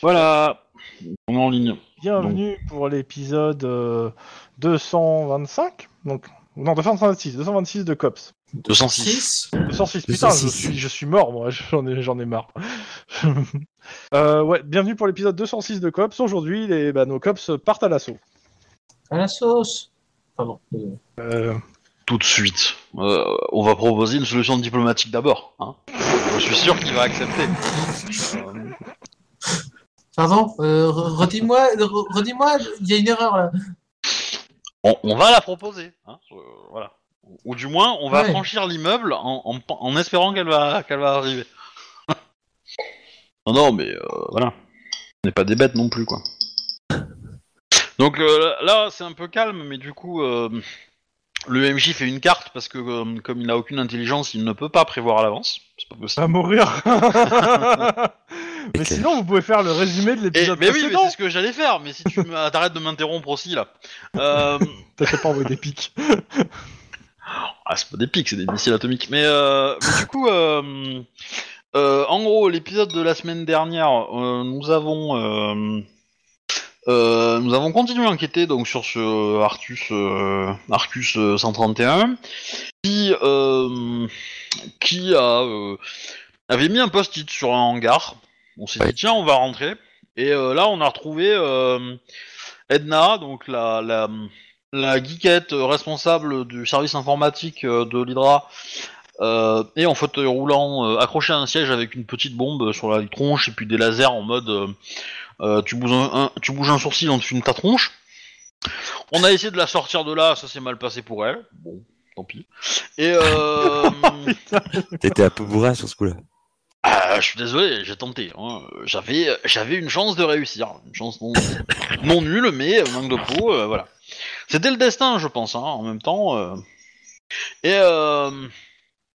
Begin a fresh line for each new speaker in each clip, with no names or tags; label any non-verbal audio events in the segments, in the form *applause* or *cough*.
Voilà, on est en ligne.
Bienvenue pour l'épisode euh, 225, donc non 226, 226 de Cops.
206
206, putain, je
206.
suis, je suis mort moi, *laughs* j'en ai, j'en ai marre. Euh, ouais, bienvenue pour l'épisode 206 de Cops. Aujourd'hui, les, bah, nos Cops partent à l'assaut.
À la sauce Pardon. désolé.
Euh,
Tout de suite. Euh, on va proposer une solution diplomatique d'abord. hein. Je suis sûr qu'il va accepter. Euh,
Pardon, euh, re- redis-moi, re- redis-moi, il y a une erreur là.
on, on va la proposer. hein, euh, voilà. Ou- Ou du moins, on va
Ouais.
franchir l'immeuble en, en pen- en espérant qu'elle va, qu'elle va arriver. *laughs* non, non, mais euh, voilà. On n'est pas des bêtes non plus, quoi. Donc euh, là, c'est un peu calme, mais du coup, euh, le MJ fait une carte parce que, euh, comme il n'a aucune intelligence, il ne peut pas prévoir à l'avance. C'est pas possible.
à mourir. *laughs* mais
Ok.
sinon, vous pouvez faire le résumé de
Et-
l'épisode
Eh, mais oui, mais
précédent.
c'est ce que j'allais faire. Mais si tu me- *laughs* t'arrêtes de m'interrompre aussi là. Euh,
T'as fait pas envoyer des pics.
ah, c'est pas des pics, c'est des missiles atomiques. Mais, euh, mais du coup, euh, euh, en gros, l'épisode de la semaine dernière, euh, nous avons euh, euh, nous avons continué à enquêter donc sur ce Arcus euh, Arcus euh, 131 qui euh, qui a euh, avait mis un post-it sur un hangar. On s'est
Ouais.
dit tiens, on va rentrer. Et euh, là, on a retrouvé euh, Edna, donc la, la, la geekette euh, responsable du service informatique euh, de l'Hydra, euh, et en fauteuil roulant, euh, accrochée à un siège avec une petite bombe sur la tronche et puis des lasers en mode euh, euh, tu, bouges un, un- tu bouges un sourcil, on te fume ta tronche. On a essayé de la sortir de là, ça s'est mal passé pour elle. Bon, tant pis. Et euh,
*laughs* T'étais un peu bourrin sur ce coup-là.
ah, je suis désolé, j'ai tenté. hein. J'avais, j'avais une chance de réussir, une chance non, non nulle, mais euh, manque de peau, euh, voilà. C'était le destin, je pense. hein, en même temps, euh. et euh,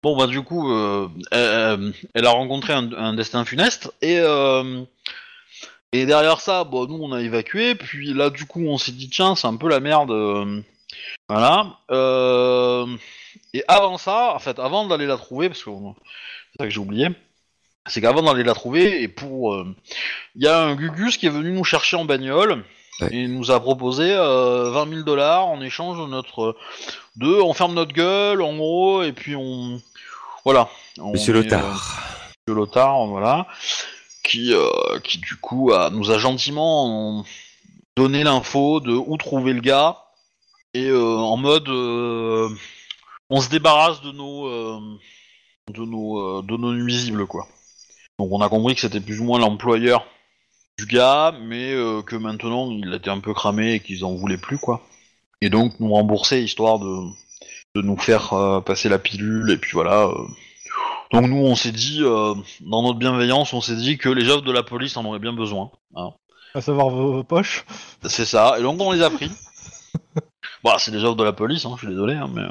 bon bah du coup, euh, euh, elle a rencontré un, un destin funeste et euh, et derrière ça, bon nous on a évacué, puis là du coup on s'est dit tiens c'est un peu la merde, euh, voilà. Euh, et avant ça, en fait, avant d'aller la trouver, parce que on- c'est ça que j'ai oublié c'est qu'avant d'aller la trouver, et pour. euh, Il y a un Gugus qui est venu nous chercher en bagnole,
Ouais.
et il nous a proposé euh, 20 000 dollars en échange de notre. de. on ferme notre gueule, en gros, et puis on. Voilà. On
Monsieur
est, euh,
Lotard.
Monsieur Lothar, voilà. Qui, euh, qui du coup a- nous a gentiment donné l'info de où trouver le gars, et euh, en mode. euh, on se débarrasse de nos. euh, de nos, euh, de nos nuisibles, quoi. Donc on a compris que c'était plus ou moins l'employeur du gars, mais euh, que maintenant il était un peu cramé et qu'ils en voulaient plus, quoi. Et donc nous rembourser histoire de, de nous faire euh, passer la pilule, et puis voilà. euh. Donc nous on s'est dit, euh, dans notre bienveillance, on s'est dit que les œuvres de la police en auraient bien besoin. hein.
À savoir vos, vos poches. *laughs*
C'est ça, et donc on les a pris. Bah, c'est des œuvres de la police, hein, je suis désolé, hein, mais.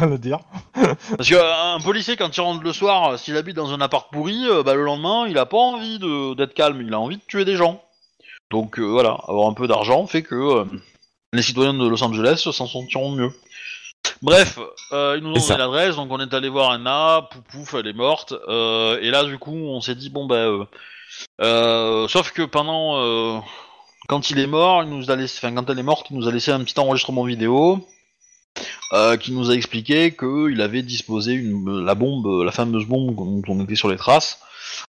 à le dire.
Parce qu'un policier, quand il rentre le soir, euh, s'il habite dans un appart pourri, euh, bah, le lendemain, il a pas envie de- d'être calme, il a envie de tuer des gens. Donc euh, voilà, avoir un peu d'argent fait que euh, les citoyens de Los Angeles s'en sentiront mieux. Bref, euh, ils nous ont
C'est
donné
ça.
l'adresse, donc on est allé voir Anna, pouf pouf, elle est morte. euh, et là, du coup, on s'est dit, bon bah. euh, euh, sauf que pendant. euh, quand il est mort, il nous a laissé, enfin, quand elle est morte, il nous a laissé un petit enregistrement vidéo euh, qui nous a expliqué qu'il avait disposé une, la bombe, la fameuse bombe dont on était sur les traces,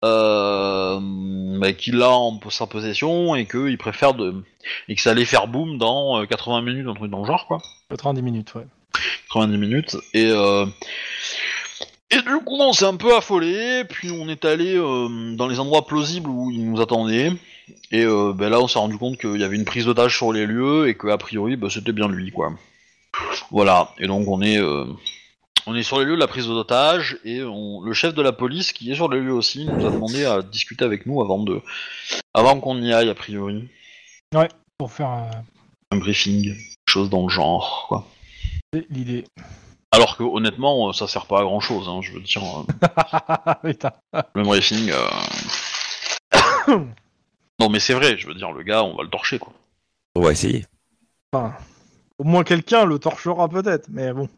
euh, bah, qu'il a en sa possession et qu'il préfère de, et que ça allait faire boom dans euh, 80 minutes, un truc dans le genre, quoi.
90 minutes, ouais.
90 minutes. Et, euh, et du coup, on s'est un peu affolé, puis on est allé euh, dans les endroits plausibles où ils nous attendaient. Et euh, ben là, on s'est rendu compte qu'il y avait une prise d'otage sur les lieux et que a priori, ben, c'était bien lui, quoi. Voilà. Et donc, on est, euh, on est sur les lieux de la prise d'otage et on- le chef de la police qui est sur les lieux aussi nous a demandé à discuter avec nous avant de, avant qu'on y aille a priori.
Pour faire euh,
Un briefing, chose dans le genre, quoi.
euh, l'idée. *laughs*
Alors que honnêtement, euh, ça sert pas à grand chose. Hein, je veux dire, euh,
Putain.
le briefing. euh, *coughs* non, mais c'est vrai. Je veux dire, le gars, on va le torcher, quoi.
On va essayer.
Enfin, au moins quelqu'un le torchera peut-être, mais bon.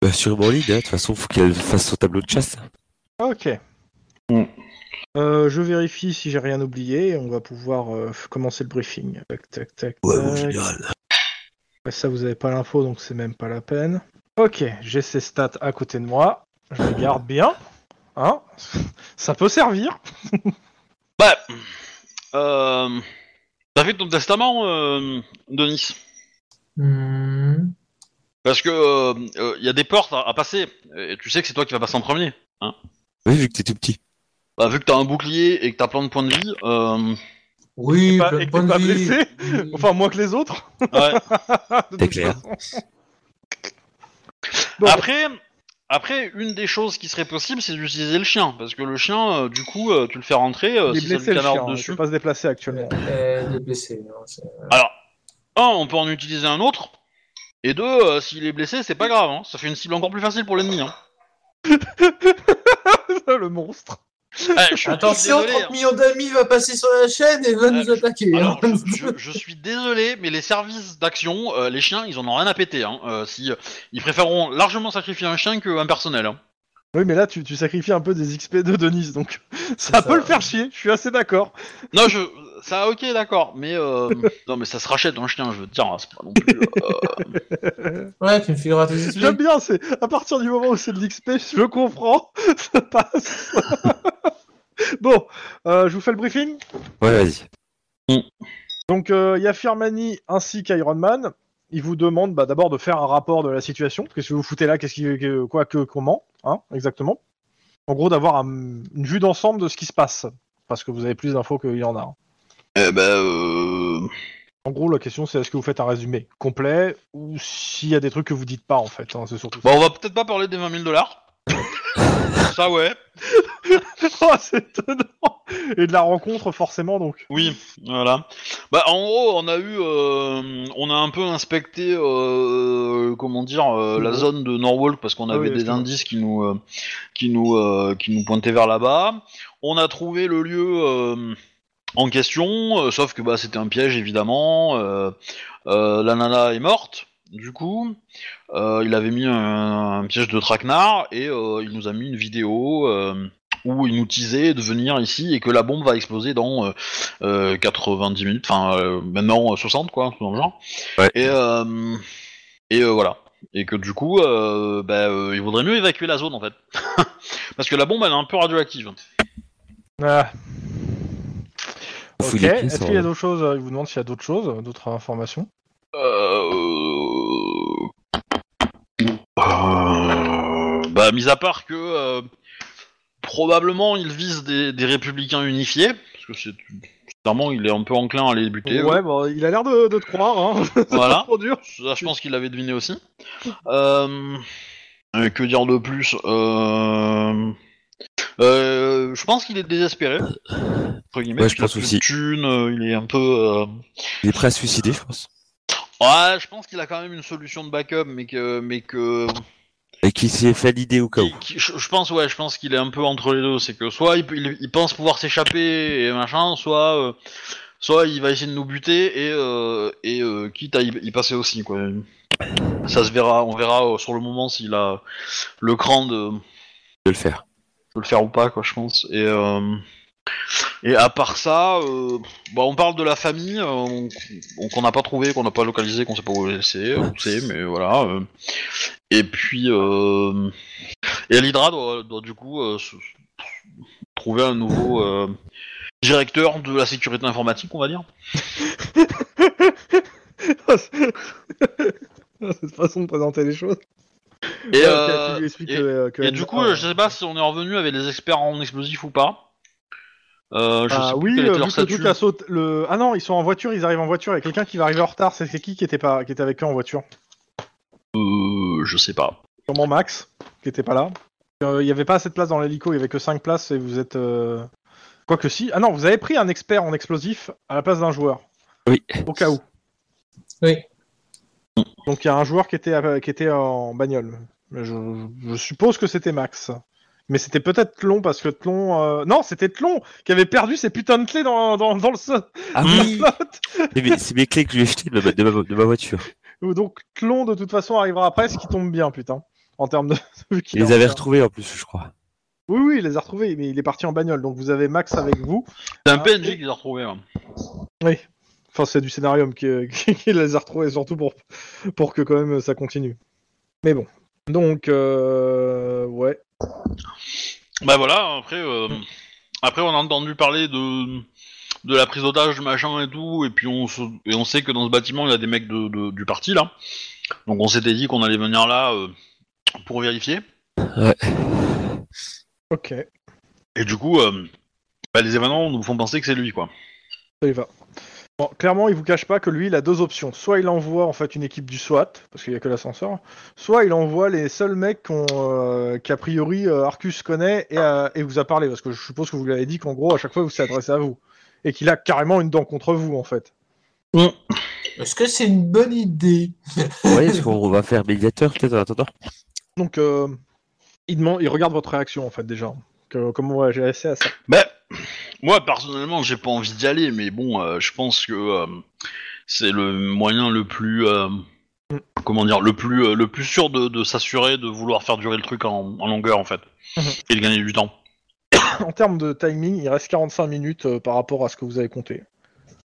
Bah, sur Borlid, hein, de toute façon, faut qu'elle fasse son tableau de chasse.
Ok. Euh, je vérifie si j'ai rien oublié et on va pouvoir euh, f- commencer le briefing. Tac, tac, tac.
Ouais,
tac.
mon général.
Ouais, ça, vous avez pas l'info, donc c'est même pas la peine. Ok, j'ai ces stats à côté de moi. Je les garde bien. Hein *laughs* Ça peut servir.
Bah, euh, t'as fait ton testament, euh, Denis
Hmm.
Parce que il y a des portes à, à passer, et tu sais que c'est toi qui vas passer en premier.
Oui, vu que t'es tout petit.
Bah, vu que t'as un bouclier et que t'as plein de points de vie,
*laughs*
euh,
Oui,
Et pas-
plein de
et que
points
t'es
de
pas
vie. Mm. Hmm.
blessé
Oui.
Enfin, moins que les autres. *laughs*
ouais.
de
C'est
toute
clair.
façon. Bon.
après, après, une des choses qui serait possible, c'est d'utiliser le chien, parce que le chien, euh, du coup, euh, tu le fais rentrer, euh,
Il est
si ça
blessé
lui
le
canarde
chien, il
dessus.
peut pas se déplacer actuellement.
Euh, il est blessé. non, c'est-
Alors, un, on peut en utiliser un autre, et deux, euh, s'il est blessé, c'est pas grave, hein, ça fait une cible encore plus facile pour l'ennemi. Hein.
*laughs* le monstre.
Ouais, Eh, je suis
Attention,
désolé,
30
hein.
millions d'amis va passer sur la chaîne et va nous
Euh, je-
attaquer.
Alors,
hein.
je, je- je suis désolé, mais les services d'action, euh, les chiens, ils en ont rien à péter. Hein. Euh, si, euh, ils préféreront largement sacrifier un chien qu'un personnel. hein.
Oui, mais là, tu, tu sacrifies un peu des XP de Denis, donc *laughs* ça,
ça.
peut le faire chier, je suis assez d'accord.
Non, je, ça, ok, d'accord, mais *laughs* euh, non, mais ça se rachète un chien. Je veux dire, hein, c'est pas non plus. euh,
*laughs* Ouais, tu me fileras tes explications.
J'aime bien, c'est à partir du moment où c'est de l'XP, je comprends, *laughs* ça passe. *laughs* bon, euh, je vous fais le briefing.
Ouais, vas-y.
Donc, euh, il y a Firmani ainsi qu'Iron Man. Ils vous demandent bah, d'abord de faire un rapport de la situation. Qu'est-ce que vous foutez là Qu'est-ce qui, que- quoi, que, comment hein, Exactement. En gros, d'avoir un- une vue d'ensemble de ce qui se passe. Parce que vous avez plus d'infos qu'il y en a.
*laughs*
hein.
eh ben, euh,
En gros, la question c'est est-ce que vous faites un résumé complet ou s'il y a des trucs que vous dites pas en fait. hein, c'est surtout. ça. *laughs*
bon, on va peut-être pas parler des 20 000 *laughs* dollars. ça, ouais.
Oh, c'est étonnant Et de la rencontre forcément donc.
Oui, voilà. Bah, en gros, on a eu, euh, on a un peu inspecté, euh, comment dire, euh, la zone de Norwalk parce qu'on
Ah oui,
avait des
effectivement.
indices qui nous, euh, qui nous, euh, qui nous pointaient vers là-bas. On a trouvé le lieu euh, en question, euh, sauf que bah, c'était un piège évidemment. Euh, euh, la nana est morte. Du coup, Euh, il avait mis un, un piège de traquenard et euh, il nous a mis une vidéo. euh, où il nous disait de venir ici et que la bombe va exploser dans euh, euh, 90 minutes, enfin euh, maintenant euh, 60 quoi, un truc dans le genre.
Ouais.
Et, euh, et euh, voilà. Et que du coup, euh, bah, euh, il vaudrait mieux évacuer la zone en fait. *laughs* Parce que la bombe elle est un peu radioactive.
Ah.
On
Ok.
fouille les
Est-ce
pièces.
qu'il y a
on-
d'autres choses euh, Il vous demande s'il y a d'autres choses, euh, d'autres informations.
Euh... euh, Bah, mis à part que euh, probablement il vise des, des républicains unifiés, parce que c'est clairement il est un peu enclin à les buter. eux.
ouais, bon, il a l'air de, de te croire. Hein. *laughs*
Voilà.
Trop dur.
Ça, je pense qu'il l'avait deviné aussi. Euh, euh, que dire de plus Euh, euh, Je pense qu'il est désespéré. Entre guillemets,
Ouais, je
parce qu'il a
pense
plus de
aussi.
thunes, euh, il est un peu. euh,
Il est prêt à se suicider, je pense.
Ouais, je pense qu'il a quand même une solution de backup, mais que, mais que.
Et qu'il s'est fait l'idée au cas où.
qui- qui- je je pense, ouais, je pense qu'il est un peu entre les deux. C'est que soit il, peut- il- il pense pouvoir s'échapper et machin, soit, euh, soit il va essayer de nous buter et, euh, et euh, quitte à y, y passer aussi, quoi. Ça se verra, on verra euh, sur le moment s'il a le cran de,
De le faire.
de le faire ou pas, quoi, je pense. Et, euh, et à part ça, euh, bah, on parle de la famille euh, on- on- qu'on n'a pas trouvé, qu'on n'a pas localisé, qu'on sait pas où c'est, euh, où c'est, mais voilà. euh. Et puis, euh, et l'Hydra doit, doit du coup euh, se- trouver un nouveau euh, directeur de la sécurité informatique, on va dire.
Cette façon de présenter les choses.
Et,
Ouais, ok,
euh,
tu lui expliques
et-
que, euh, que-
et du coup,
ah,
euh, je sais pas si on est revenu avec les experts en explosifs ou pas. Euh, je
Ah
sais plus
oui,
quel
euh,
était
vu
leur
que
statut.
le truc a sauté- le- Ah non, ils sont en voiture, ils arrivent en voiture. Il y a quelqu'un qui va arriver en retard. C'est c'est qui qui était, pas... qui était avec eux en voiture
Euh, je sais pas.
Sûrement Max, qui était pas là. Euh, Il y avait pas assez de place dans l'hélico, il y avait que 5 places et vous êtes. euh, Quoi que si. Ah non, vous avez pris un expert en explosif à la place d'un joueur.
Oui.
Au cas où.
Oui.
Donc il y a un joueur qui était, à- qui était en bagnole. Mais Je, je suppose que c'était Max. Mais c'était peut-être Tlon parce que Tlon. euh, Non, c'était Tlon qui avait perdu ses putains de clés dans, dans, dans le sol. *laughs*
Ah *laughs* oui C'est mes- C'est mes clés que je lui ai jetées de ma, de ma- de ma voiture.
Donc Tlon de *laughs* toute façon arrivera après, ce qui tombe bien, putain. En termes de. vu qu'il
Il
est
les
en
avait
retard.
retrouvés en plus, je crois.
Oui, oui, il les a retrouvés, mais il est parti en bagnole. Donc vous avez Max avec vous.
C'est un
Ah,
PNJ qu'ils ont retrouvé. hein.
Enfin, c'est du scénarium qui, euh, *laughs* qui les a retrouvés, surtout pour, pour que quand même ça continue. Mais bon. Donc, euh, ouais.
Bah voilà, après, euh, après on a entendu parler de, de la prise d'otage, machin et tout, et puis on, se- et on sait que dans ce bâtiment il y a des mecs de, de- du parti là. Donc on s'était dit qu'on allait venir là euh, pour vérifier.
Ok, ça
Et du coup, euh, bah, les événements nous font penser que c'est lui quoi.
y va. Bon, clairement, il vous cache pas que lui, il a deux options. Soit il envoie en fait une équipe du SWAT, parce qu'il y a que l'ascenseur. Soit il envoie les seuls mecs qu'on, euh, qu'a priori euh, Arcus connaît et, euh, et vous a parlé, parce que je suppose que vous lui avez dit qu'en gros, à chaque fois, vous s'est adressé à vous. Et qu'il a carrément une dent contre vous, en fait.
Est-ce que c'est une bonne idée
Vous voyez ce qu'on va faire médiateur peut-être en attendant
Donc, euh, il, demande, il regarde votre réaction, en fait, déjà. Que- comment va réagir à ça *coughs*
Bah, moi personnellement j'ai pas envie d'y aller, mais bon, euh, je pense que euh, c'est le moyen le plus. euh, Comment dire, le plus, euh, le plus sûr de, de s'assurer de vouloir faire durer le truc en, en longueur en fait
Mhm.
et de gagner du temps.
En termes de timing, il reste 45 minutes euh, par rapport à ce que vous avez compté.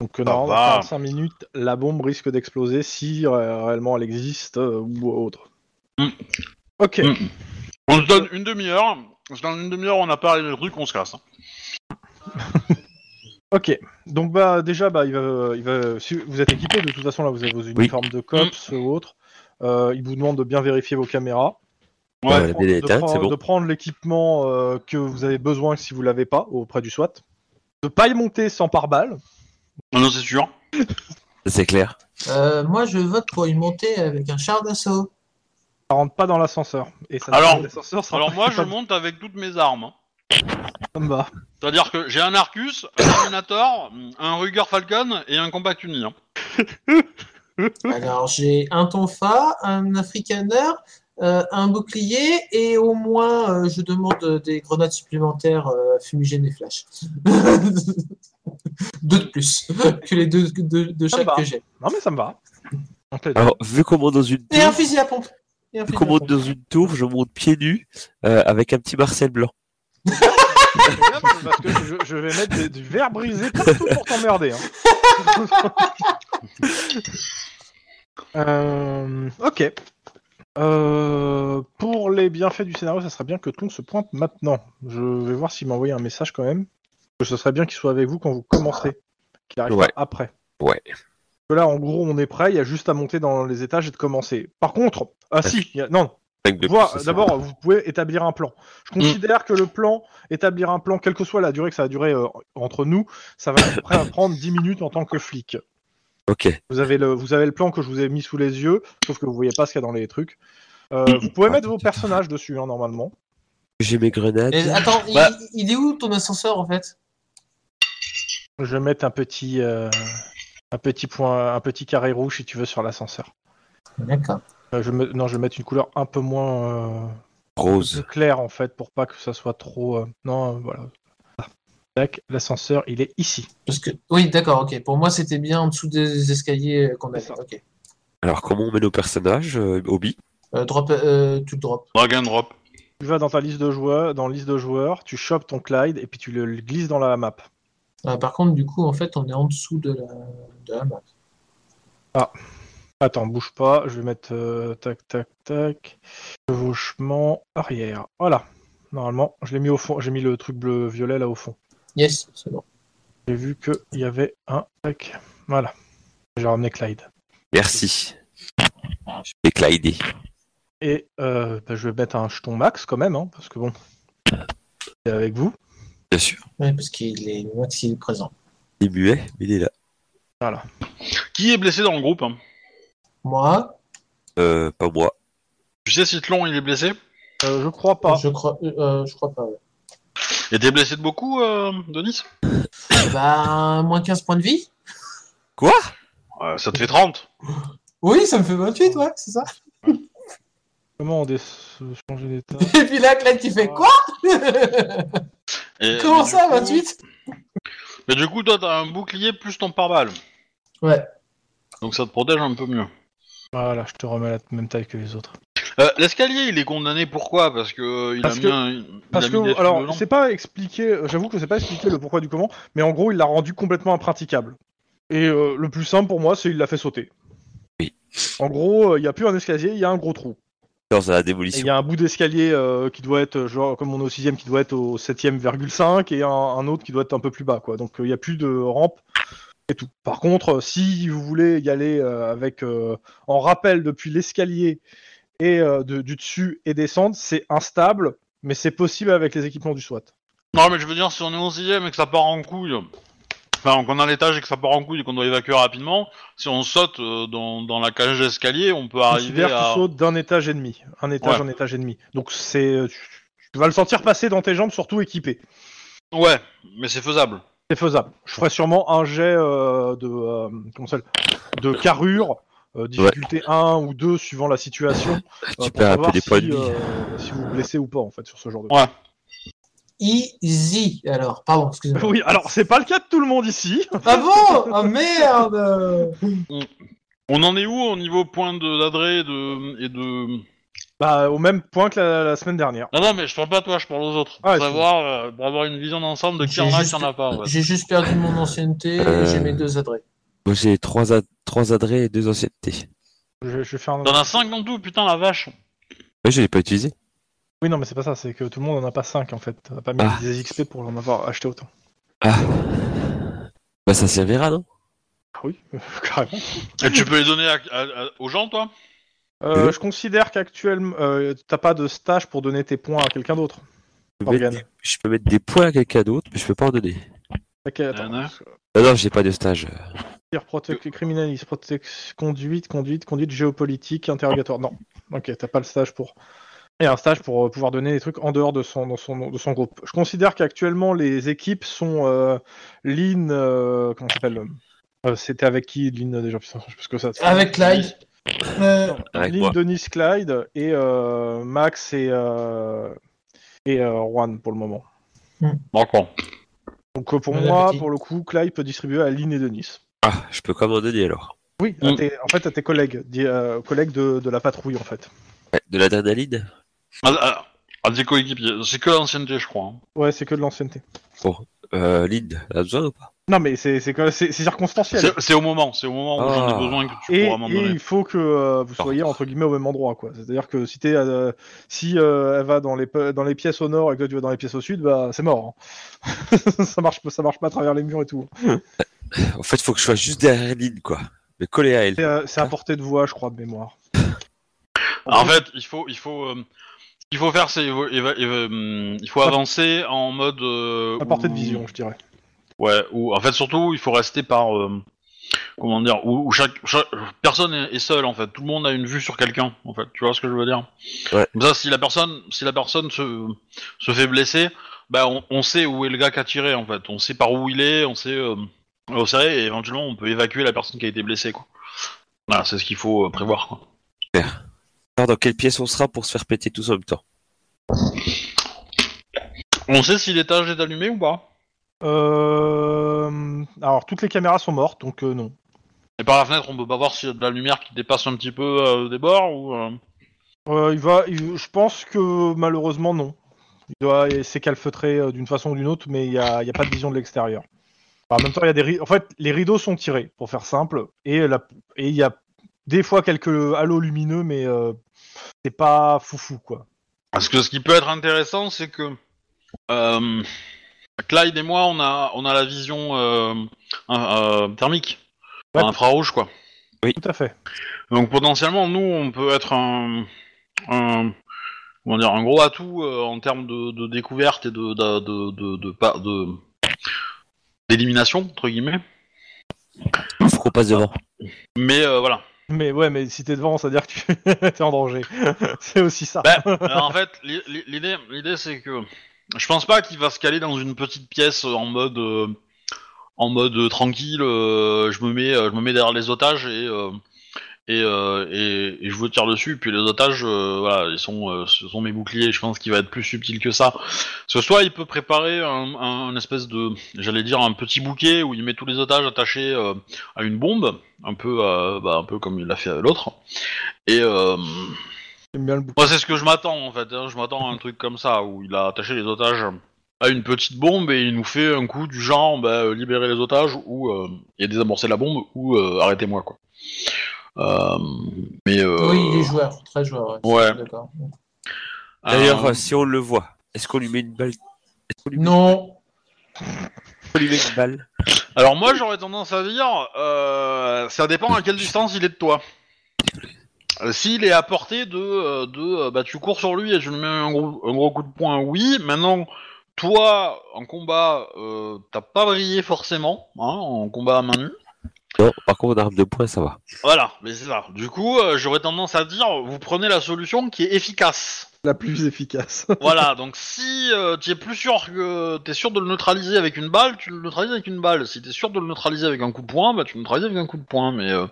Donc, euh,
Ça
normalement,
va.
45 minutes, la bombe risque d'exploser si euh, réellement elle existe euh, ou autre.
Mm.
Ok,
Mm. On se donne une demi-heure. Parce que dans une demi-heure, on n'a pas arrivé le truc, on se casse. hein.
ok. Donc, bah, déjà, bah, il va, il va, si vous êtes équipé, de toute façon, là, vous avez vos uniformes de cops
Mm.
ou autre. Euh, il vous demande de bien vérifier vos caméras. de
Ouais, la
prendre-
BD est
de,
éteinte,
prendre-
c'est bon.
de prendre l'équipement euh, que vous avez besoin si vous l'avez pas auprès du SWAT. De pas y monter sans pare-balles.
Ah Non, c'est sûr.
C'est clair.
Euh, Moi, je vote pour y monter avec un char d'assaut.
Ça rentre pas dans l'ascenseur. Et ça
Alors-
l'ascenseur sera
Alors
pas
moi, je
capable
monte avec toutes mes armes. hein.
de me battre.
C'est-à-dire que j'ai un Arcus, un Terminator, un Ruger Falcon et un Compact Uni. hein.
Alors, j'ai un tonfa, un afrikaner, euh, un bouclier et au moins, euh, je demande euh, des grenades supplémentaires euh, fumigènes et flash. *laughs* deux de plus que les deux de, de
Ça
chaque
va.
que j'ai.
Non mais ça me va. Ok.
Alors, vu qu'on monte dans une
Et un
tour,
fusil à pompe. Et un
vu
fusil
qu'on
à
monte
pompe.
dans une tour, je monte pieds nus euh, avec un petit Marcel blanc.
C'est bien parce que je, je vais mettre des- du verre brisé partout pour t'emmerder. hein. Euh, ok. Euh, pour les bienfaits du scénario, ça serait bien que Tlon se pointe maintenant. Je vais voir s'il m'a envoyé un message quand même. Que ce serait bien qu'il soit avec vous quand vous commencez. Qu'il arrive
Ouais.
pas après.
Ouais.
Que là, en gros, on est prêt. Il y a juste à monter dans les étages et de commencer. Par contre, ah si, il y a- non,
Avec deux
Voir-
plus, ça,
D'abord, vous pouvez établir un plan. Je considère que le plan, établir un plan, quelle que soit la durée que ça va durer euh, entre nous, ça va à peu près prendre 10 minutes en tant que flic.
c'est- Ok.
Vous avez, le, vous avez le plan que je vous ai mis sous les yeux, sauf que vous voyez pas ce qu'il y a dans les trucs. Euh, vous pouvez mettre vos personnages dessus, hein, normalement.
J'ai mes grenades.
Et attends, il-
Bah.
il, est où ton ascenseur en fait
Je vais mettre un petit, euh, un petit, point, un petit carré rouge, si tu veux, sur l'ascenseur.
D'accord.
Euh, je me- non, je vais mettre une couleur un peu moins euh,
Rose.
claire, en fait, pour pas que ça soit trop... euh, non, euh, voilà. Ah. Tac, L'ascenseur, il est ici.
Parce que oui, d'accord, ok. Pour moi, c'était bien en dessous des escaliers euh, qu'on avait. Ok.
Alors, comment on met nos personnages, euh, Obi
Euh, drop, euh, tu le drop.
Drag and drop.
Tu vas dans ta liste de joueurs, dans la liste de joueurs, tu chopes ton Clyde et puis tu le, le glisses dans la map.
Euh, par contre, du coup, en fait, on est en dessous de la, de la map.
Attends, bouge pas, je vais mettre euh, tac tac tac chevauchement arrière. Voilà. Normalement, je l'ai mis au fond, j'ai mis le truc bleu violet là au fond.
Yes, c'est bon.
J'ai vu que il y avait un tac. Voilà. J'ai ramené Clyde.
Merci. Je vais Clyde.
Et euh, bah, je vais mettre un jeton max quand même, hein, parce que bon, il est avec vous.
Bien sûr.
Ouais, parce qu'il est Max, il est présent.
Il est muet, mais il est là.
Qui est blessé dans le groupe hein
Moi,
Euh, pas moi.
Tu sais si Tlon il est blessé
Euh, je crois pas.
je crois, euh, euh, je crois pas. ouais.
Et t'es blessé de beaucoup, euh, Denis
Bah, moins 15 points de vie.
Quoi
Euh, Ça te fait 30.
Oui, ça me fait 28, ouais, c'est ça.
Comment on dé- changer d'état
*laughs* Et puis là, Clyde, qui fait quoi
Et,
Comment
mais
ça,
du coup-
28
Mais du coup, toi t'as un bouclier plus ton pare-balles.
Ouais.
Donc ça te protège un peu mieux.
Voilà, je te remets à la même taille que les autres.
Euh, L'escalier, il est condamné pourquoi Parce que euh, il
Parce
a
que-
mis un. il a
Parce
mis des
que,
trucs
alors,
dedans.
c'est pas expliqué, euh, j'avoue que je sais pas expliquer le pourquoi du comment, mais en gros, il l'a rendu complètement impraticable. Et euh, le plus simple pour moi, c'est il l'a fait sauter.
Oui.
En gros, euh, il n'y a plus un escalier, il y a un gros trou.
Dans la
Et Il
démolition.
y a un bout d'escalier euh, qui doit être, euh, genre, comme on est au sixième, qui doit être au 7ème,5 et un, un autre qui doit être un peu plus bas, quoi. Donc, euh, il n'y a plus de rampe et tout. Par contre, euh, si vous voulez y aller euh, avec, euh, en rappel depuis l'escalier et euh, de- du dessus et descendre, c'est instable, mais c'est possible avec les équipements du SWAT.
Non, mais je veux dire, si on est au sixième et que ça part en couille, enfin, qu'on est à l'étage et que ça part en couille et qu'on doit évacuer rapidement, si on saute euh, dans, dans la cage d'escalier, on peut arriver
Considère que
à.
tu sautes d'un étage et demi, un étage,
Ouais.
un étage et demi. Donc, c'est, euh, tu, tu vas le sentir passer dans tes jambes, surtout équipé.
Ouais, mais c'est faisable.
C'est faisable. Je ferai sûrement un jet euh, de, euh, comment ça s'appelle de carrure, euh, difficulté 1 ou 2 suivant la situation, euh,
Tu
pour
perds un peu
savoir
des
si,
points de vie.
euh, si vous blessez ou pas en fait sur ce genre de.
Ouais.
Easy, alors, pardon, excusez-moi.
Oui, alors c'est pas le cas de tout le monde ici. *laughs*
Ah bon Ah merde
On en est où au niveau point de- d'adré et de, et de. Ah
Bah au même point que la, la semaine dernière.
Non, non, mais je parle pas à toi, je parle aux autres. Pour,
Ah,
savoir, euh, pour avoir une vision d'ensemble de qui
J'ai
en a, qui
juste-
en a pas.
*laughs*
ouais.
J'ai juste perdu mon ancienneté et
Euh.
j'ai mes deux adresses.
Moi, j'ai trois, ad- trois adrets et deux anciennetés.
Je, je vais faire un.
T'en as 5 en tout, putain la vache.
Ouais, je l'ai pas utilisé.
Oui non mais c'est pas ça, c'est que tout le monde en a pas 5 en fait. On a pas mis
Ah.
des XP pour en avoir acheté autant. *laughs*
Ah. Bah, ça servira, non
Ah oui, carrément.
Et tu peux les donner à- à- à- aux gens, toi
Euh,
Euh.
je considère qu'actuellement euh, t'as pas de stage pour donner tes points à quelqu'un d'autre.
je peux, mettre
Morgane.
des... je peux mettre des points à quelqu'un d'autre, mais je peux pas en donner.
Ok, attends.
Nana.
Non, non, j'ai pas de stage.
Dire protec- criminaliste, protec- conduite, conduite, conduite géopolitique, interrogatoire. Non. Ok, t'as pas le stage pour. Et un stage pour euh, pouvoir donner des trucs en dehors de son, dans son, de son groupe. Je considère qu'actuellement les équipes sont euh, Lynn. euh, comment ça s'appelle euh, C'était avec qui Lynn euh, déjà Putain, je sais plus ce que ça.
Avec Clyde. Euh,
Ah, Avec
Lynn,
moi.
Denis, Clyde et euh, Max et, euh, et euh, Juan pour le moment.
D'accord.
Donc euh, pour
Bon
moi,
appétit.
pour le coup, Clyde peut distribuer à Lynn et Denis.
Ah, je peux quand même en donner alors.
Oui, à
Mm.
tes- en fait à tes collègues, dis- euh, collègues de- de la patrouille en fait.
Ouais, De l'adrénaline
Ah, ah, ah, des coéquipiers, c'est que l'ancienneté, je crois. hein.
Ouais, c'est que de l'ancienneté.
Bon, euh, Lynn, t'as besoin ou pas
Non, mais c'est c'est que- c'est- c'est circonstanciel.
C'est c'est au moment, c'est au moment où j'en
Ah.
ai besoin que tu
Et,
pourras m'en
et
donner.
il faut que euh, vous soyez entre guillemets au même endroit, quoi. C'est-à-dire que si t'es, euh, si euh, elle va dans les pe- dans les pièces au nord et que toi tu vas dans les pièces au sud, bah c'est mort. hein. *laughs* ça marche pas- ça marche pas à travers les murs et tout.
En fait, faut que je sois juste derrière Lynn, quoi. Mais collé à elle.
C'est euh, c'est à portée de voix, je crois, de mémoire.
En fait, il faut, il faut, euh, ce qu'il faut faire, c'est évo- éva- éva- hum, il faut
Ah.
avancer en mode. euh,
À portée de
où-
vision, je dirais.
Ouais. Ou en fait, surtout, il faut rester par. euh, comment dire Où, où chaque, chaque- personne est est seule en fait. Tout le monde a une vue sur quelqu'un. En fait, tu vois ce que je veux dire
Ouais.
Comme ça, si la personne, si la personne se, se fait blesser, bah on, on sait où est le gars qui a tiré en fait. On sait par où il est. On sait. Euh, on sait, et éventuellement, on peut évacuer la personne qui a été blessée quoi. Voilà, c'est ce qu'il faut euh, prévoir. Quoi.
Alors, dans quelle pièce on sera pour se faire péter tous en même temps
On sait si l'étage est allumé ou pas
Euh, Alors toutes les caméras sont mortes, donc euh, non.
Et par la fenêtre, on peut pas voir s'il y a de la lumière qui dépasse un petit peu euh, des bords ou. euh,
Euh, il va, il- je pense que malheureusement non. Il doit s'écalfeutrer euh, d'une façon ou d'une autre, mais il n'y a, il y a pas de vision de l'extérieur. Enfin, en même temps, il y a des ri- En fait, les rideaux sont tirés, pour faire simple, et la- et il y a des fois quelques halos lumineux, mais euh, c'est pas foufou quoi.
Parce que ce qui peut être intéressant, c'est que euh, Clyde et moi, on a on a la vision euh, euh, thermique,
Ouais.
infrarouge quoi.
Tout à fait.
Donc potentiellement, nous, on peut être un, un- comment dire, un gros atout euh, en termes de, de découverte et de de de de- de pa- de- d'élimination entre guillemets.
Faut qu'on passe devant.
Mais euh, voilà.
Mais ouais, mais si t'es devant, ça veut dire que tu *laughs* es en danger. c'est aussi ça.
Bah, euh, en fait, l'i- l'i- l'idée, l'idée, c'est que je pense pas qu'il va se caler dans une petite pièce euh, en mode, euh, en mode euh, tranquille. euh, je me mets, euh, je me mets derrière les otages et euh, et, euh, et, et je vous tire dessus. Puis les otages, euh, voilà, ils sont, euh, ce sont mes boucliers. Je pense qu'il va être plus subtil que ça. Ce soit il peut préparer un, un, un espèce de, j'allais dire, un petit bouquet où il met tous les otages attachés euh, à une bombe, un peu, euh, bah, un peu comme il l'a fait à l'autre. Et euh,
J'aime bien le bouquin.
Moi, c'est ce que je m'attends en fait. hein. Je m'attends à un truc comme ça où il a attaché les otages à une petite bombe et il nous fait un coup du genre bah, euh, libérer les otages ou euh, et désamorcer la bombe ou euh, arrêtez-moi quoi. Euh, mais euh,
Oui, il est joueur, très joueur.
Ouais.
D'accord.
D'ailleurs,
euh,
euh, si on le voit, est-ce qu'on lui met une balle Est-ce qu'on lui,
Non,
on lui met une balle
alors moi j'aurais tendance à dire euh, ça dépend à quelle distance il est de toi. Euh, S'il est à portée de, euh, de euh, bah tu cours sur lui et tu lui mets un gros, un gros coup de poing, oui. Maintenant, toi en combat, euh, t'as pas brillé forcément hein, en combat à main nue.
Non, par contre, en arme de poing, ça va.
Voilà, mais c'est ça. Du coup, euh, j'aurais tendance à dire, vous prenez la solution qui est efficace.
La plus efficace.
voilà, donc si euh, tu es plus sûr que t'es sûr de le neutraliser avec une balle, tu le neutralises avec une balle. Si t'es sûr de le neutraliser avec un coup de poing, bah tu le neutralises avec un coup de poing. Mais euh,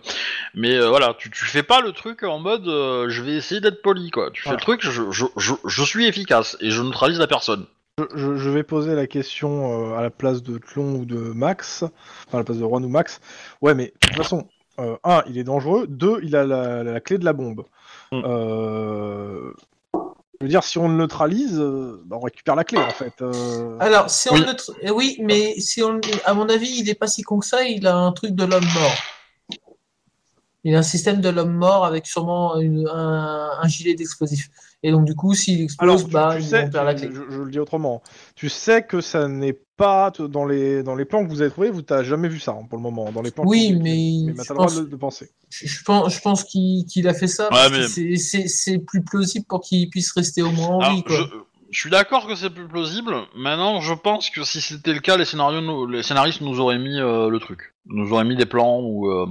mais euh, voilà, tu, tu fais pas le truc en mode euh, je vais essayer d'être poli quoi. Tu fais
Voilà.
le truc, je, je, je, je suis efficace et je neutralise la personne.
Je, je- je vais poser la question euh, à la place de Tlon ou de Max, enfin à la place de Juan ou Max. Ouais, mais de toute façon, euh, un, il est dangereux. Deux, il a la, la clé de la bombe.
Mm.
Euh, Je veux dire, si on le neutralise, euh, bah, on récupère la clé en fait. Euh,
alors si on
Oui.
le tr- eh oui, mais si on, à mon avis, il est pas si con que ça. Il a un truc de l'homme mort. Il a un système de l'homme mort avec sûrement une- un, un gilet d'explosif. Et donc du coup, s'il explose,
Alors, tu-
bah,
tu
il-
sais,
on perd la
tu-
clé.
Je, je le dis autrement. Tu sais que ça n'est pas t- dans les dans les plans que vous avez trouvés. Vous t'as jamais vu ça hein, pour le moment dans les plans.
Oui,
que-
mais,
mais bah,
je
t'as le droit
pense,
de, de penser.
je- je pense, je pense qu'il qu'il a fait ça. parce que
mais-
c'est- c'est- C'est plus plausible pour qu'il puisse rester au moins en
Alors,
vie. quoi.
je, je suis d'accord que c'est plus plausible. Maintenant, je pense que si c'était le cas, les, scénarios, nous- les scénaristes nous auraient mis euh, le truc. Nous auraient mis des plans ou euh,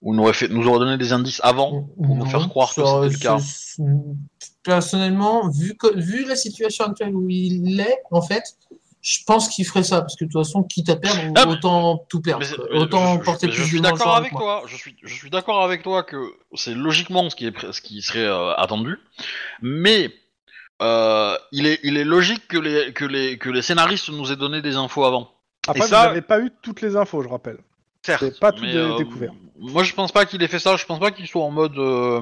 ou nous auraient, fait, nous auraient donné des indices avant.
pour
nous faire croire que c'était le cas.
Personnellement, vu, que- vu la situation actuelle où il est, en fait, je pense qu'il ferait ça. Parce que de toute façon, quitte à perdre,
Ah, mais-
autant tout perdre.
Mais c'est-
quoi.
mais
autant
je- je-
porter
mais
plus
je
de
suis
mal sur
d'accord
un
avec
point.
toi. Je suis, je suis d'accord avec toi que c'est logiquement ce qui, est, pré- ce qui serait euh, attendu. Mais euh, il, est, il est logique que les, que, les, que les scénaristes nous aient donné des infos avant.
Après,
ça-
vous n'avez pas eu toutes les infos, je rappelle.
Certes.
C'est pas tout
mais, euh,
dé- découvert.
Moi, je pense pas qu'il ait fait ça. Je pense pas qu'il soit en mode, euh,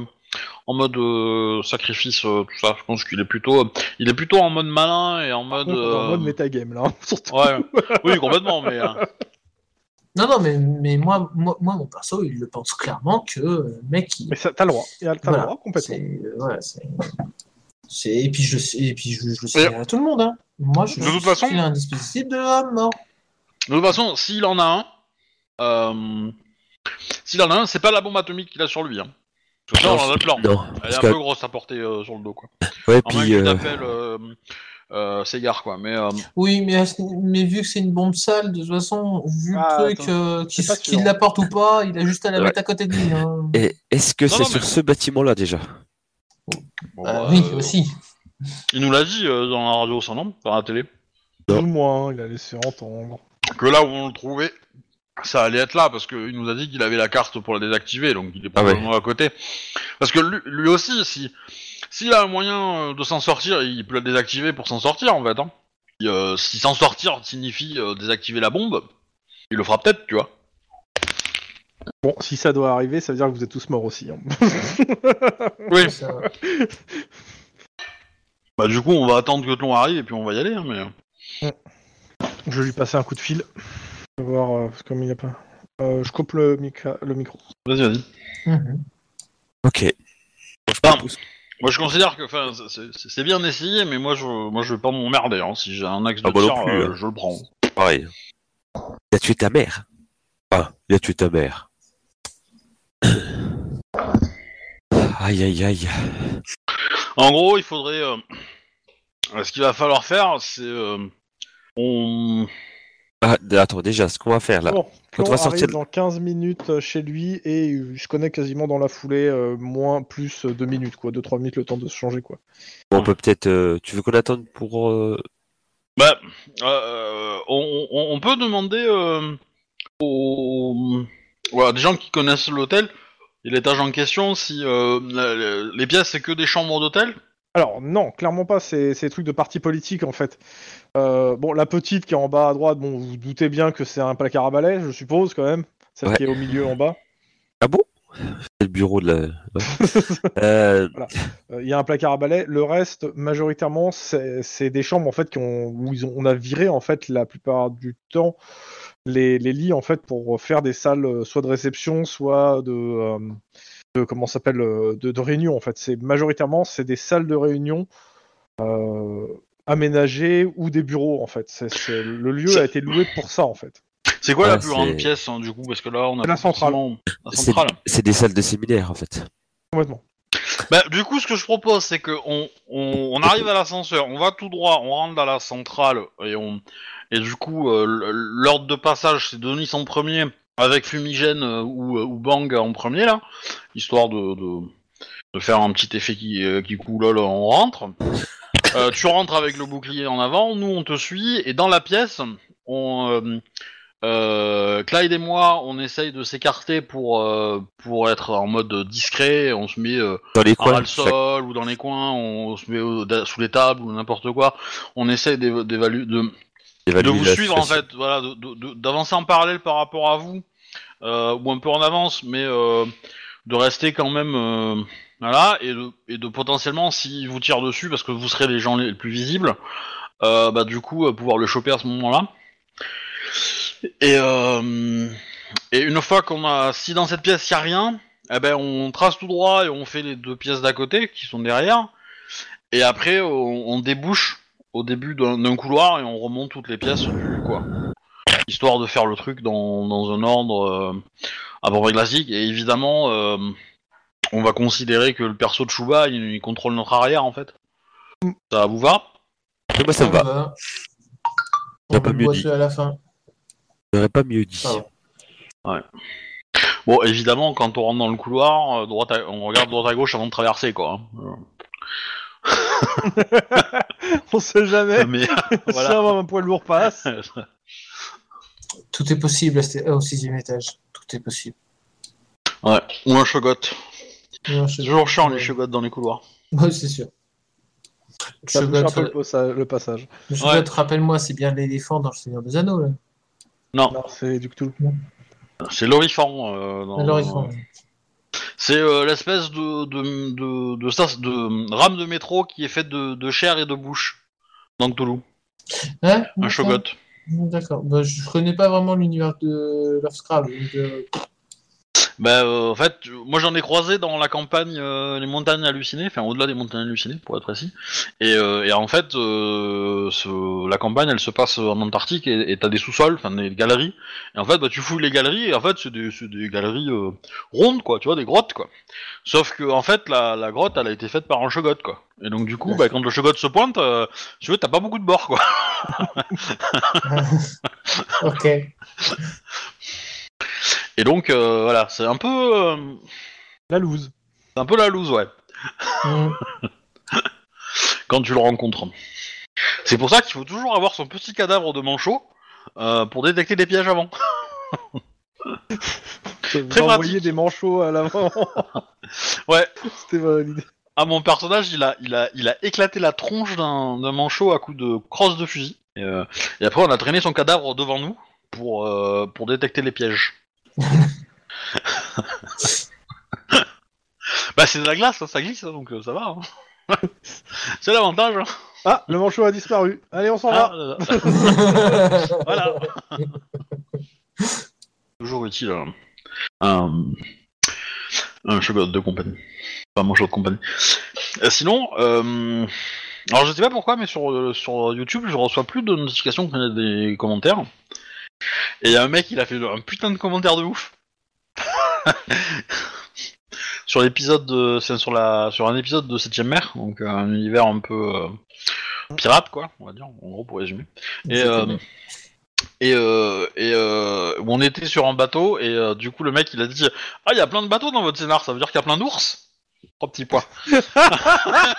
en mode euh, sacrifice, euh, tout ça. Je pense qu'il est plutôt, euh, il est plutôt en mode malin et en mode.
On est en mode
euh,
metagame là, *laughs* hein, surtout.
ouais. oui, complètement. Mais euh,
Non, non, mais, mais moi, moi, moi, mon perso, il le pense clairement que euh, le mec, il,
Mais ça, t'as le droit. Et T'as
Voilà.
le droit complètement.
C'est- euh, voilà, c'est- c'est- Et puis je sais- et puis je, je le
Mais-
sais à tout le monde. hein. Moi, je
De toute façon-
il a un dispositif de l'homme mort.
de toute façon, s'il en a un, euh, s'il en a un, c'est pas la bombe atomique qu'il a sur lui. Hein. Parce que ça, on en a le plan.
Non,
Elle est
parce
un
que...
peu grosse à porter euh, sur le dos, quoi.
Ouais,
En moins
puis...
que tu
euh,
t'appelles euh, euh, Ségard, quoi. Mais euh,
Oui, mais, à ce- mais vu que c'est une bombe sale, de toute façon, vu
Ah,
le truc,
attends,
euh, qu'il
c'est pas
qu'il
sûr.
l'apporte ou pas, il a juste à la
Ouais.
mettre à côté de lui. hein.
et Est-ce que
Non,
c'est
non,
sur
mais-
ce bâtiment-là, déjà
bon,
Euh,
bah,
oui,
euh,
aussi.
Il nous l'a dit euh, dans la radio, sans nom, par la télé.
Plus ou moins, hein, il a laissé entendre.
que là où on le trouvait, ça allait être là, parce qu'il nous a dit qu'il avait la carte pour la désactiver, donc il est
Ah ouais.
probablement à côté. Parce que lui, lui aussi, si s'il a un moyen euh, de s'en sortir, il peut la désactiver pour s'en sortir, en fait. Hein. Et, euh, si s'en sortir signifie euh, désactiver la bombe, il le fera peut-être, tu vois.
Bon, si ça doit arriver, ça veut dire que vous êtes tous morts aussi. hein. *laughs*
Oui,
Ça-
bah du coup, on va attendre que Tlon arrive, et puis on va y aller, hein, mais...
je vais lui passer un coup de fil. Je vais voir, euh, parce que comme il y a pas. Euh, je coupe le, micro- le micro.
Vas-y, vas-y.
Mhm.
Ok.
Enfin, moi je considère que enfin, c'est- c'est c'est bien essayé, mais moi je, moi, je vais pas m'emmerder. Hein. Si j'ai un axe de
Ah bah non
tir,
plus,
euh,
hein.
je le prends.
Pareil. Il a tué ta mère. Ah, il a tué ta mère. Aïe, aïe, aïe.
En gros, il faudrait. euh, euh, ce qu'il va falloir faire, c'est. euh, on.
Ah, d- attends, déjà, ce qu'on va faire,
Oh.
là...
Bon,
Quand on
Clon
va sortir
arrive
de-
dans 15 minutes euh, chez lui et euh, je connais quasiment dans la foulée, euh, moins plus 2 minutes, quoi. 2-3 minutes le temps de se changer, quoi.
Bon, on peut peut-être... euh, Tu veux qu'on attende pour... euh,
Bah, euh, on, on- on peut demander euh, aux. voilà, des gens qui connaissent l'hôtel et l'étage en question si euh, la- la- les pièces, c'est que des chambres d'hôtel.
Alors, non, clairement pas, c'est c'est des trucs de parti politique en fait. Euh, bon, la petite qui est en bas à droite, bon, vous vous doutez bien que c'est un placard à balai, je suppose quand même. Celle
Ouais.
qui est au milieu en bas.
Ah bon C'est le bureau de la. *laughs* Ouais. Euh,
Euh, Il y a un placard à balai. Le reste, majoritairement, c'est c'est des chambres en fait qui ont, où ils ont, on a viré en fait la plupart du temps les, les lits en fait pour faire des salles euh, soit de réception, soit de, euh, de comment ça s'appelle euh, de, de réunion en fait. C'est majoritairement c'est des salles de réunion euh, aménagées ou des bureaux en fait. C'est- c'est- le lieu
Ça-
a été loué pour ça en fait.
C'est quoi
Ouais,
la plus grande
c'est-
pièce hein, du coup Parce que là, on a
La
pas
centrale.
forcément- La
c'est-
centrale.
c'est des salles de séminaire en fait.
Complètement.
Bah, du coup, ce que je propose, c'est que on, on, on arrive à l'ascenseur, on va tout droit, on rentre dans la centrale et on et du coup euh, l- l'ordre de passage, c'est Denis en premier avec fumigène euh, ou, euh, ou bang en premier là, histoire de, de, de faire un petit effet qui euh, qui coule. Lol, on rentre. Euh, tu rentres avec le bouclier en avant, nous on te suit et dans la pièce, on euh, euh, Clyde et moi, on essaye de s'écarter pour euh, pour être en mode discret. On se met euh,
Dans les
en
coins.
le sol ou dans les coins, on se met au- da- sous les tables ou n'importe quoi. On essaie d'éva- d'évaluer, de, de
évaluer
vous
la
suivre en
situation.
fait, voilà, de- de- de- d'avancer en parallèle par rapport à vous euh, ou un peu en avance, mais euh, de rester quand même euh, voilà et de, et de potentiellement s'ils vous tirent dessus parce que vous serez les gens les, les plus visibles, euh, bah du coup euh, pouvoir le choper à ce moment-là. Et euh, et une fois qu'on a, si dans cette pièce il y a rien, eh ben on trace tout droit et on fait les deux pièces d'à côté qui sont derrière. Et après on, on débouche au début d'un d'un couloir et on remonte toutes les pièces du quoi. Histoire de faire le truc dans, dans un ordre euh, à peu près classique. Et évidemment, euh, on va considérer que le perso de Chouba il, il contrôle notre arrière en fait. Ça vous va
Mais moi ça me va.
On
T'as pas
le
mieux
voit
dit.
à la fin.
J'aurais pas mieux dit.
Pardon.
Bon, évidemment, quand on rentre dans le couloir, euh, droite à- on regarde droite à gauche avant de traverser quoi. hein.
On sait jamais.
Mais *laughs*
Si
Euh, voilà.
un poids lourd passe.
Tout est possible à ce- au sixième étage. Tout est possible.
Ouais, ou un chogotte.
Non, je-
C'est toujours chiant les
Ouais.
chogottes dans les couloirs.
Ouais, c'est sûr.
Ça bouge un
Chogotte,
peu le posa- le passage.
Chogotte, rappelle-moi, c'est bien l'éléphant dans le Seigneur des Anneaux. Là.
Non, c'est du tout.
C'est l'orifant. euh, dans-
L'éléphant.
C'est euh, l'espèce de de, de, de, stas- de rame de métro qui est faite de, de chair et de bouche dans Cthulhu.
Hein
Un chogotte.
D'accord. Bah, je connais pas vraiment l'univers de Lovecraft. donc, euh,
Bah, euh, en fait, euh, moi j'en ai croisé dans la campagne euh, les montagnes hallucinées, enfin au-delà des montagnes hallucinées pour être précis. Et, euh, et en fait, euh, ce- la campagne elle se passe en Antarctique et et t'as des sous-sols, enfin des galeries. Et en fait, bah, tu fouilles les galeries et en fait, c'est des, c'est des galeries euh, rondes quoi, tu vois, des grottes quoi. Sauf que en fait, la, la grotte elle a été faite par un shogot quoi. Et donc du coup, bah, quand le shogot se pointe, euh, tu veux, t'as pas beaucoup de bords quoi.
Ok.
Et donc euh, voilà, c'est un peu, euh,
La loose.
c'est un peu la loose ouais.
Mm.
quand tu le rencontres. C'est pour ça qu'il faut toujours avoir son petit cadavre de manchot euh, pour détecter des pièges avant.
Vous envoyez
pratique.
des manchots à *laughs* l'avant.
Ouais.
C'était ma- l'idée.
Ah, mon personnage, il a, il a, il a éclaté la tronche d'un d'un manchot à coup de crosse de fusil. Et, euh, et après, on a traîné son cadavre devant nous pour, euh, pour détecter les pièges. *laughs* bah, c'est de la glace, hein, ça glisse, hein, donc euh, ça va. hein. *laughs* c'est l'avantage. hein.
Ah, le manchot a disparu. Allez, on s'en va.
Ah, là, là.
Mmh.
*laughs*
Voilà. Toujours utile hein. un, un shogun de compagnie. Pas manchot de compagnie. Euh, sinon, euh, alors je sais pas pourquoi, mais sur, euh, sur YouTube, je reçois plus de notifications quand il y a des commentaires. Et il y a un mec, il a fait un putain de commentaire de ouf. *laughs* sur l'épisode de. c'est sur, la, sur un épisode de 7ème mer, donc euh, un univers un peu euh, pirate, quoi, on va dire, en gros pour résumer. Et, euh, et, euh, et euh, on était sur un bateau et euh, du coup le mec il a dit ah il y a plein de bateaux dans votre scénar ça veut dire qu'il y a plein d'ours trois petits points
Ah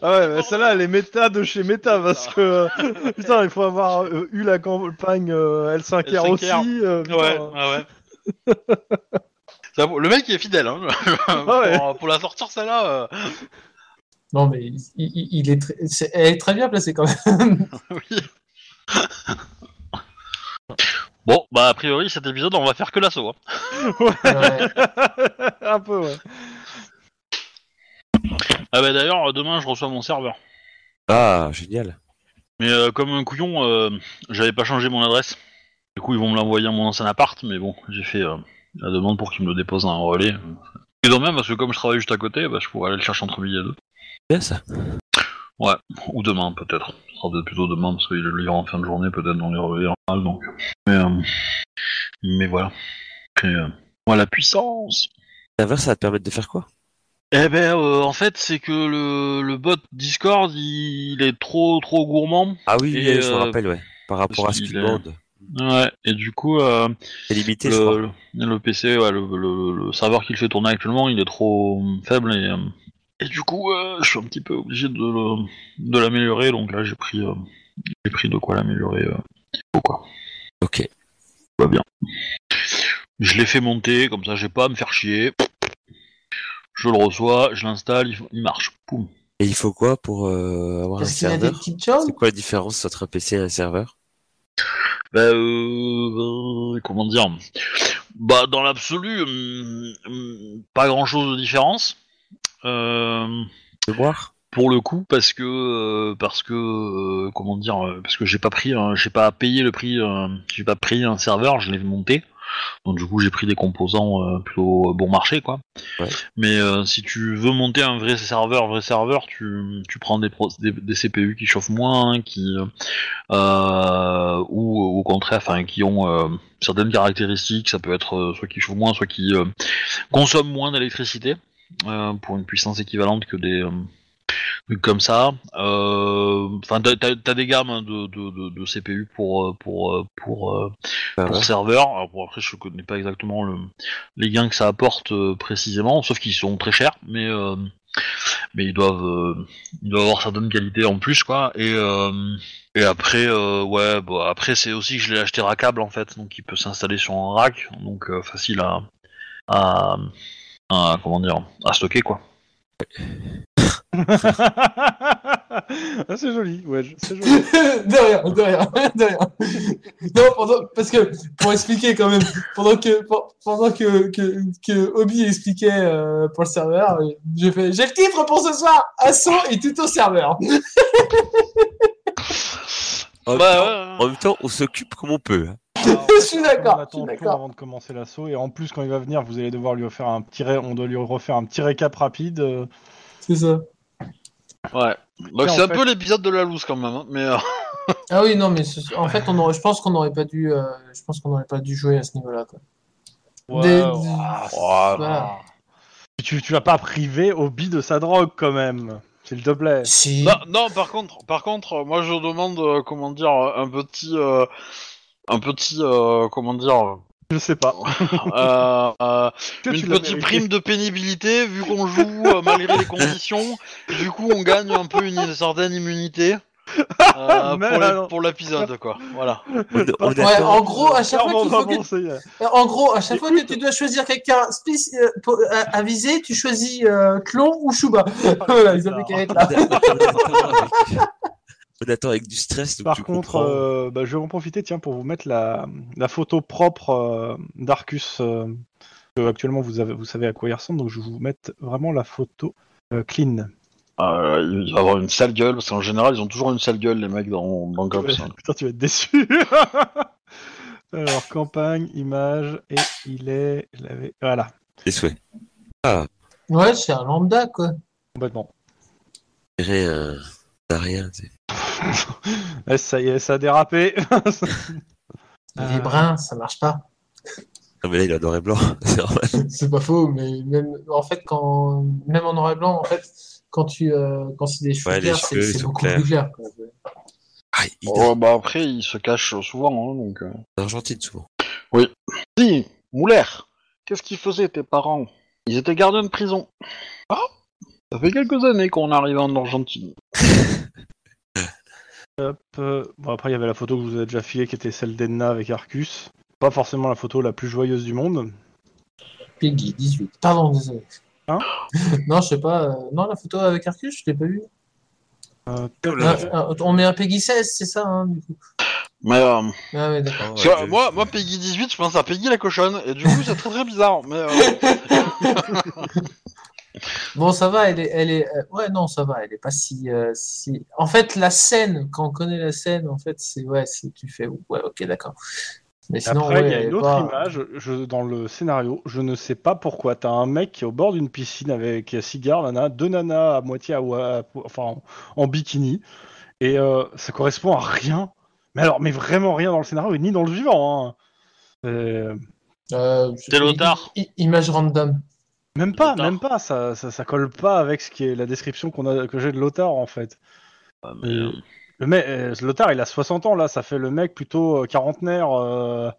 ouais, bah, celle-là, elle est méta de chez méta parce que euh, *laughs* putain, il faut avoir euh, eu la campagne euh, L5R,
L5R.
aussi. euh, putain.
ouais. *laughs* Ça vaut- le mec il est fidèle hein. *laughs* pour,
ouais.
pour la sortir celle-là euh, *laughs*
Non, mais il, il- il est très... c'est-
*laughs*
elle est très bien placée quand même.
oui Bon, bah a priori cet épisode on va faire que l'assaut. hein.
Ouais.
*laughs* un peu, ouais.
Ah bah d'ailleurs demain je reçois mon serveur.
Ah, génial.
Mais euh, comme un couillon, euh, j'avais pas changé mon adresse. Du coup ils vont me l'envoyer à mon ancien appart, mais bon j'ai fait euh, la demande pour qu'ils me le déposent dans un relais. Et demain parce que comme je travaille juste à côté, bah, je pourrais aller le chercher entre midi et deux.
Bien ça.
Ouais, ou demain peut-être. Ce sera peut-être plutôt demain parce qu'ils le livrent en fin de journée peut-être dans les relais en général, donc. Mais, euh, mais voilà. Et, euh, voilà la puissance.
Serveur, ça va te permettre de faire quoi
Eh ben, euh, en fait, c'est que le, le bot Discord, il, il est trop trop gourmand.
Ah oui,
Et,
je
euh,
me rappelle, ouais. Par rapport à
parce
ce qu'il
qu'il est-
demande.
Ouais. Et du coup, euh,
C'est limité, je crois.
le, le- le PC, ouais, le, le- le serveur qu'il fait tourner actuellement, il est trop euh, faible et euh, et du coup, euh, je suis un petit peu obligé de le- de l'améliorer. Donc là, j'ai pris euh, j'ai pris de quoi l'améliorer. euh, faut quoi.
Ok.
Tout va bien. Je l'ai fait monter, comme ça, j'ai pas à me faire chier. Je le reçois, je l'installe, il, il marche. Poum.
Et il faut quoi pour euh, avoir un
Est-ce qu'il y a des
serveur
petites choses
C'est quoi la différence entre un PC et un serveur
Bah, euh, ben, comment dire Bah, dans l'absolu, hum, hum, pas grand chose de différence. Euh,
Mémoire
pour le coup, parce que, euh, parce que, euh, comment dire, euh, parce que j'ai pas pris, un- j'ai pas payé le prix, euh, j'ai pas pris un serveur, je l'ai monté. Donc du coup, j'ai pris des composants euh, plutôt bon marché, quoi.
Ouais.
Mais euh, si tu veux monter un vrai serveur, vrai serveur, tu, tu prends des, pro- des, des CPU qui chauffent moins, hein, qui euh, ou au contraire, enfin, qui ont euh, certaines caractéristiques. Ça peut être euh, soit qui chauffent moins, soit qui euh, consomment moins d'électricité euh, pour une puissance équivalente que des euh, trucs comme ça. Euh, Enfin, t'as- t'as t'as des gammes hein, de, de, de, de CPU pour euh, pour euh, pour euh, pour
serveur.
serveur. Alors bon, après, je connais pas exactement le, les gains que ça apporte euh, précisément, sauf qu'ils sont très chers, mais euh, mais ils doivent euh, ils doivent avoir certaines qualités en plus quoi. Et euh, et après euh, ouais, bah, après c'est aussi que je l'ai acheté rackable en fait, donc il peut s'installer sur un rack, donc euh, facile à, à à comment dire à stocker quoi.
Ah, c'est joli, Wedge. C'est *laughs* joli.
*laughs* de rien, de rien, de rien. Non, pendant- parce que, pour expliquer quand même, pendant que, pour- pendant que, que, que Obi expliquait euh, pour le serveur, euh, j'ai fait J'ai le titre pour ce soir Assaut et tout
*laughs*
au serveur.
En, même
Bah,
temps-
ouais,
en même temps, on s'occupe comme on peut. hein.
Alors,
Je suis d'accord,
On
je suis
attend tout
d'accord.
avant de commencer l'assaut et en plus quand il va venir, vous allez devoir lui faire un petit, ré- on doit lui refaire un petit récap rapide. euh.
C'est ça.
ouais. Donc
en
Bah, c'est un
fait-
peu l'épisode de la loose quand même, hein, mais euh,
Ah oui, non, mais ce- en fait, on aurait, je pense qu'on n'aurait pas dû, euh, je pense qu'on n'aurait pas dû jouer à ce niveau-là. quoi.
*laughs* Ouais,
Des-
ouais.
Ah,
voilà.
Tu, tu vas pas priver Obi de sa drogue quand même, s'il te plaît.
Si.
Non, Bah, non, par contre, par contre, euh, moi je demande, euh, comment dire, euh, un petit, euh, un petit, euh,
*laughs*
comment dire,
Je sais pas.
euh, euh,
Que
une
tu l'as
petite
mérité.
prime de pénibilité vu qu'on joue euh, malgré les conditions. Du coup, on gagne un peu une, certaine immunité euh,
*laughs* Mais
pour les-
alors.
pour l'épisode, quoi. Voilà.
On, on
Ouais,
Ouais,
attend-
en gros, à chaque fois
Clairement
qu'il faut
pas
que
bon, c'est-
Euh, En gros, à chaque fois que
Écoute.
tu dois choisir quelqu'un spéci- euh, pour- à, à viser, tu choisis euh, Clon ou Chouba. *laughs* voilà, ils avaient qu'à être là.
on attend avec- on attend avec du stress. donc
Par
tu
contre,
comprends.
euh, bah, je vais en profiter tiens, pour vous mettre la, la photo propre euh, d'Arcus. euh, que actuellement, vous, avez, vous savez à quoi il ressemble, donc je vais vous mettre vraiment la photo euh, clean.
Euh, il va avoir une sale gueule parce qu'en général, ils ont toujours une sale gueule les mecs dans dans Cops, hein.
Putain, tu vas être déçu. *laughs* Alors, campagne, image, et il est. il avait- Voilà,
Les souhaits. Ah,
Ouais, c'est un lambda, quoi.
complètement.
je dirais un. T'as rien. euh, tu sais.
Eh, ça y est, ça a dérapé.
Il
Euh.
est brun, ça marche pas.
Non, mais là, il est en noir et blanc. *laughs* C'est normal.
*laughs* C'est pas faux, mais même, en fait, quand, même en noir et blanc, en fait, quand tu, euh, quand c'est des cheveux
Ouais, les
clairs, c'est
cheveux, ils
c'est
sont
beaucoup
clairs.
plus clair. quoi.
Ah, il est
Oh, bah après, ils se cachent souvent, hein, donc. euh.
en Argentine souvent.
Si, Mouler, qu'est-ce qu'ils faisaient tes parents Ils étaient gardiens de prison. Ah Ça fait quelques années qu'on arrive en Argentine.
Hop, euh, Bon, après, il y avait la photo que je vous avez déjà filée qui était celle d'Enna avec Arcus. Pas forcément la photo la plus joyeuse du monde.
Peggy, 18. Pardon, désolé.
Hein
*laughs* non, je sais pas. euh, Non, la photo avec Arcus, je l'ai pas vue. euh,
Euh,
Comme
Ah, ah, on met un Peggy 16, c'est ça, hein, du coup.
Mais euh,
Ah ouais, d'accord.
parce que, euh, moi, moi, Peggy 18, je pense à Peggy la cochonne, et du coup, c'est très très bizarre. *laughs* Mais euh,
Bon, ça va, elle est, elle est, euh, ouais, non, ça va, elle est pas si, euh, si. En fait, la scène, quand on connaît la scène, en fait, c'est, ouais, c'est, tu fais, ouais, ok, d'accord. Mais sinon,
Après, il
ouais,
y a
elle
une
est
autre
pas-
image je- dans le scénario. Je ne sais pas pourquoi. T'as un mec qui est au bord d'une piscine avec qui a cigare, nana, deux nanas à moitié à, à- enfin, en, en bikini. Et euh, ça correspond à rien. Mais alors, mais vraiment rien dans le scénario et ni dans le vivant. hein. Euh,
Euh, je-
T'es lotard.
i- i- Image random.
même pas,
Lothar.
même pas. Ça, ça, ça colle pas avec ce qui est la description qu'on a, que j'ai de Lothar en fait.
euh,
Le mec, euh, Lothar, il a 60 ans là. Ça fait le mec plutôt euh, quarantenaire, euh,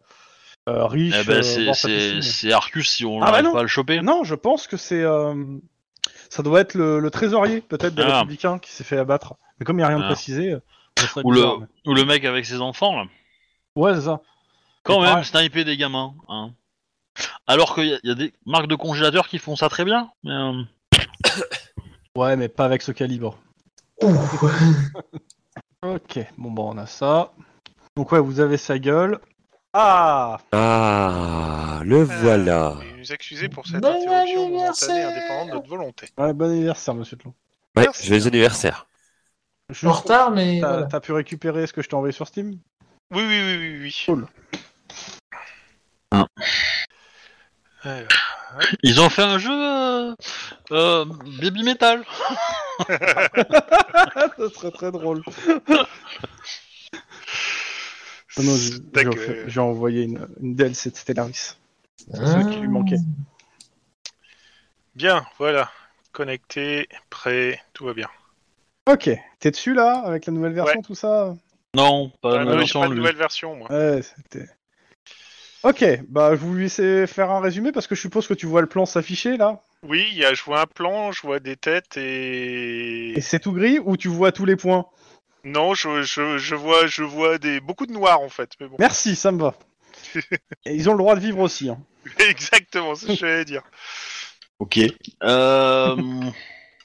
euh, riche.
eh ben,
euh,
c'est-
bord de sa
c'est
piscine.
c'est Arcus si on
Ah, bah
n'arrive
non.
pas à le choper. hein.
Non, je pense que c'est. euh, ça doit être le, le trésorier, peut-être, des
Ah.
Républicains qui s'est fait abattre. Mais comme il n'y a rien de
Ah.
précisé. euh, ça serait
Ou
bizarre,
le, ou le mec avec ses enfants, là.
mais- Ouais, c'est ça.
Quand
Et
même,
pareil.
sniper des gamins. Hein. Alors qu'il y, a- y a des marques de congélateurs qui font ça très bien. mais, euh,
Ouais, mais pas avec ce calibre.
Ouh.
Ok, bon, bah, on a ça. Donc, ouais, vous avez sa gueule. Ah
Ah, le
Euh,
voilà.
Et nous excuser pour cette
Bon
interruption momentanée
anniversaire.
indépendante de notre volonté.
ouais, Bon anniversaire, monsieur Tlon.
Ouais,
Merci.
joyeux anniversaire.
Je
Je suis en retard, mais
T'as
voilà.
t'as pu récupérer ce que je t'ai envoyé sur *laughs* Steam
Oui, oui, oui, oui, oui.
Cool.
Ah.
Alors,
Ils ont fait un jeu euh, euh, Baby Metal.
Ça serait très drôle. *laughs* Non, non, j'ai-
tac,
j'ai
euh,
refait- j'ai envoyé une, une DLC de Stellaris.
Hein.
ce qui lui manquait.
Bien, voilà. Connecté, prêt, tout va bien.
Ok, t'es dessus là, avec la nouvelle version, tout ça
Non, pas
Ah
de
non, j'ai
version,
pas de
lui.
nouvelle version, moi.
Ouais, c'était. Ok, bah je vous laissez faire un résumé parce que je suppose que tu vois le plan s'afficher là.
Oui, il y a, je vois un plan, je vois des têtes et...
Et c'est tout gris ou tu vois tous les points
Non, je, je, je vois, je vois des... beaucoup de noirs, en fait. Mais bon,
Merci, ça me va. Et ils ont le droit de vivre aussi. Hein.
exactement, c'est ce que j'allais dire.
Ok. Euh...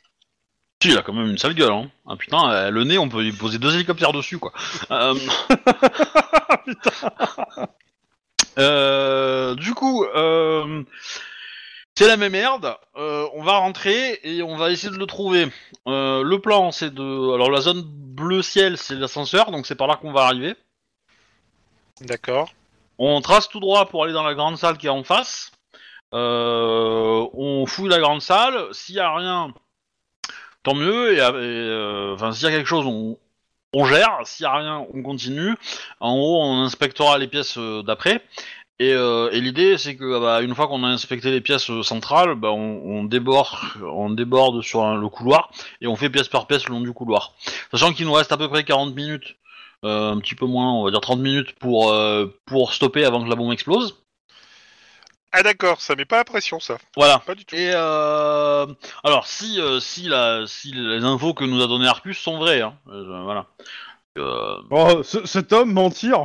*laughs* si, il a quand même une sale gueule. Hein. Ah putain, euh, le nez, on peut lui poser deux hélicoptères dessus, quoi. Euh... Euh, du coup, euh... c'est la même merde. Euh, on va rentrer et on va essayer de le trouver. Euh, le plan, c'est de. Alors, la zone bleu ciel, c'est l'ascenseur, donc c'est par là qu'on va arriver.
D'accord.
On trace tout droit pour aller dans la grande salle qui est en face. Euh, on fouille la grande salle. S'il y a rien, tant mieux. Et, euh, et, euh, enfin, s'il y a quelque chose, on, on gère. S'il y a rien, on continue. En haut, on inspectera les pièces euh, d'après. Et, euh, et l'idée, c'est que ah bah, une fois qu'on a inspecté les pièces euh, centrales, bah, on, on déborde, on déborde sur un- le couloir et on fait pièce par pièce le long du couloir. Sachant qu'il nous reste à peu près 40 minutes euh, un petit peu moins, on va dire 30 minutes pour, euh, pour stopper avant que la bombe explose.
Ah d'accord, ça met pas la pression, ça.
Voilà.
Pas du tout.
Et euh, alors, si, euh, si, la, si les infos que nous a donné Arcus sont vraies, hein, euh, voilà. Euh,
Oh, ce- cet homme mentir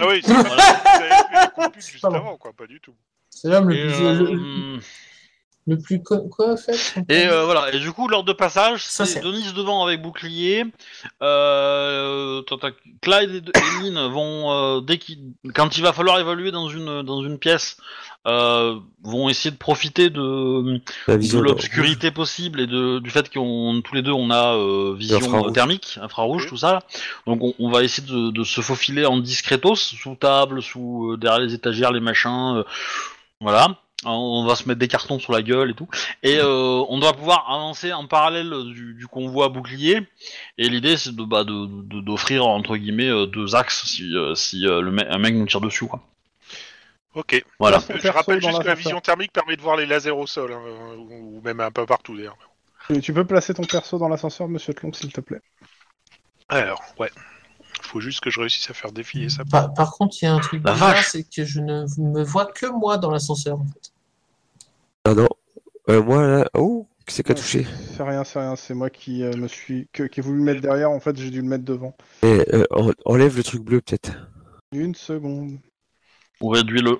Ah oui, c'est pas vous avez fait les computes juste
Pardon.
avant, quoi, pas du tout.
C'est l'homme le
et,
plus, le,
euh,
le plus co- quoi en fait
et, euh, voilà. Et du coup, l'ordre de passage,
Ça,
c'est
c'est-
Denise devant avec bouclier. Euh, tac, tac, Clyde et et Lynn vont, euh, dès qu'il- quand il va falloir évaluer dans une, dans une pièce, euh, vont essayer de profiter de,
La
de
vision de-
l'obscurité possible et de, du fait qu'on tous les deux on a euh, vision
Infrarouge.
euh, thermique, infrarouge,
Oui.
tout ça. Donc on, on va essayer de, de se faufiler en discretos, sous table, sous euh, derrière les étagères, les machins, euh, voilà. On- On va se mettre des cartons sur la gueule et tout, et euh, on doit pouvoir avancer en parallèle du, du convoi bouclier. Et l'idée c'est de bah, d'offrir de, d'offrir entre guillemets euh, deux axes si, euh, si euh, le me- un mec nous tire dessus quoi.
Ok.
Voilà.
Je
Perso
rappelle
dans
juste que la
l'ascenseur.
vision thermique permet de voir les lasers au sol, hein, ou ou même un peu partout d'ailleurs.
tu, tu peux placer ton perso dans l'ascenseur, monsieur Tlon, s'il te plaît.
Alors, ouais. Faut juste que je réussisse à faire défiler ça.
Par, par contre, il y a un truc
La
bizarre,
vache.
c'est que je ne me vois que moi dans l'ascenseur. En fait.
Ah non. Euh, moi, là... Oh, qui c'est qu'a touché
C'est rien, c'est rien, c'est moi qui euh, me suis. que- qui ai voulu le mettre derrière, en fait j'ai dû le mettre devant.
Eh, euh, en- Enlève le truc bleu, peut-être.
Une seconde.
On réduit le.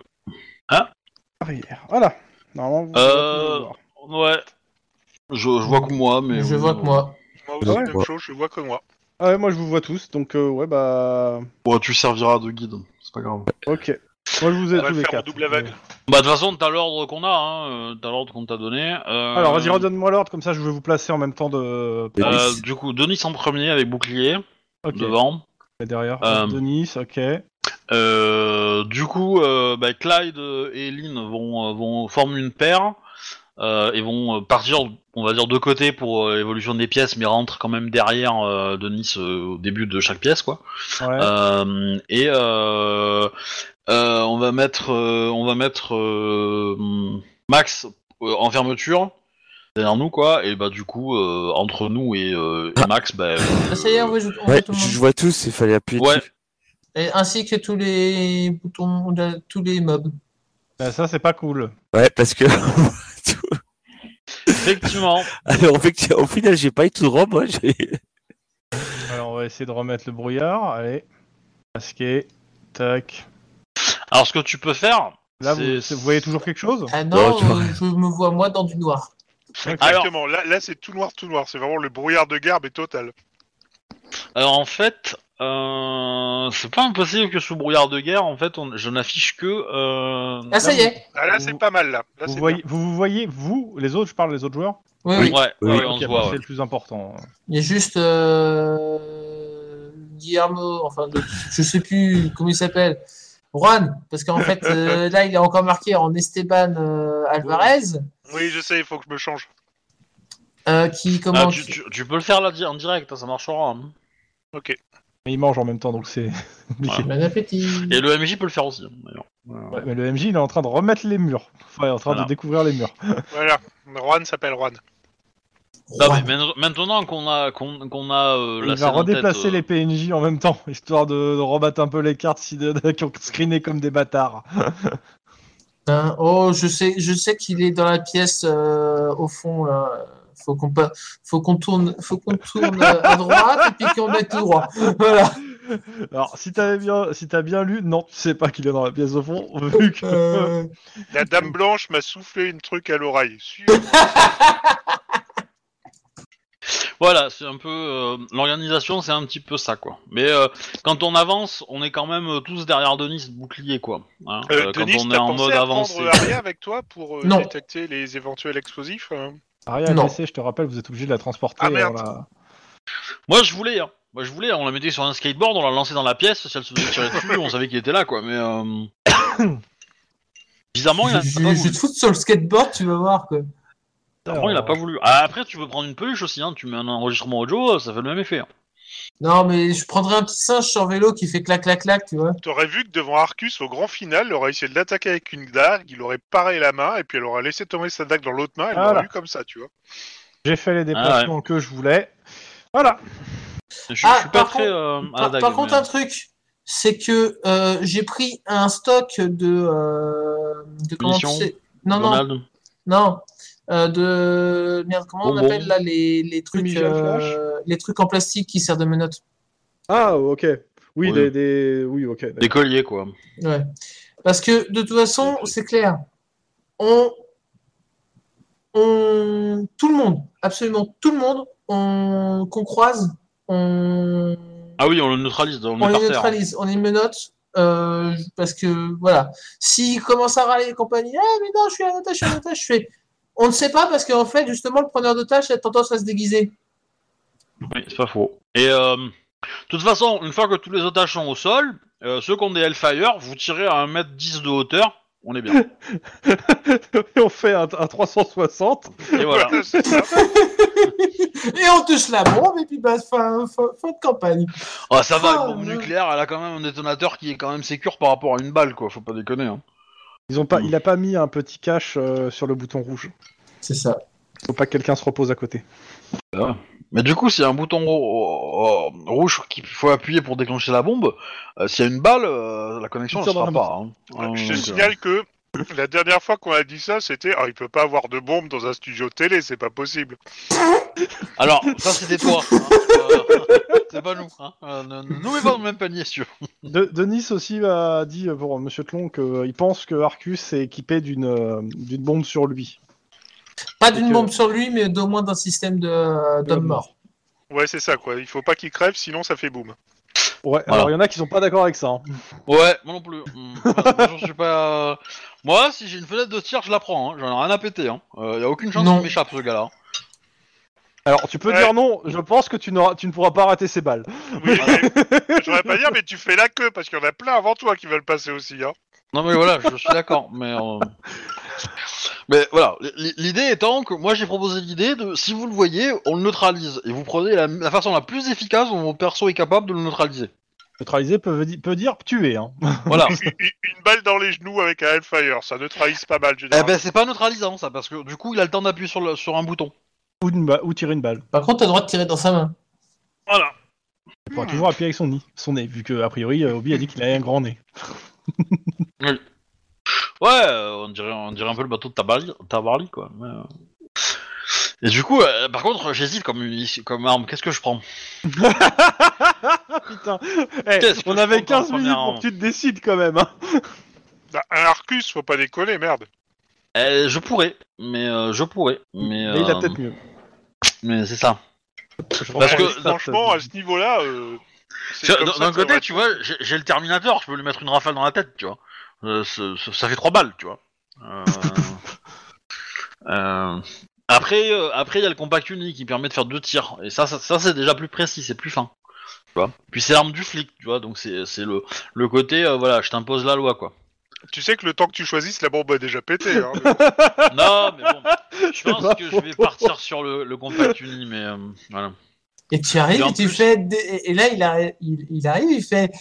Arrière. Voilà. Normalement, vous
Euh,
devez pouvoir
Ouais. Je, je vois que moi, mais euh,
je vois que moi.
Moi
Non,
aussi, même
moi.
chose, je vois que moi.
Ah ouais, moi je vous vois tous, donc euh, ouais bah...
Bon, tu serviras de guide, c'est pas grave.
Ok. Moi je vous ai
On va
tous
le
les
faire en
quatre.
double aveugle.
Bah, de toute façon, t'as l'ordre qu'on a, hein, euh, t'as l'ordre qu'on t'a donné. euh,
Alors vas-y, redonne-moi l'ordre, comme ça je vais vous placer en même temps de...
De-
euh,
Denis.
du coup, Denis en premier avec bouclier,
Ok,
devant.
Et derrière.
Euh,
Denis, ok.
Euh, du coup, euh, bah, Clyde euh, et Lynn vont, euh, vont former une paire euh, et vont euh, partir, on va dire, de côté pour euh, l'évolution des pièces, mais rentrent quand même derrière euh, Denis euh, au début de chaque pièce, quoi.
Ouais.
Euh, et euh, euh, on va mettre, euh, on va mettre euh, Max euh, en fermeture derrière nous, quoi. Et bah du coup, euh, entre nous et, euh, et Max, bah,
Bah, ça y est,
euh,
on voit, je- on voit
Ouais,
tout le
je
monde.
vois tous, il fallait appuyer.
Ouais.
dessus.
Et ainsi que tous les boutons, de- tous les mobs.
Bah, ça c'est pas cool.
Ouais, parce que. *laughs*
effectivement.
Alors, en fait, au final, j'ai pas eu tout droit, moi. j'ai-
Alors on va essayer de remettre le brouillard, allez. Masqué, tac.
Alors ce que tu peux faire,
Là
C'est-
vous, c'est- vous voyez toujours quelque chose
Ah non,
Ouais, tu vois.
euh, je me vois moi dans du noir.
Alors-
Exactement, là, là c'est tout noir, tout noir. C'est vraiment le brouillard de garbe est total.
Alors en fait, euh, c'est pas impossible que sous brouillard de guerre, en fait, on- je n'affiche que. Euh,
Ah, ça y est.
Ah, là,
Vous-
c'est pas mal, là. là
Vous
c'est
voyez, vous, vous voyez, vous, les autres, je parle des autres joueurs
Oui,
Ouais,
oui.
ouais,
Oui,
ouais, on
Ok,
se
bah,
voit.
C'est
ouais.
le plus important.
Il y a juste euh, Guillermo, enfin, le- je sais plus comment il s'appelle. Juan, parce qu'en
*laughs*
fait, euh, là, il est encore marqué en Esteban euh, Alvarez,
bien. Oui, je sais, il faut que je me change.
euh, qui
Ah,
comment
tu, tu- tu peux le faire là di- en direct, hein, ça marchera. hein.
Ok.
Mais ils mangent en même temps, donc c'est *laughs* compliqué.
Bon appétit.
Et le MJ peut le faire aussi. hein, d'ailleurs.
Ouais, mais le MJ, il est en train de remettre les murs. Enfin, il est en train
Voilà.
de découvrir les murs.
Voilà. Juan s'appelle Juan.
Non, mais
Juan.
main- maintenant qu'on a qu'on qu'on a euh, la
il va
scène en
redéplacer
tête, euh,
les PNJ en même temps, *laughs* histoire de, de rebattre un peu les cartes si de- de- *laughs* qui ont screené comme des bâtards.
Hein, oh, je sais, je sais qu'il est dans la pièce euh, au fond là. Faut qu'on pa- faut qu'on tourne, faut qu'on tourne euh, à droite et puis qu'on aille tout droit. *laughs* Voilà.
Alors, si t'avais bien, si t'as bien lu, non, tu sais pas qu'il est dans la pièce au fond, *laughs* vu que.
Euh,
*laughs*
La dame blanche m'a soufflé une truc à l'oreille.
Euh,
Sûr.
Voilà, c'est un peu euh, l'organisation, c'est un petit peu ça quoi. Mais euh, quand on avance, on est quand même euh, tous derrière Denis bouclier quoi. hein.
Euh,
Euh,
Denis,
quand on
t'as
est en
pensé
mode
à
avancé.
prendre euh, Aria avec toi pour euh,
Non.
détecter les éventuels explosifs hein
Aria est
Non.
blessée, je te rappelle, vous êtes obligé de la transporter.
Ah, merde.
on la-
Moi je voulais, hein. moi je voulais, on la mettait sur un skateboard, on la lançait dans la pièce, si elle se faisait tirer dessus, on savait qu'il était là quoi, mais euh... *coughs* Bizarrement, il a,
je,
pas
je- je
voulu.
te fous sur le skateboard, tu vas voir quoi.
Bizarrement, il a pas voulu. Ah, après, tu peux prendre une peluche aussi, hein. tu mets un enregistrement audio, ça fait le même effet. hein.
Non, mais je prendrais un petit singe sur vélo qui fait clac clac clac, tu vois.
T'aurais vu que devant Arcus, au grand final, il aurait essayé de l'attaquer avec une dague, il aurait paré la main, et puis elle aurait laissé tomber sa dague dans l'autre main, elle
Voilà.
l'aurait eu comme ça, tu vois.
J'ai fait
Ah,
les déplacements que je voulais. Voilà.
Je,
Ah,
je suis pas
par
très. euh, à la
Par,
dague,
par contre,
mais-
un truc, c'est que euh, j'ai pris un stock de euh, de comment tu
Munitions.
sais- Non non
Donald.
Non, euh, de merde, comment on
Bonbons.
appelle là les, les trucs
Fumigène
euh,
flash
les trucs en plastique qui servent de menottes.
Ah, ok. Oui,
Oui.
Des, des- Oui, ok.
Des colliers, quoi.
Ouais. Parce que de toute façon, c'est clair. On on tout le monde, absolument tout le monde on qu'on croise, on
Ah oui, on le neutralise, on, le
on
met
les
par terre. hein.
neutralise, on les menote. euh, parce que voilà, s'ils commencent à râler les compagnies, eh mais non, je suis un otage, je suis un otage, je fais. On ne sait pas parce qu'en fait, justement, le preneur d'otage a tendance à se déguiser.
Oui, c'est pas faux. Et euh, de toute façon, une fois que tous les otages sont au sol, euh, ceux qui ont des Hellfire, vous tirez à 1m10 de hauteur, on est bien.
*laughs*
*laughs*
on fait un, un 360.
Et voilà.
*laughs* c'est ça.
Et on touche la bombe, et puis bah, fin, fin, fin de campagne.
Ah, ça va,
Ah,
une bombe
ouais.
nucléaire, elle a quand même un détonateur qui est quand même sécure par rapport à une balle, quoi. Faut pas déconner. Hein.
Ils ont pas,
Mm.
il a pas mis un petit cache euh, sur le bouton rouge.
C'est ça.
Faut pas que quelqu'un se repose à côté.
Mais du coup, s'il y a un bouton ro- euh, rouge qu'il faut appuyer pour déclencher la bombe, euh, s'il y a une balle, euh, la connexion
Il tire
ne sera
dans la
pas. hein. Euh,
Je te
donc,
signale que la dernière fois qu'on a dit ça, c'était Ah, il peut pas avoir de bombe dans un studio télé, c'est pas possible.
euh, Alors, ça c'était toi. hein. Euh, *laughs* C'est pas nous. Hein. Euh, ne ne nous mets pas dans le même panier, si tu veux.
De, Denis aussi a dit euh, pour Monsieur Tlon qu'il pense que Arcus est équipé d'une euh, d'une bombe sur lui.
Pas d'une
que-
bombe sur lui, mais d'au moins d'un système de- d'hommes morts.
Ouais, c'est ça, quoi. Il faut pas qu'il crève, sinon ça fait boum.
Ouais,
Voilà.
alors il y en a qui sont pas d'accord avec ça. hein.
Ouais, moi non plus. Hmm, ouais, *laughs* moi, je suis pas. euh, Moi, si j'ai une fenêtre de tir, je la prends. hein. J'en ai rien à péter. Hein. Euh, y a aucune chance
Non.
qu'il m'échappe ce gars-là.
Alors tu peux
Ouais.
dire non, je pense que tu, n'auras- tu ne pourras pas rater ces balles.
Oui, mais- *laughs* j'aurais pas dire, mais tu fais la queue, parce qu'il y en a plein avant toi qui veulent passer aussi, hein.
Non mais voilà, je suis d'accord, mais euh, mais voilà, l- l- l'idée étant que moi j'ai proposé l'idée de si vous le voyez, on le neutralise et vous prenez la, la façon la plus efficace dont votre perso est capable de le neutraliser.
Neutraliser peut, di- peut dire tuer. Hein.
Voilà.
Une, une- une balle dans les genoux avec un Hellfire, ça neutralise pas mal,
*laughs* eh
généralement.
ben c'est pas neutralisant ça parce que du coup il a le temps d'appuyer sur le- sur un bouton.
Ou, une ba- ou tirer une balle.
Par contre, t'as le droit de tirer dans sa main.
Voilà.
Il pourra
Hmm.
toujours appuyer avec son nez, son nez vu que a priori euh, Obi a dit qu'il avait un grand nez.
Ouais, euh, on dirait on dirait un peu le bateau de Tabari, Tabari quoi. mais, euh. Et du coup, euh, par contre, j'hésite comme une- comme arme. Qu'est-ce que je prends
Putain, Eh,
Qu'est-ce que
on
je
avait
prends
15
pour la
minutes
première
pour que tu te décides quand même. hein.
Bah, Un Arcus, faut pas déconner, merde.
Eh, Je pourrais, mais euh, je pourrais, mais
Mais il a
euh,
peut-être mieux.
mais c'est ça.
Je
Parce
pense
Ouais,
que-
mais franchement, à ce niveau-là, euh, c'est
Tu vois,
comme
D'un
ça
d'un
que ça
côté,
va
tu vois, j'ai j'ai le Terminator, je peux lui mettre une rafale dans la tête, tu vois. Euh, ce- ce- ça fait trois balles, tu vois. Euh, *laughs* euh, Après, euh, après, il y a le compact uni qui permet de faire deux tirs. Et ça, ça, ça, c'est déjà plus précis, c'est plus fin. Tu vois. Puis c'est l'arme du flic, tu vois. Donc c'est c'est le, le côté, euh, voilà, je t'impose la *laughs* loi, quoi.
Tu sais que le temps que tu choisisses, la bombe a déjà pété.
*laughs*
Hein, mais-
non, mais bon, je
C'est
pense
pas
que je
faux.
vais partir sur le, le *laughs* compact uni, mais euh, voilà.
Et tu arrives,
Et en
et tu
plus-
fais. dé- Et et là, il, arri- il, il arrive, il fait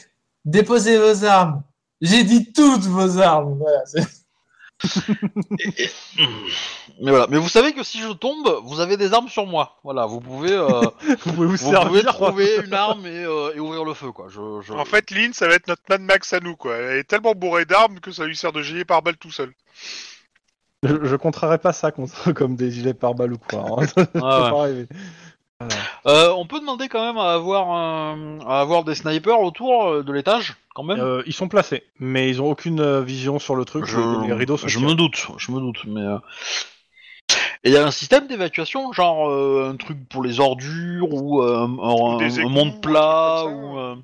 déposez vos armes. J'ai dit toutes vos armes. Voilà, c'est-
Mais voilà. Mais vous savez que si je tombe, vous avez des armes sur moi. Voilà, vous pouvez. euh,
Vous pouvez vous
Vous
servir.
pouvez
quoi.
trouver une arme et, euh, et ouvrir le feu, quoi. Je, je-
En fait, Lynn, ça va être notre Mad Max à nous, quoi. Elle est tellement bourrée d'armes que ça lui sert de gilet par balle tout seul.
Je, je contraerai pas ça contre, *laughs* comme des gilets par balles ou quoi. hein.
Ouais,
Faut
Ah ouais.
pas rêver.
Euh, on peut demander quand même à avoir, euh, à avoir des snipers autour euh, de l'étage, quand même.
Euh, ils sont placés, mais ils ont aucune euh, vision sur le truc. les, les rideaux sont
je
tirés.
me doute, je me doute, mais. euh, Et il y a un système d'évacuation, genre euh, un truc pour les ordures ou euh, un, un-
des
un
égouts, un
monde
truc
plat
comme ça,
ou euh,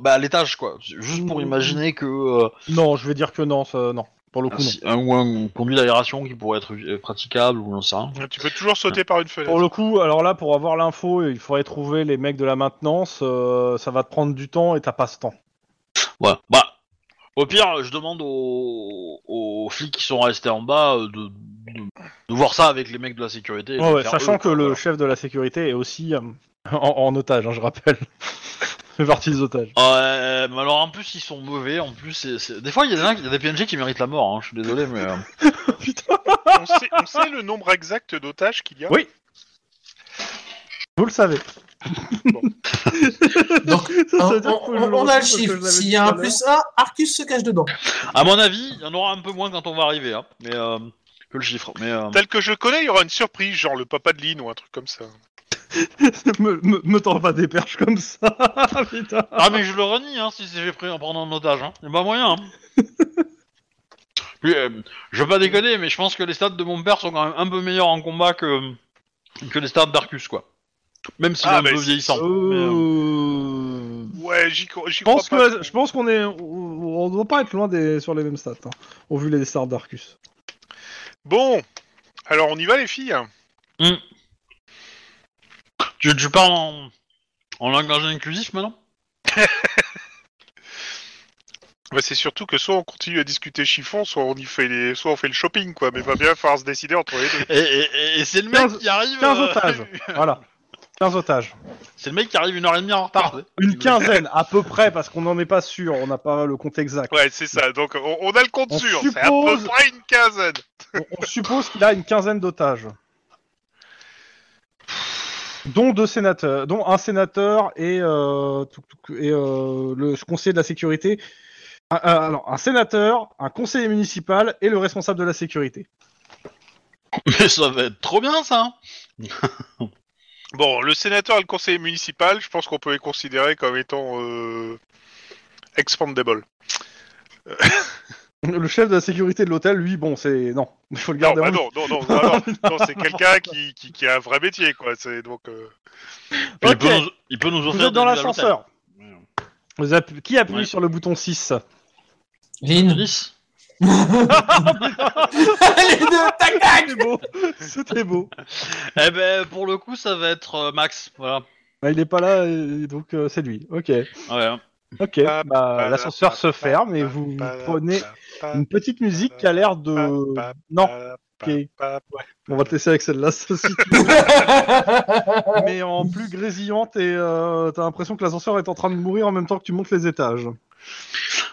bah à l'étage quoi. Juste pour
Mm.
imaginer que euh,
Non, je vais dire que non, ça, non. Pour le coup, non.
si- un, ou un conduit d'aération qui pourrait être euh, praticable ou j'en sais rien.
Tu peux toujours sauter par une fenêtre.
Pour le coup, alors là, pour avoir l'info, il faudrait trouver les mecs de la maintenance. euh, ça va te prendre du temps et t'as pas ce temps.
Voilà. Bah, au pire, je demande aux, aux flics qui sont restés en bas euh, de, de, de voir ça avec les mecs de la sécurité. et de
Ouais, ouais,
faire
sachant
eux,
que
quoi,
le
voilà.
chef de la sécurité est aussi euh, *laughs* en, en otage, hein, je rappelle. *laughs* fait partie des
*laughs*
otages.
Ouais, mais alors en plus ils sont mauvais, en plus c'est- c'est- des fois il y, en a- il y a des PNJ qui méritent la mort, hein, je suis désolé mais... euh,
Putain.
On, sait, on sait le nombre exact d'otages qu'il y a.
Oui. Vous le savez. *laughs*
Donc,
Ça, ça veut
Hein, on,
dire que je le
on- on a
retrouve
le
parce que je
chiffre.
l'avais
S'il
dit
y a
tout
un
à l'heure.
plus 1, Arcus se cache dedans.
À mon avis, il y en aura un peu moins quand on va arriver, hein, mais, euh, que le chiffre. Mais, euh,
Tel que je le connais, il y aura une surprise, genre le papa de Lynn ou un truc comme ça.
me, me, me tends pas des perches comme ça. Putain.
Ah mais je le renie hein, si c'est- j'ai pris en prendre en otage, hein. Y'a pas moyen. Hein. *laughs* Puis, euh, je veux pas déconner, mais je pense que les stats de mon père sont quand même un peu meilleurs en combat que, que les stats d'Arcus quoi. Même s'il
Ah,
est un
mais
peu
c'est-
vieillissant.
Euh,
Ouais, j'y cro- j'y
Je
crois
pense
pas.
que je pense qu'on est on on doit pas être loin des sur les mêmes stats. hein, au vu les stars d'Arcus.
Bon, alors on y va, les filles.
Tu, tu parles en, en langage inclusif maintenant
Bah, c'est surtout que soit on continue à discuter chiffon, soit on y fait les, soit on fait le shopping, quoi. Mais va bien falloir se décider entre les deux.
Et, et- et c'est le mec
15
qui arrive.
15
euh,
otages. Voilà. 15 otages.
*laughs* c'est le mec qui arrive une heure et demie en retard. tu sais.
Une quinzaine à peu près parce qu'on n'en est pas sûr, on n'a pas le compte exact.
Ouais, c'est ça. Donc on, on a le compte
On
sûr. C'est à peu
suppose-
près une quinzaine.
On, on suppose qu'il a une quinzaine d'otages. Dont deux sénateurs, dont un sénateur et, euh, touc, touc, et euh, le conseiller de la sécurité. Un- un- alors, un sénateur, un conseiller municipal et le responsable de la sécurité.
*laughs* Mais ça va être trop bien ça. hein.
Bon, le sénateur et le conseiller municipal, je pense qu'on peut les considérer comme étant euh, expandable. Euh,
Le chef de la sécurité de l'hôtel, lui, bon, c'est. Non, il faut le
Non,
garder
bah
en
non, non, non, non,
*laughs*
non, non, c'est quelqu'un qui, qui, qui a un vrai métier, quoi. C'est donc. euh,
Puis
Ok.
il, peut nous, il peut nous offrir
Vous êtes dans
des nuits à
l'ascenseur.
l'hôtel. Ouais.
Vous appu- Qui appuie
Ouais.
sur le bouton 6
*laughs* Lynn.
Alice
Les deux, tac, tac
C'était beau *laughs* C'était beau
Eh ben, pour le coup, ça va être euh, Max. Voilà.
Ah, Il est pas là, et donc euh, c'est lui. Ok.
Ouais. hein.
Ok.
Ah,
Bah, L'ascenseur se ferme et vous
pa-
prenez
pa- pa-
une petite musique qui a l'air de.
pa-
Non,
pa-
qui est-
pa- pa-
on va te laisser avec celle-là, ça suffit. mais en plus grésillante et euh, t'as l'impression que l'ascenseur est en train de mourir en même temps que tu montes les étages.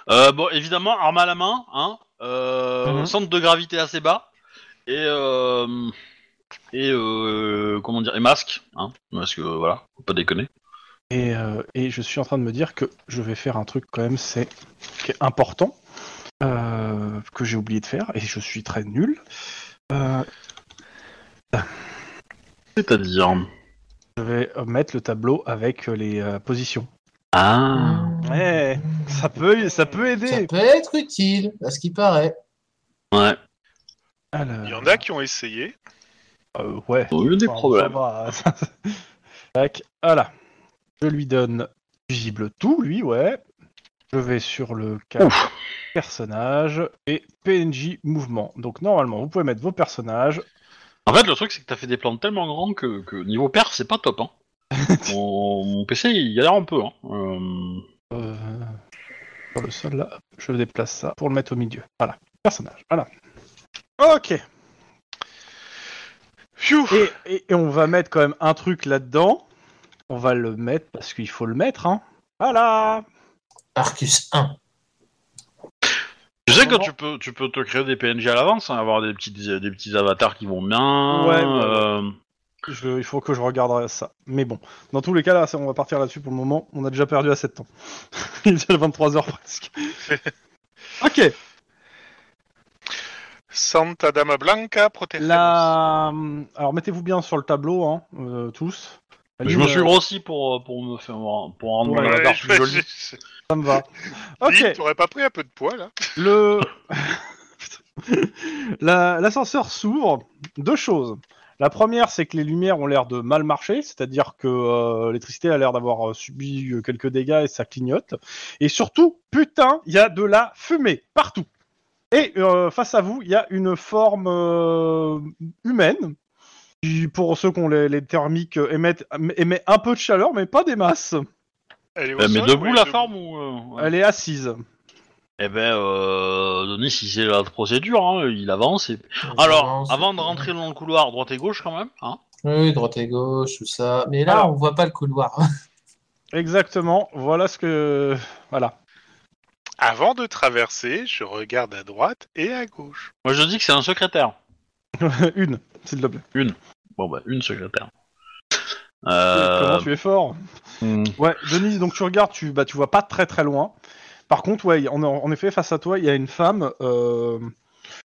Euh, bon, évidemment, arme à la main, hein, euh,
Mhm.
centre de gravité assez bas, et, euh, et euh, comment dire, et masque, hein, parce que voilà, faut pas déconner.
Et, euh, et je suis en train de me dire que je vais faire un truc quand même, c'est qui est important, euh, que j'ai oublié de faire, et je suis très nul. Euh,
C'est-à-dire.
je vais euh, mettre le tableau avec euh, les euh, positions.
Ah.
Mmh. Ouais, ça peut, ça peut
Ça
aider.
peut être utile, à ce qui paraît.
Ah.
Ouais.
Alors,
Il y en a qui ont essayé.
euh, ouais.
Bon, il y a des
Enfin,
problèmes.
ça va. hein. *laughs* Tac, voilà. Je lui donne fusible tout, lui, ouais. Je vais sur le cas personnage et PNJ mouvement. Donc normalement, vous pouvez mettre vos personnages.
En fait, le truc, c'est que t'as fait des plans tellement grands que, que niveau perf, c'est
*laughs*
pas top, hein. mon, mon PC, il galère un peu, hein. Euh,
euh, sur le sol là, je déplace ça pour le mettre au milieu. Voilà, personnage. Voilà. Ok.
Phew
Et, et- et on va mettre quand même un truc là-dedans. On va le mettre parce qu'il faut le mettre. Hein. Voilà.
Arcus 1.
Tu sais que
Vraiment.
tu peux, tu peux te créer des PNJ à l'avance, hein, avoir des petits, des petits avatars qui vont bien.
Ouais, ouais, ouais.
euh,
Je- il faut que je regarde ça. Mais bon, dans tous les cas là, ça, on va partir là-dessus pour le moment. On a déjà perdu à 7 temps. *laughs* il est déjà 23h
*laughs*
presque. ok.
Santa Dama Blanca, protégée.
La... euh, Alors mettez-vous bien sur le tableau, hein, euh, tous.
Je me
Aline,
suis
euh,
grossi pour, euh, pour me faire pour rendre
Ouais,
mon avatar plus joli.
Ça me va. Ok.
T'aurais pas pris un peu de hein. poids, là
Le *laughs* La- l'ascenseur s'ouvre. Deux choses. La première, c'est que les lumières ont l'air de mal marcher, c'est-à-dire que euh, l'électricité a l'air d'avoir euh, subi euh, quelques dégâts et ça clignote. Et surtout, putain, il y a de la fumée partout. Et euh, face à vous, il y a une forme euh, humaine. qui, Pour ceux qui ont les, les thermiques, euh, émettent- émet un peu de chaleur, mais pas des masses.
Elle est au
Euh, mais
sol
debout
ou elle est
la
debout
forme ou euh, ouais.
Elle est assise.
Eh ben, euh, Denis, si c'est la procédure, hein, il avance. Et... Alors, avant de rentrer dans le couloir, droite et gauche quand même. Hein
Oui, droite et gauche, tout ça. Mais là,
Ah.
Alors.
on voit pas le couloir. *laughs*
Exactement. Voilà ce que. Voilà.
Avant de traverser, je regarde à droite et à gauche.
Moi, je dis que c'est un secrétaire.
*laughs* une, s'il te plaît.
Bon, bah, une secrétaire.
*laughs* Comment
Euh...
tu es fort
hmm.
Ouais, Denise, donc tu regardes, tu bah tu vois pas très très loin. Par contre, ouais, en, en effet, face à toi, il y a une femme euh,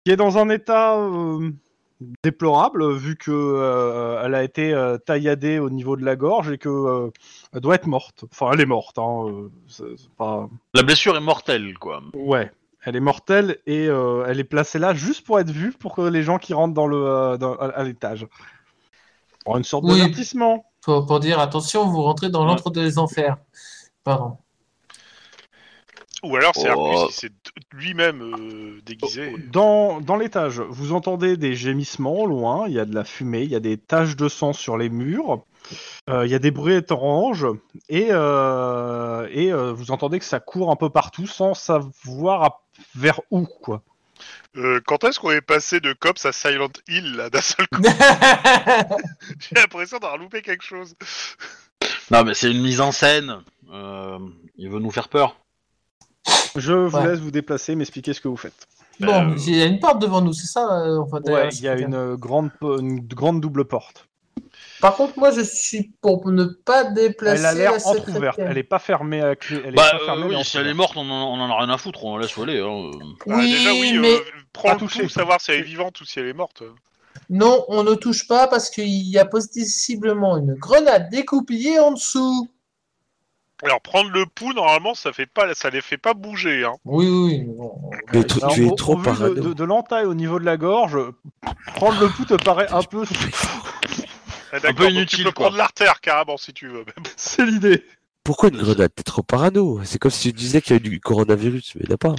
qui est dans un état euh, déplorable, vu que euh, elle a été euh, tailladée au niveau de la gorge et que euh, elle doit être morte. Enfin, elle est morte. Hein, euh, c'est- c'est pas...
La blessure est mortelle, quoi.
Ouais, elle est mortelle et euh, elle est placée là juste pour être vue pour que les gens qui rentrent dans le euh, dans- à, à l'étage. Bon, une sorte
Oui.
d'avertissement.
Pour, pour dire, attention, vous rentrez dans
Ouais.
l'antre des enfers.
*laughs*
Pardon.
Ou alors c'est
Oh.
Arcus qui s'est t- lui-même euh, déguisé.
Oh, Dans, dans l'étage, vous entendez des gémissements au loin, il y a de la fumée, il y a des taches de sang sur les murs, euh, il y a des bruits étranges, et, euh, et euh, vous entendez que ça court un peu partout sans savoir à- vers où, quoi.
Euh, quand est-ce qu'on est passé de Cops à Silent Hill, là, d'un seul coup *laughs*
Euh,
J'ai l'impression d'avoir loupé quelque chose.
Non, mais c'est une mise en scène. Euh, Il veut nous faire peur.
Je vous
Ouais.
laisse vous déplacer, m'expliquer ce que vous faites.
bon,
Euh,
il y a une porte devant nous, c'est ça euh, enfin, derrière
Ouais,
le
il y a
secrétaire.
une euh, grande, po- une grande double porte.
Par contre, moi, je suis pour ne pas déplacer
elle a
la
l'air
secrétaire.
entrouverte, elle est pas fermée à clé. Elle est
bah,
pas fermée,
euh,
mais
oui, si elle est
entrouverte.
morte, on en, on en a rien à foutre, on la laisse aller. hein.
Bah,
Oui,
déjà, oui, euh,
mais
prends
Pas
le
touché.
coup, savoir si elle est vivante ou si elle est morte. hein.
non, on ne touche pas parce qu'il y a possiblement une grenade découpillée en dessous.
Alors prendre le pouls, normalement, ça fait pas, ça les fait pas bouger. Hein.
Oui, oui, oui, mais bon.
Le truc-
Alors,
tu
au-
es
au
trop
vu
parano.
De, de, de l'entaille au niveau de la gorge, prendre le pouls te paraît un
*laughs*
peu. *laughs*
Ah, d'accord, donc
inutile,
Tu peux
quoi.
prendre l'artère carrément si tu veux. mais bon.
C'est l'idée.
Pourquoi une grenade T'es trop parano. C'est comme si tu disais qu'il y a eu du coronavirus, mais il n'y en a pas.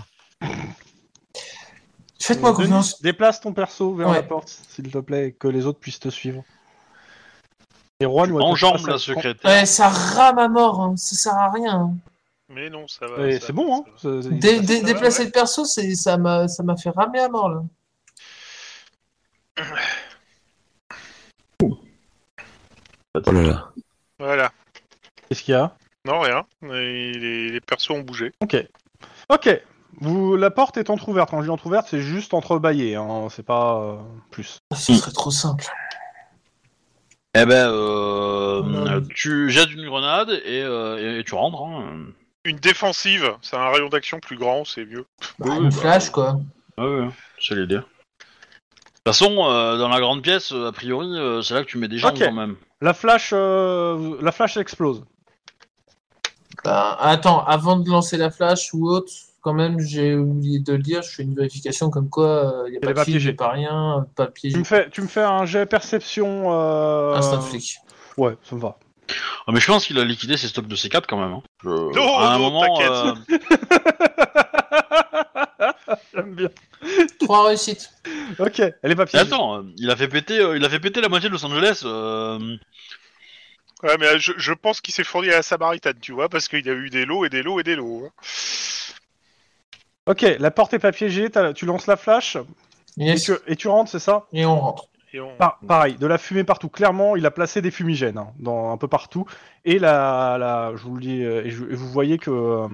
Faites-moi
Denis,
confiance.
Déplace ton perso vers
Ouais.
la porte, s'il te plaît, et que les autres puissent te suivre. Et Juan, ouais,
Enjambe
ça- ça-
la secrétaire.
Ouais, Eh, ça rame à mort, hein, ça sert à rien. hein.
Mais non, ça va.
Ouais,
ça
C'est
va,
bon, hein
ça va.
ça- ça-
Dé- dé-
ouais.
déplacer le perso, c'est- ça m'a ça m'a fait ramer à mort là.
Oh là là.
Voilà.
Qu'est-ce qu'il y a
Non, rien. Et Les, les persos ont bougé.
Ok. Ok. Vous, la porte est entrouverte. Quand je dis entrouverte, c'est juste entrebâillée. Hein. C'est pas euh, plus.
Ah, Ce serait trop simple.
Eh ben, euh,
Grenade.
tu jettes une grenade et, euh, et tu rentres. Hein.
Une défensive, c'est un rayon d'action plus grand, c'est mieux.
Bah, le
euh,
flash quoi.
Ouais, ouais, c'est l'idée. De toute façon, euh, dans la grande pièce, euh, a priori, euh, c'est là que tu mets des gens
Ok.
quand même.
La flash, euh, la flash explose.
Bah, attends, avant de lancer la flash ou autre, quand même j'ai oublié de le dire, je fais une vérification comme quoi il n'y
Elle est
a pas de
pas
flic, y a
piégée.
pas rien, euh, pas
Tu
piégé.
me fais, tu me fais un jet perception. Euh...
Instant flic.
Ouais, ça me va. *laughs*
Ah, mais je pense qu'il a liquidé ses stocks de C4 quand même. Hein. Je-
Non,
à un
non,
moment,
t'inquiète.
euh, *laughs*
J'aime bien.
Trois réussites.
Ok, elle est pas
mais
piégée.
attends, euh, il a fait péter, euh, il a fait péter la moitié de Los Angeles. euh,
Ouais, mais euh, je, je pense qu'il s'est fourni à la Samaritaine, tu vois, parce qu'il y a eu des lots et des lots et des lots. hein.
Ok, la porte est pas piégée. t'as- Tu lances la flash et
Yes.
tu, et tu rentres, c'est ça
Et on rentre.
Et on-
Par- pareil, de la fumée partout. Clairement, il a placé des fumigènes hein, dans, un peu partout. Et la, la, je vous le dis, euh, et, je- et vous voyez que euh,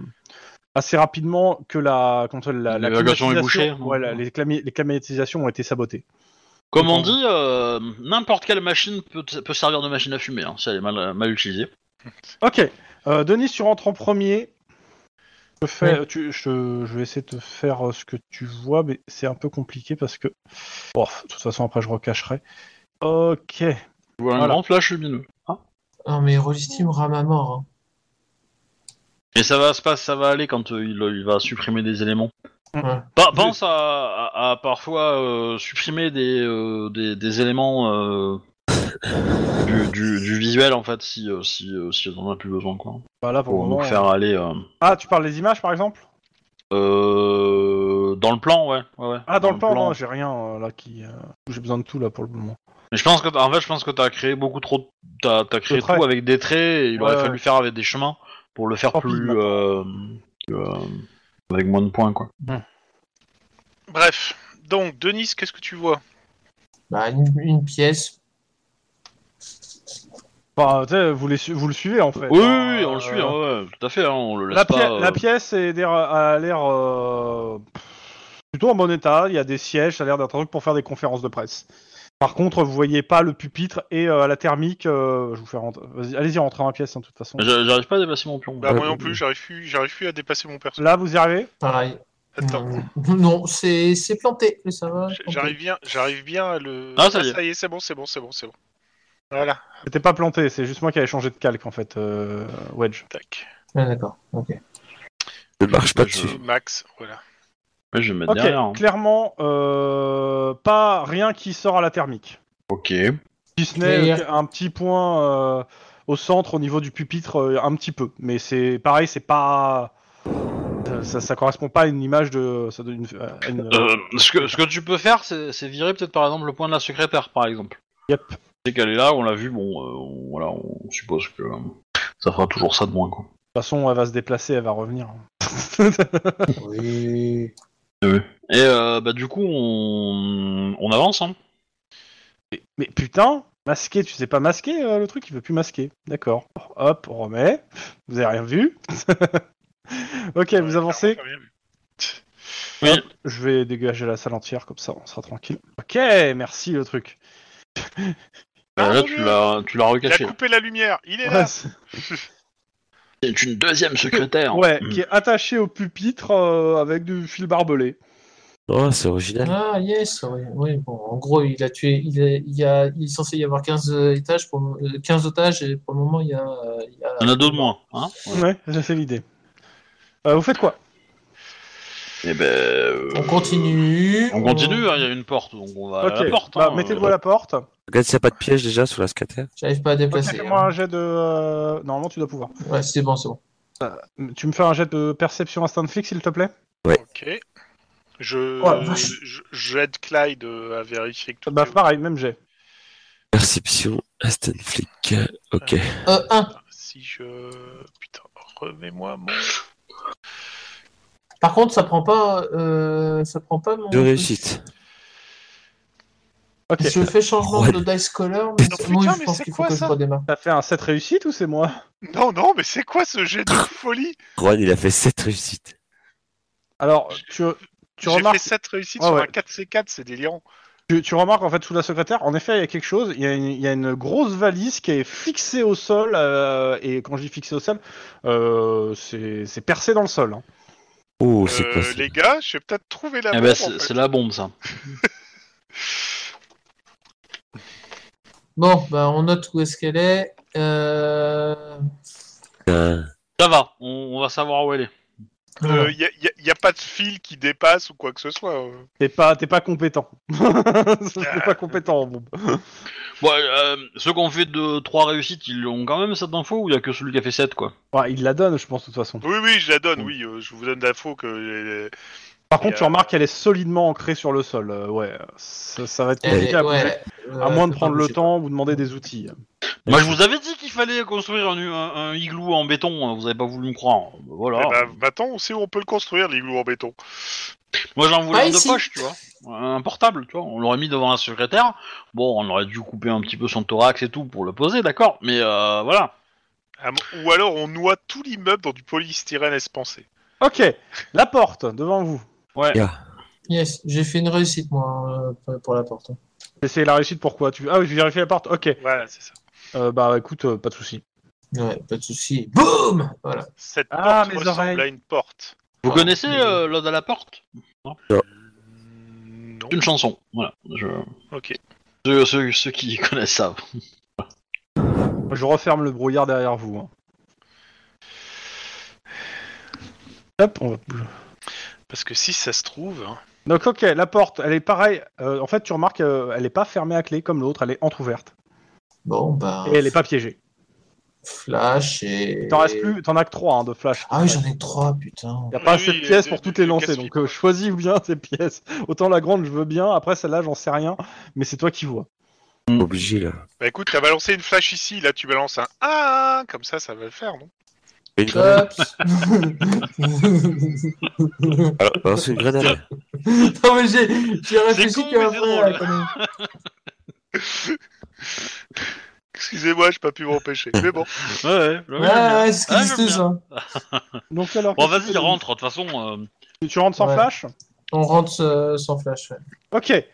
assez rapidement que la, quand elle- la, la
L'évacuation est
climatisation-
bouchée,
ouais,
hein.
la- les, clami- les climatisations ont été sabotées.
Comme on
Attends.
dit, euh, n'importe quelle machine peut, peut servir de machine à fumer, hein, si elle est mal, mal utilisée.
Ok, euh, Denis, tu rentres en premier. Je, fais,
Oui.
tu- je, te- je vais essayer de te faire euh, ce que tu vois, mais c'est un peu compliqué parce que. Bon, de toute façon, après, je recacherai. Ok.
Ou un
Voilà.
grand flash lumineux.
Non mais Rollisti me rame à mort. hein.
Et ça va se passer, ça va aller quand euh, il, il va supprimer des éléments.
Ouais.
Pa- pense à, à- à parfois euh, supprimer des, euh, des, des éléments euh, du, du- du visuel en fait si euh, si euh, si on en a plus besoin quoi.
Bah, là, pour le
Pour nous
moment,
faire aller euh,
Ah, tu parles des images par exemple
euh, dans le plan ouais. ouais, ouais.
Ah, dans, le plan, non, j'ai rien euh, là qui. euh, j'ai besoin de tout là pour le moment.
Mais je pense que en fait je pense que t'as créé beaucoup trop de- t'as t'as créé
De traits.
tout avec des traits. Et il aurait
Ouais, Oh,
fallu
ouais.
faire avec des chemins pour le faire
Tant pis,
plus
maintenant.
euh, euh, avec moins de points quoi.
Bref, donc, Denis, qu'est-ce que tu vois
Bah, une, une pièce.
Enfin, tu sais, vous, les su- vous le suivez en fait.
Oui, oui,
hein,
oui, on
euh,
le suit hein, ouais, tout à fait hein, on le laisse
La,
pas.
pie-
euh,
la pièce est d'air- a l'air euh, plutôt en bon état. Il y a des sièges, ça a l'air d'être un truc pour faire des conférences de presse. Par contre, vous voyez pas le pupitre et euh, la thermique. euh, je vous fais rentrer. vas-y, Allez-y, rentrez dans la pièce hein, de toute façon.
j'a- J'arrive pas à dépasser mon pion.
Bah,
Ouais,
moi non
euh,
plus, j'arrive plus, j'arrive plus à dépasser mon perso.
Là, vous y arrivez
Pareil.
Euh,
Attends,
Non, non, c'est c'est planté. mais ça va, planté.
j'arrive bien, j'arrive bien à le.
Ah, ça y est.
c'est bon, c'est bon, c'est bon, c'est bon. Voilà,
C'était pas planté, c'est juste moi qui avais changé de calque en fait, euh, Wedge.
tac.
Ah, D'accord. Ok.
Ne marche pas
Je-
dessus.
Max, voilà.
Ouais, je vais mettre
Ok,
derrière. hein.
clairement, euh, pas rien qui sort à la thermique.
Ok.
Si ce n'est
Claire.
euh, un petit point euh, au centre, au niveau du pupitre, euh, un petit peu. Mais c'est pareil, c'est pas. euh, Ça, ça correspond pas à une image de. Ça donne une- à une-
Euh, ce, que, ce que tu peux faire, c'est c'est virer peut-être par exemple le point de la secrétaire, par exemple.
Yep.
C'est qu'elle est là, on l'a vu, bon, euh, on- voilà, on suppose que euh, ça fera toujours ça de moins, quoi.
De toute façon, elle va se déplacer, elle va revenir. *laughs*
Oui.
Et euh, bah du coup, on, on avance, hein.
Mais putain, masqué, tu sais pas masquer euh, le truc, il veut plus masquer. D'accord. Hop, on remet. Vous avez rien vu. *laughs* ok, vous
Ouais,
avancez.
clairement, t'as bien vu.
Je vais dégager la salle entière, comme ça on sera tranquille. Ok, merci le truc.
Ah,
Euh, là,
mon
tu
Dieu,
l'as tu l'as
Il a
recaché.
coupé la lumière, il est
Ouais,
là.
c'est-
C'est une deuxième secrétaire.
Ouais,
Mm.
qui est attaché au pupitre euh, avec du fil barbelé.
Oh, c'est original.
Ah, yes, oui, oui, bon, en gros, il a tué, il, est, il, y a, il est censé y avoir 15 euh, étages pour, euh, 15 otages, et pour le moment, il y a, euh, il y a-
Il y en a deux de moins. Hein
Ouais, ça, c'est l'idée. Euh, vous faites quoi
Et ben, euh,
On continue.
On continue, hein, il y a une porte, donc on va à
Ok,
la porte.
bah,
hein,
mettez-le
euh,
à la porte.
Regarde s'il n'y a pas de piège déjà sur la scatère.
J'arrive pas à
Ok,
déplacer.
Fais-moi un jet de. euh, Normalement, tu dois pouvoir.
Ouais, c'est bon, c'est bon.
Tu me fais un jet de perception instant flic, s'il te plaît
Ok. Je,
Oh, la vache.
je- j'aide Clyde euh, à vérifier que tout
Bah,
est-
pareil, même jet.
Perception, instant flic. Ok.
Euh, 1.
Si je... Putain, remets-moi mon...
Par contre, ça prend pas, euh, ça prend pas mon.
Deux réussites.
Ok.
Je fais changement
Ouais.
de dice color, mais,
Non,
c'est-
putain,
oui, je
mais
pense
c'est
qu'il faut
quoi,
que je
ça
redémarre.
T'as fait un 7 réussite ou c'est moi
Non, non, mais c'est quoi
*laughs*
ce jet de folie
Juan, il a fait sept réussites.
Alors, tu, tu
J'ai fait
remarques
7 réussites
Ah
sur
ouais.
un 4C4, c'est délirant.
Tu, tu remarques en fait sous la secrétaire, en effet, il y a quelque chose. Il y a une, il y a une grosse valise qui est fixée au sol. euh, et quand je dis fixée au sol, euh, c'est c'est percé dans le sol. hein.
Oh, c'est
Euh,
quoi ça
les gars, j'ai peut-être trouvé la
eh
bombe,
ben,
en
c'est
fait.
c'est la bombe, ça.
Bon, bah, on note où est-ce qu'elle est. Euh...
Putain.
Ça va, on, on va savoir où elle est.
Euh, y a, y a- y a pas de fil qui dépasse ou quoi que ce soit. euh.
T'es pas, t'es pas compétent. *laughs* t'es pas compétent en bombe.
Bon, euh, ceux qui ont fait de trois réussites, ils ont quand même cette info ou il y a que celui qui a fait 7 quoi
Ouais, il la donne, je pense de toute façon.
Oui, oui, je la donne, oui. euh, je vous donne l'info que...
Par contre,
Et,
tu
euh,
remarques qu'elle est solidement ancrée sur le sol. euh, ouais, ça, ça va être compliqué
elle est-
à
Eh, ouais,
bouger.
elle- euh,
À
ouais,
moins de
elle
prendre
peut
le
bouger.
temps, vous demander des outils.
Bah,
Moi je vous avais dit qu'il fallait construire un, un- un igloo en béton, hein, vous avez pas voulu me croire. Bah, Voilà.
Eh ben, maintenant, on sait où on peut le construire, l'igloo en béton.
Moi j'en voulais
Ah,
un de
ici.
poche, tu vois. Un portable, tu vois. On l'aurait mis devant la secrétaire. Bon, on aurait dû couper un petit peu son thorax et tout pour le poser, d'accord. Mais euh, voilà.
Ah, Ou alors, on noie tout l'immeuble dans du polystyrène espancé.
Ok, la porte devant vous.
Ouais.
Yeah.
Yes, j'ai fait une réussite, moi, euh, pour- pour la porte.
C'est la réussite pourquoi tu... Ah oui, je vérifie la porte. Ok,
Voilà, c'est ça.
Euh, bah écoute, euh, pas de souci.
Ouais, pas de souci. Boum Voilà.
Cette
Ah,
porte
mes
ressemble
oreilles.
à une porte.
Vous
Ah,
connaissez
mais-
euh, l'ode à la porte
Euh, Non.
C'est une chanson. Voilà. Je...
Ok.
Ceux, ceux- ceux qui *laughs* connaissent ça.
Je referme le brouillard derrière vous. hein. Hop, on va bouger.
Parce que si ça se trouve... hein,
Donc ok, la porte, elle est pareille. Euh, en fait, tu remarques, euh, elle est pas fermée à clé comme l'autre, elle est entrouverte
Bon, bah.
et elle est pas piégée.
Flash et.
T'en restes plus, t'en as que trois hein, de flash.
Ah oui, j'en ai trois, *laughs* putain.
Y a pas
Oui,
assez de
oui,
pièces
euh,
pour
de-
toutes
de-
les
de
lancer,
casse-pipe,
donc euh, choisis bien tes pièces. Autant la grande, je veux bien. Après celle-là, j'en sais rien, mais c'est toi qui vois.
Obligé là.
Bah écoute, t'as balancé une flash ici, là tu balances un 1, comme ça, ça va le faire, non
Une grenade.
Hop. *laughs* non,
Alors, balance Oh, une grenade.
mais j'ai j'ai réfléchi
con,
qu'à
mais c'est
après,
drôle.
quand même.
Excusez-moi, j'ai pas pu m'empêcher. Mais bon,
Ouais, ouais.
Ouais, ouais, c'est ce qu'ils
Ah,
disent
j'aime
tous. hein.
Donc alors.
Bon,
qu'est-ce que
vas-y,
tu fais
rentre. De toute façon, euh,
Tu- Tu rentres sans
Ouais.
flash.
On rentre euh, sans flash. ouais.
Ok.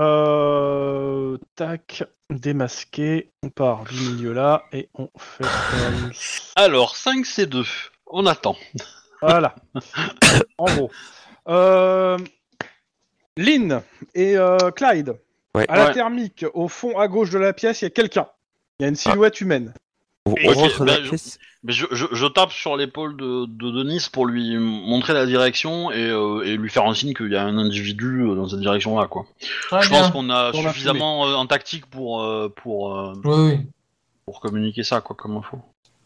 Euh, tac, démasqué. On part du milieu là et on fait comme ça.
alors 5 C2. On attend.
Voilà. en gros. Euh, Lynn et euh, Clyde.
Ouais.
À la
Ouais.
thermique, au fond à gauche de la pièce, il y a quelqu'un. Il y a une silhouette humaine.
On,
Et
on
ok,
rentre dans
bah,
la pièce.
Mais je, je, je tape sur l'épaule de, de Denis pour lui montrer la direction et, euh, et lui faire un signe qu'il y a un individu euh, dans cette direction-là, quoi.
Très
je pense
bien.
qu'on a
Pour la
suffisamment euh, en tactique pour, euh, pour, euh,
Oui, oui.
pour communiquer ça, quoi, comme info.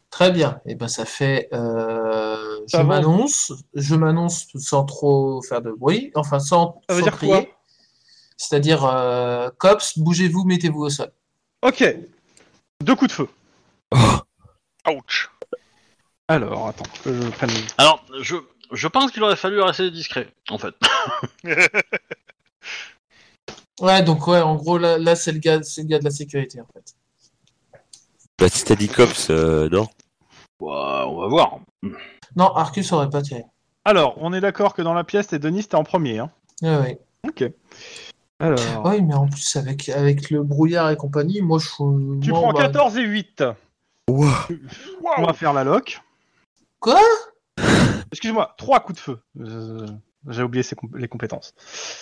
Très bien. Et ben ça fait. euh, je
Ça va.
m'annonce. Je m'annonce sans trop faire de bruit. Enfin, sans.
Ça veut
sans
dire
crier.
quoi
C'est-à-dire, euh, cops, bougez-vous, mettez-vous au sol.
Ok. Deux coups de feu.
Oh,
ouch. *laughs*
Alors, attends. que Je prenne...
Alors, je, je pense qu'il aurait fallu rester discret, en fait. *laughs*
Ouais, donc ouais, en gros, là, là c'est le gars, c'est le gars de la sécurité en fait.
bah, si t'as dit cops, euh, non.
Bah, on va voir.
Non, Arcus aurait pas tiré.
Alors, on est d'accord que dans la pièce, t'es Denis, t'es en premier. Hein.
Ouais, ouais.
Ok. Alors.
Ouais, mais en plus avec avec le brouillard et compagnie, moi je. suis-
Tu
moi,
prends
on va-
14 et 8.
Ouah.
On va faire la loc.
Quoi
Excuse-moi, trois coups de feu. Euh, J'ai oublié ses comp- les compétences.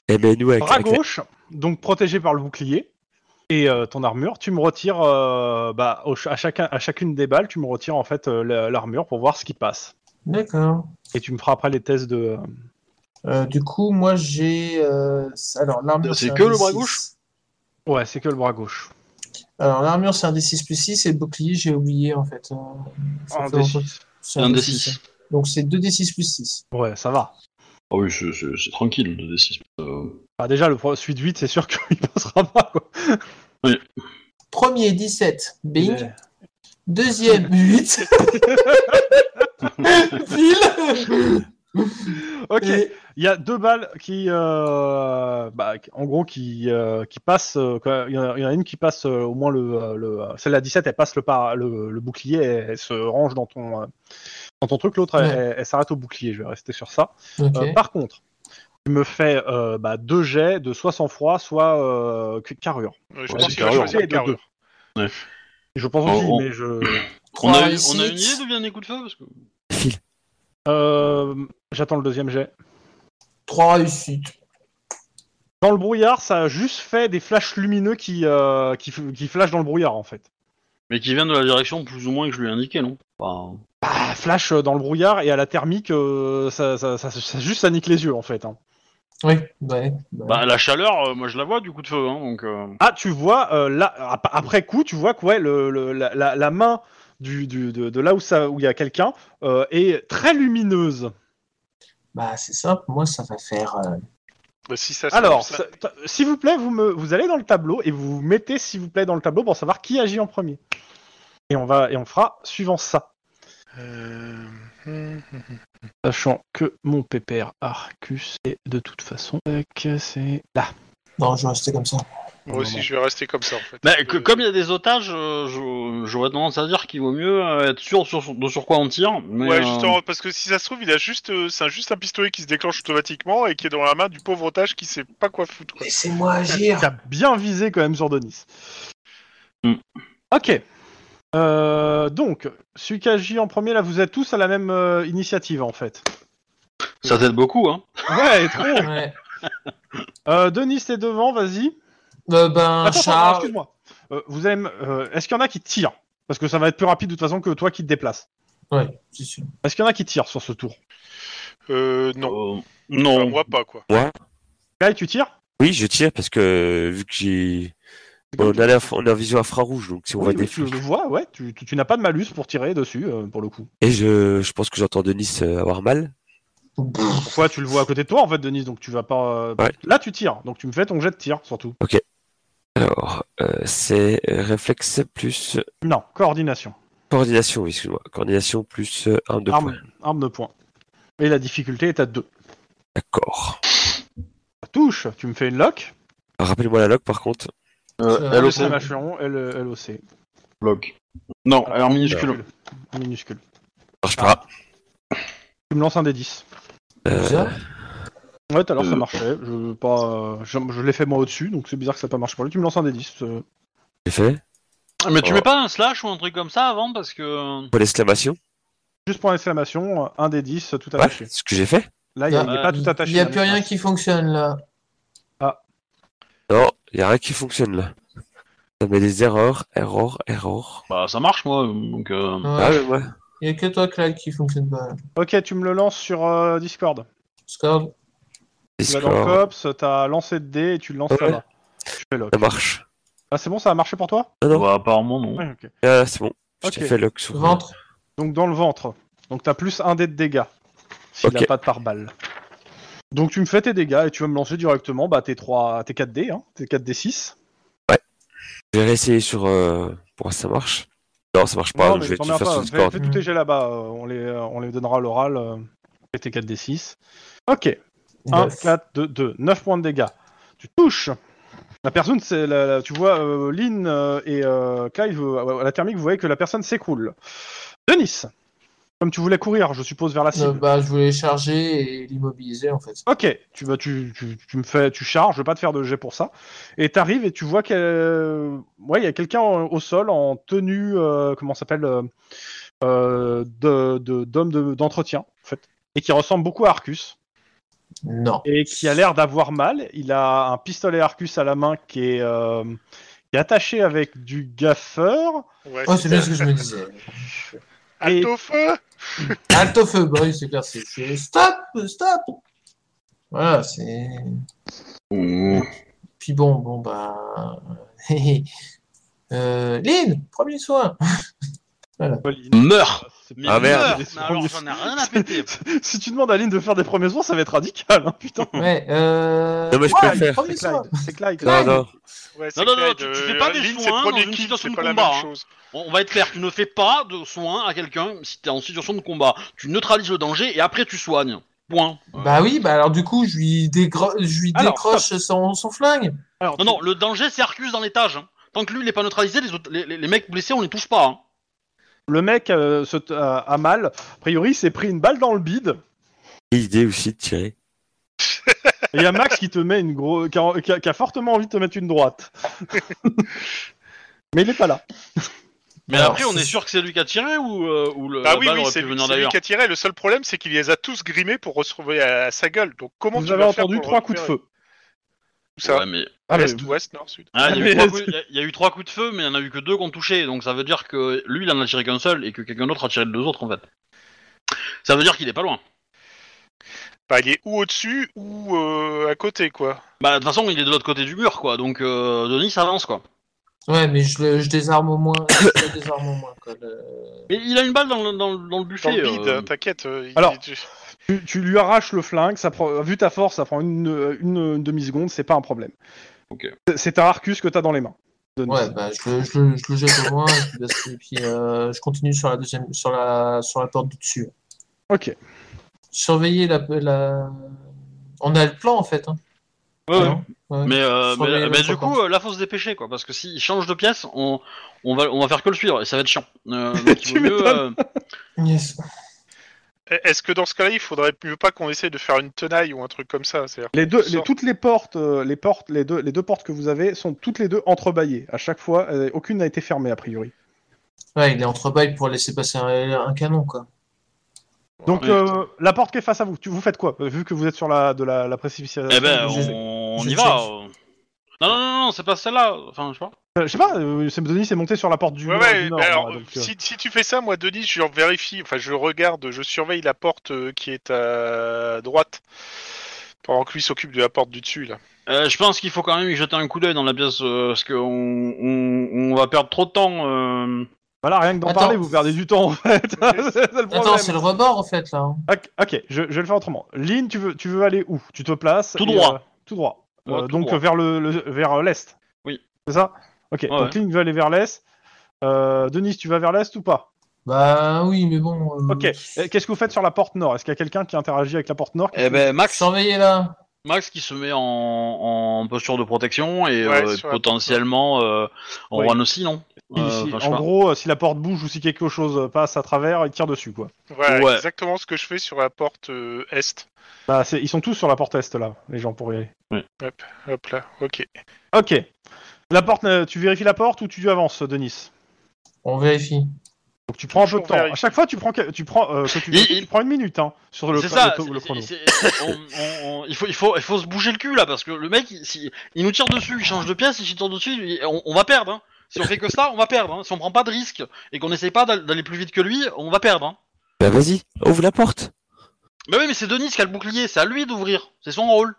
Eh ben, nous, avec,
Bras
avec la-
gauche, donc protégé par le bouclier. Et euh, ton armure, tu me retires euh, bah, au ch- à, chacun, à chacune des balles, tu me retires en fait euh, la- l'armure pour voir ce qui passe.
D'accord.
Et tu me feras après les tests de. euh,
Euh, du coup, moi j'ai. euh, Alors, l'armure.
C'est
un
que le
D6.
bras gauche
Ouais, c'est que le bras gauche.
Alors, l'armure, c'est un D6 plus 6 et le bouclier, j'ai oublié en fait. Euh, ça
Un
fait
des
longtemps.
six.
C'est
Un de
D6,
6.
hein. Donc, c'est 2D6 plus 6.
Ouais, ça va.
Ah oui, c'est- c'est c'est tranquille, 2d6. Euh,
Bah, déjà, le pro- suite 8, c'est sûr *laughs* qu'il passera pas. Quoi.
Premier, 17. Bing.
Ouais. *laughs*
Deuxième, 8. Pile.
Ok, il
Et-
y a deux balles qui. euh, bah, qui- en gros, qui, euh, qui passent. euh, quoi. Il y, en a- il y en a une qui passe euh, au moins le. euh, le euh, celle à 17, elle passe le, par, le, le bouclier et elle se range dans ton, euh, dans ton truc. L'autre, elle-
Ouais.
elle- elle s'arrête au bouclier. Je vais rester sur ça.
Ok.
Euh, par contre, tu me fais euh, bah, deux jets de soit sang-froid, soit euh, cu- carrure.
Ouais, je
Ouais,
pense
c'est
qu'il va
carrure.
choisir
Et
la
de deux.
carrure.
Je pense
Oh,
aussi,
oh.
mais je.
On
Trois
a, on
réussites.
a une idée d'où vient les coups de feu parce que...
Euh, J'attends le deuxième jet.
Trois réussites.
Dans le brouillard, ça a juste fait des flashs lumineux qui, euh, qui, f- qui flashent dans le brouillard en fait.
Mais qui vient de la direction plus ou moins que je lui ai indiqué, non Enfin,
Bah, flash euh, dans le brouillard et à la thermique, euh, ça, ça, ça- ça- juste ça nique les yeux en fait. hein.
Oui, ouais.
Bah, la chaleur, euh, moi je la vois du coup de feu, hein, donc. euh,
Ah, tu vois, euh, là, ap- après coup, tu vois que ouais, le, le- la, la- la main du, du- de, de là où ça- où il y a quelqu'un euh, est très lumineuse.
Bah, c'est simple. Moi, ça va faire. euh,
Bah, si ça, c'est
Alors,
ça-
ça- t- s'il vous plaît, vous, me, vous allez dans le tableau et vous vous mettez, s'il vous plaît, dans le tableau pour savoir qui agit en premier. Et on, va, et on fera suivant ça.
Euh, hum, hum, hum.
*laughs* Sachant que mon pépère Arcus est de toute façon. Tac, c'est là.
Non, je vais rester comme ça.
Moi aussi, je vais rester comme ça en fait.
Bah, que-
Euh,
comme il y a des otages, euh, je- j'aurais tendance à dire qu'il vaut mieux euh, être sûr sur, de sur quoi on tire. Mais,
Ouais,
euh,
justement, parce que si ça se trouve, il a juste, euh, c'est un- juste un pistolet qui se déclenche automatiquement et qui est dans la main du pauvre otage qui sait pas quoi foutre. Quoi.
Laissez-moi agir.
T'as bien visé quand même sur Denis.
Hmm.
Ok. Euh, donc, celui qui agit en premier, là, vous êtes tous à la même euh, initiative en fait.
Ça t'aide beaucoup, hein.
Ouais, trop.
Ouais.
Euh, Denis, t'es devant, vas-y.
Euh, ben,
Ah, Attends, attends,
Charles.
excuse-moi. Euh, vous allez me- euh, Est-ce qu'il y en a qui tirent Parce que ça va être plus rapide de toute façon que toi qui te déplaces.
Ouais, c'est sûr.
Est-ce qu'il y en a qui tirent sur ce tour
Euh, non,
Euh, non.
Enfin, moi pas quoi.
Kai, tu tires
Oui, je tire parce que vu que j'ai. Bon, on a, la- on a un vision infrarouge, donc si on voit
Oui,
des
oui, tu
flics.
le vois, ouais. Tu, tu- tu n'as pas de malus pour tirer dessus, euh, pour le coup.
Et je, je pense que j'entends Denis euh, avoir mal.
Pourquoi tu le vois à côté de toi en fait, Denis Donc tu vas pas. euh,
Ouais.
Là, tu tires. Donc tu me fais ton jet de tir surtout.
Alors, euh, c'est euh, réflexe plus euh,
Non, coordination,
coordination, oui, excuse-moi. Coordination plus euh, arme de
arme,
poing.
arme de poing. Et la difficulté est à 2.
D'accord.
Ça touche. Tu me fais une lock.
Rappelle-moi la log par contre.
Euh,
Euh,
LOC.
Le macheron, L- LOC.
Bloc. Non, alors minuscule.
Minuscule.
Marche pas.
Tu me lances un des 10.
Euh,
Bizarre.
Ouais, tout à l'heure ça
Euh.
marchait. Je, veux pas, euh, je, je l'ai fait moi au-dessus, donc c'est bizarre que ça pas marche pour lui. Tu me lances un des 10. euh.
j'ai fait.
Mais tu
Oh.
mets pas un slash ou un truc comme ça avant parce que.
Pour l'exclamation.
Juste pour l'exclamation, euh, un des 10 euh, tout
Ouais,
attaché.
c'est ce que j'ai fait.
Là, il y a-
Ah,
il est
bah,
pas tout attaché. hein.
Il n'y a
là,
plus
il
rien
passe.
qui fonctionne là.
Non, il y a rien qui fonctionne là. Ça met des erreurs, erreurs, erreurs.
Bah, ça marche, moi. Donc. euh,
Ouais.
Ah, mais ouais.
Il n'y a que toi, Clyde, qui fonctionne pas. là.
Ok, tu me le lances sur euh, Discord.
Score.
Tu vas dans
Discord.
Cops, t'as lancé de dés et tu le lances
Ouais.
là-bas. Je fais lock.
Ça marche.
Ah, c'est bon, ça a marché pour toi
Non, non.
bah, apparemment, non.
Ouais, ok.
Ah, c'est bon.
Ok.
J'ai fait log sur.
Ventre.
Donc dans le ventre. Donc t'as plus un dé de dégâts. S'il
Ok.
a pas de pare-balles. Donc tu me fais tes dégâts et tu vas me lancer directement bah, tes, 3, tes 4 dés, hein, tes 4 dés 6.
Je vais réessayer sur. Euh... Pour voir si ça marche. Non, ça marche pas. donc Bah, je vais tout faire sur
Fais,
Discord.
fais tous tes jets là-bas, euh, on, les, euh, on les donnera à l'oral. euh, fais tes 4 dés 6. Ok, 1,
Neuf.
4, 2, 2, 9 points de dégâts. Tu touches la personne, c'est la, la- tu vois euh, Lynn euh, et euh, Clive euh, à la thermique, vous voyez que la personne s'écroule. Denis, comme tu voulais courir, je suppose, vers la cible.
Euh, bah, je voulais charger et l'immobiliser en fait.
Ok, tu vas, tu, tu, tu me fais, tu charges, je veux pas te faire de jet pour ça. Et t'arrives et tu vois que, ouais, il y a quelqu'un en- au sol en tenue, euh, comment ça s'appelle, euh, euh, de de- d'homme de- d'entretien, en fait, et qui ressemble beaucoup à Arcus.
Non.
et qui a l'air d'avoir mal. Il a un pistolet Arcus à la main qui est, euh, qui est attaché avec du gaffeur.
Ouais,
Oh, c'est bien ce que je me disais.
Halte au feu
Halte au feu, bah oui, c'est clair. c'est- c'est- Stop, stop. Voilà, c'est. Puis bon, bon, bah. *laughs* euh, Lynn, premier soin.
Meurs
C'est
Mais
Ah, merde.
meurs
Des
Mais alors
premiers-
j'en ai rien à péter
*laughs* si tu demandes à Lynn de faire des premiers soins, ça va être radical, hein, putain.
Ouais, euh.
Non, mais je
ouais,
préfère.
Premier
C'est
soin.
Clyde. C'est Clyde.
Non, non.
Ouais,
Non,
c'est
non, non,
Clyde,
tu- tu fais
euh,
pas des
Ligne, c'est
soins
premier
dans une
kick,
situation
c'est
de
pas la
combat,
même
hein.
chose.
Bon, on va être clair, tu ne fais pas de soins à quelqu'un si t'es en situation de combat. Tu neutralises le danger et après tu soignes. Point. Euh,
Bah oui, bah alors du coup, je lui, dégro- je lui
Alors,
décroche son, son flingue.
Alors,
Non, non, le danger c'est Arcus dans l'étage. hein. Tant que lui il est pas neutralisé, les, autres- les, les- les mecs blessés on les touche pas. hein.
Le mec euh, se t- a- a mal. A priori, il s'est pris une balle dans le bide.
Quelle idée aussi de tirer.
Et il y a Max qui te met une gros, qui a, qui a- qui a fortement envie de te mettre une droite. Mais il est pas là.
Mais
Alors,
après on
c'est-
est sûr que c'est lui qui a tiré ou, euh, ou le,
Bah
la
oui,
balle
oui,
aurait
c'est
pu
lui,
venir
c'est lui
d'ailleurs.
qui a tiré. Le seul problème, c'est qu'il les a tous grimés pour retrouver à, à sa gueule. Donc comment
Vous
tu
avez
vas faire
entendu
pour
trois
le
coups de
repérer
feu.
Tout ça.
Ouais, mais-
Ah, mais-
Est, ouest, nord, sud.
Ah, il y, a
Mais
eu trois
*laughs*
c'est-
coups- il y a- il y a eu trois coups de feu, mais il y en a eu que deux qui ont touché. Donc ça veut dire que lui, il en a tiré qu'un seul et que quelqu'un d'autre a tiré les deux autres en fait. Ça veut dire qu'il est pas loin.
Bah, il est ou au-dessus ou euh, à côté, quoi.
Bah de toute façon, il est de l'autre côté du mur quoi. Donc euh, Denis ça avance quoi.
Ouais, mais je, le- je désarme au moins. je le désarme au moins. Quoi, le-
Mais il a une balle dans le, dans le- dans le
Dans
buffet.
le bide,
euh,
hein, t'inquiète. euh, il-
Alors,
il-
tu, tu lui arraches le flingue. Ça prend, vu ta force, ça prend une, euh, une- une demi-seconde. C'est pas un problème.
Ok.
C'est- C'est un Arcus que t'as dans les mains. Denis.
Ouais, bah je, le- je, le- je le jette au moins et puis, parce que- et puis, euh, je continue sur la deuxième, sur la, sur la porte du dessus.
Ok.
Surveiller la, la- On a le plan en fait. Hein.
ouais, ouais.
Non Ouais.
Mais, euh,
Sur les-
mais,
les
mais du
fréquences.
coup, euh, là faut se dépêcher quoi, parce que s'il change de pièce, on, on va on va faire que le suivre et ça va être chiant. Euh, donc, il
Tu
vaut mieux, euh,
Yes.
E, Est-ce que dans ce cas-là, il faudrait mieux pas qu'on essaye de faire une tenaille ou un truc comme ça c'est-à-dire
Les deux,
qu'on
les,
sort-
toutes les portes, euh, les portes, les deux, les deux portes que vous avez sont toutes les deux entrebâillées. À chaque fois, euh, aucune n'a été fermée a priori.
Ouais, il est entre bail pour laisser passer un, un canon quoi.
Donc
Ouais.
euh, la porte qui est face à vous, tu, vous faites quoi Euh, Vu que vous êtes sur la de la, la précipice.
eh
*laughs*
ben
Je- je-
on, on
je
y
check.
va. euh. Non non non, non, c'est pas celle-là. Enfin je sais pas.
Euh, je sais pas. euh, c'est Denis s'est monté sur la porte du,
Ouais,
nord-
ouais,
du nord.
ben,
mais alors,
là, donc, euh,
si, si tu fais ça, moi, Denis, je vérifie, enfin, je regarde, je surveille la porte euh, qui est à droite, pendant que lui s'occupe de la porte du dessus, là.
Euh, je pense qu'il faut quand même y jeter un coup d'œil dans la pièce euh, parce qu'on on, on va perdre trop de temps. euh.
Voilà, rien que d'en
Attends.
parler, vous perdez du temps en fait.
*laughs*
c'est c'est le
Attends,
problème.
c'est le rebord en fait là. hein.
Ok, ok, je, je vais le faire autrement. Lynn, tu veux, tu veux aller où Tu te places
Tout
et,
droit.
euh, tout droit.
Ouais,
Euh,
tout
donc
droit.
euh, vers le, le- vers euh, l'est.
Oui.
C'est ça Ok. donc Lynn veut aller vers l'est. Euh, Denis, tu vas vers l'est ou pas
Bah oui, mais bon. euh,
Ok. Et Qu'est-ce que vous faites sur la porte nord Est-ce qu'il y a quelqu'un qui interagit avec la porte nord
Eh ben Max,
Surveiller là.
Max qui se met en, en posture de protection et
Ouais,
euh,
sur la
potentiellement euh, en
Oui.
run aussi, non
Il-
Euh,
si-
enfin, je sais
En
pas.
gros, euh, si la porte bouge ou si quelque chose euh, passe à travers, il tire dessus quoi.
Voilà,
Ouais.
exactement ce que je fais sur la porte euh, est.
Bah, c'est- ils sont tous sur la porte est là, les gens pour y aller.
Hop là, ok.
Ok. La porte, euh, tu vérifies la porte ou tu avances, Denis
On vérifie.
Donc tu prends un peu
Toujours
de temps.
vérifie.
À chaque fois, tu prends, que- tu prends, euh, que tu,
Il- il-
tu prends une minute hein, sur le,
C'est
chro-
ça,
le to-
c'est-
le chrono.
c'est- c'est- on- on- on- il, faut, il, faut, il faut se bouger le cul là parce que le mec il, si- il nous tire dessus, il change de pièce, il tire dessus, il- on, on va perdre. hein. Si on fait que ça, on va perdre. hein. Si on prend pas de risque et qu'on essaye pas d'al- d'aller plus vite que lui, on va perdre. hein.
Bah vas-y, ouvre la porte.
Mais oui, mais c'est Denis qui a le bouclier, c'est à lui d'ouvrir, c'est son rôle.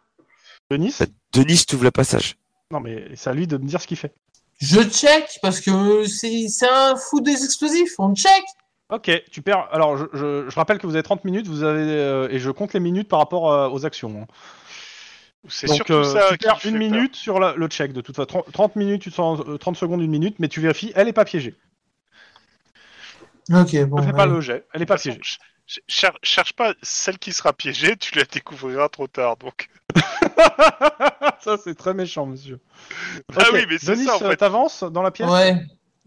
Denis
Denis, t'ouvres le passage.
Non, mais c'est à lui de me dire ce qu'il fait.
Je check parce que c'est c'est un fou des explosifs. On check.
Ok, tu perds. Alors, je, je- je rappelle que vous avez 30 minutes, vous avez euh, et je compte les minutes par rapport euh, aux actions. hein.
C'est
Donc,
surtout
euh,
ça
tu
qui
perds
me fait
une
peur.
minute sur la- le check de toute façon. 30, 30 minutes, tu te sens- euh, 30 secondes, une minute, mais tu vérifies, elle est pas piégée.
Ok, bon.
Ne fais
allez.
pas le jet, elle est pas
De toute
piégée.
façon, ch- ch- cher- cherche pas celle qui sera piégée, tu la découvriras trop tard, donc.
*laughs* ça, c'est très méchant, monsieur.
Ah
Ok,
oui, mais c'est
Denis,
ça, en
euh,
fait.
t'avances dans la pièce
Ouais.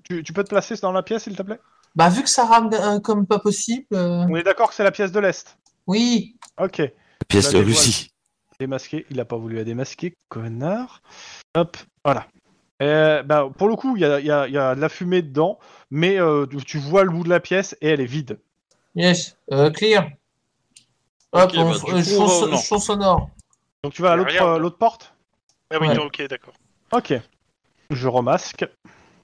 tu, tu peux te placer dans la pièce, s'il te plaît
Bah vu que ça rame euh, comme pas possible. euh,
On est d'accord que c'est la pièce de l'Est.
Oui.
Ok.
La pièce de
Bah, dévoile.
Russie.
démasqué, il a pas voulu la démasquer, connard. Hop, voilà. Euh, bah, pour le coup, il y a, il y a- il y a de la fumée dedans, mais euh, tu- tu vois le bout de la pièce et elle est vide.
Yes. Euh, clear. Hop,
Ok,
on-
bah, du
euh,
coup,
chon-
on va au nord.
chon sonore.
Donc tu vas à l'autre
Regarde.
euh, l'autre porte
Ah oui,
Ouais.
ok, d'accord.
Ok. Je remasque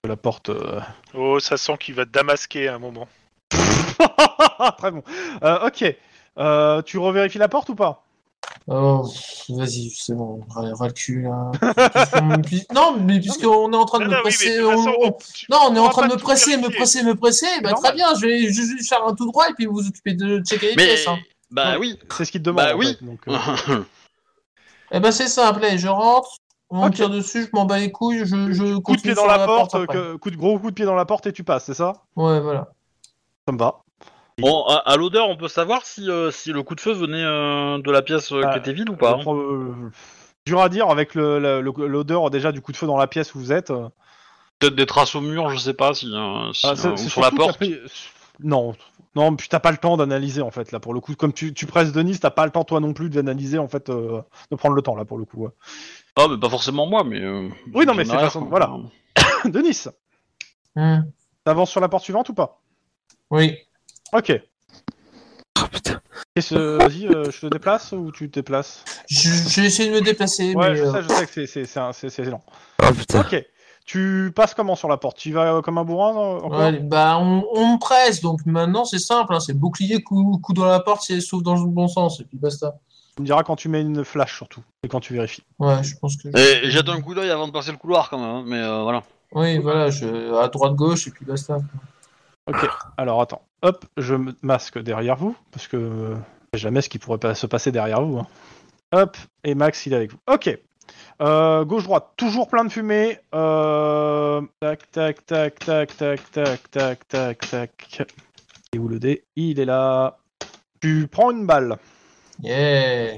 la porte. *laughs* euh,
Oh, ça sent qu'il va te damasquer à un moment.
Très bon. Euh, ok. Euh, tu revérifies la porte ou pas
Oh, pff, vas-y, c'est bon, ras ras le cul là. Puis- non, mais puisqu'on est en train de
Ah Non,
me
non, oui, mais
presser,
de toute
on-
façon,
on-
on- tu-
non, on est en
pourra
train de
pas
me
tout
presser, me
vérifier.
presser, me presser. Bah,
C'est
très bien, je vais ju- juste faire un tout droit et puis vous vous occupez de checker les
Mais
pièces. hein.
bah
Non.
oui.
C'est ce qu'il te demande.
Bah
en
oui.
fait, donc, euh,
Eh ben c'est simple, allez, je rentre, on
Ok.
me tire dessus, je m'en bats les couilles, je, je
coup de pied
continue
dans
sur
la, porte,
après.
que- coup de gros coup de pied dans la porte et tu passes, c'est ça
Ouais, voilà.
Ça me va.
*laughs* Bon, à, à l'odeur, on peut savoir si, euh, si le coup de feu venait euh, de la pièce euh,
Ah,
qui était vide ou pas.
Je
hein.
prends, euh, dur à dire avec le- la- le- l'odeur déjà du coup de feu dans la pièce où vous êtes. euh.
Peut-être des traces au mur, je sais pas si, euh, si,
Ah,
euh,
c'est-
ou
c'est
sur la
surtout que
porte.
après- Non, non, puis t'as pas le temps d'analyser en fait là pour le coup. Comme tu, tu presses Denis, t'as pas le temps toi non plus d'analyser en fait, euh, de prendre le temps là pour le coup.
Ah, mais pas forcément moi, mais. euh,
Oui, non, mais
j'en ai
c'est
rien,
façon-
quoi.
voilà. *coughs* Denis,
Hmm,
t'avances sur la porte suivante ou pas
Oui.
Ok.
Oh putain.
Qu'est-ce- euh, Vas-y, euh, je te déplace ou tu te déplaces
Je, je vais essayer de me déplacer,
Ouais,
mais
je
euh,
sais, je sais que c'est- c'est- c'est un- c'est c'est lent.
Oh putain.
Ok. Tu passes comment sur la porte Tu y vas euh, comme un bourrin euh, encore
ouais, bah on, on me presse, donc maintenant c'est simple, hein, c'est bouclier, coup, coup dans la porte, c'est sauf dans le bon sens, et puis basta.
Tu me diras quand tu mets une flash surtout et quand tu vérifies.
Ouais, je pense que.
Et jette un coup d'œil avant de passer le couloir quand même, hein, mais euh, voilà.
Oui, voilà, je... à droite, gauche, et puis basta.
Ok. *coughs* Alors attends. Hop, je me masque derrière vous parce que euh, jamais ce qui pourrait pas se passer derrière vous. hein. Hop. Et Max, il est avec vous. Ok. Euh, gauche droite, toujours plein de fumée. Euh... Tac tac tac tac tac tac tac tac tac. Et où le dé Il est là. Tu prends une balle.
Yeah.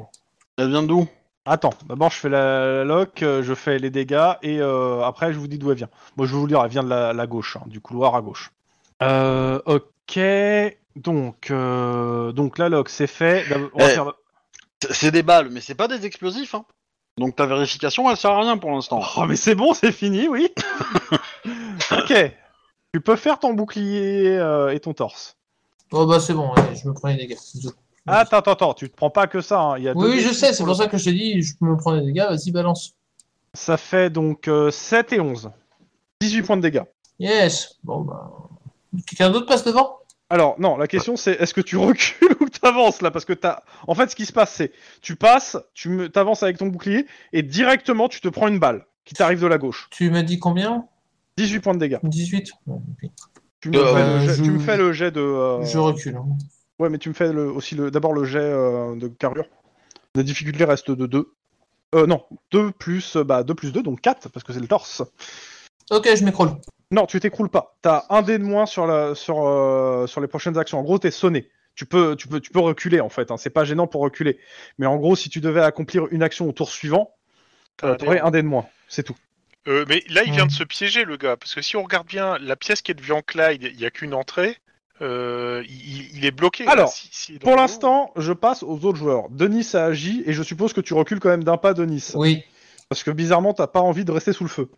Elle vient d'où
Attends, d'abord je fais la, la lock, euh, je fais les dégâts et euh, après je vous dis d'où elle vient. Moi je vais vous le dire, elle vient de la, la gauche, hein, du couloir à gauche. Euh, ok, donc euh, donc la lock c'est fait. D'ab- on va
Eh.
faire-
C'est- C'est des balles, mais c'est pas des explosifs, hein. Donc ta vérification, elle sert à rien pour l'instant.
Oh mais c'est bon, c'est fini, oui. ok, tu peux faire ton bouclier euh, et ton torse.
Oh bah c'est bon, allez, je me prends les dégâts. c'est tout.
Attends, attends, attends, tu te prends pas que ça. hein, il Y a deux
Oui, oui, je
dés
sais, c'est
sur
pour
le-
ça que je te dis, je me prends les dégâts, vas-y, balance.
Ça fait donc euh, 7 et 11. 18 points de dégâts.
Yes. Bon bah. Quelqu'un d'autre passe devant
Alors non, la question c'est est-ce que tu *laughs* recules ou t'avances là parce que t'as en fait ce qui se passe c'est tu passes, tu me- t'avances avec ton bouclier et directement tu te prends une balle qui t'arrive de la gauche.
Tu m'as dit combien
18 points de dégâts.
18 Bon, ok.
Tu me,
Euh,
fais, le
je-
jet, tu me fais le jet de euh,
Je recule. hein.
Ouais, mais tu me fais le- aussi le d'abord le jet euh, de carrure. La difficulté reste de 2. Euh non, 2 plus bah 2 plus 2 donc 4 parce que c'est le torse.
Ok, je m'écroule.
Non, tu t'écroules pas. T'as un dé de moins sur, la, sur, euh, sur les prochaines actions. En gros, t'es sonné. Tu peux, tu, peux, tu peux reculer, en fait. hein. C'est pas gênant pour reculer. Mais en gros, si tu devais accomplir une action au tour suivant,
Ah,
euh, t'aurais un dé de moins. C'est tout.
Euh, mais là, il vient
Ouais.
de se piéger, le gars, parce que si on regarde bien la pièce qui est devant Clyde, il n'y a qu'une entrée. euh, il, il est bloqué. là,
Alors,
si- si- dans
Pour
le-
l'instant, je passe aux autres joueurs. Denis a agi, et je suppose que tu recules quand même d'un pas, Denis.
Oui.
Parce que bizarrement, t'as pas envie de rester sous le feu.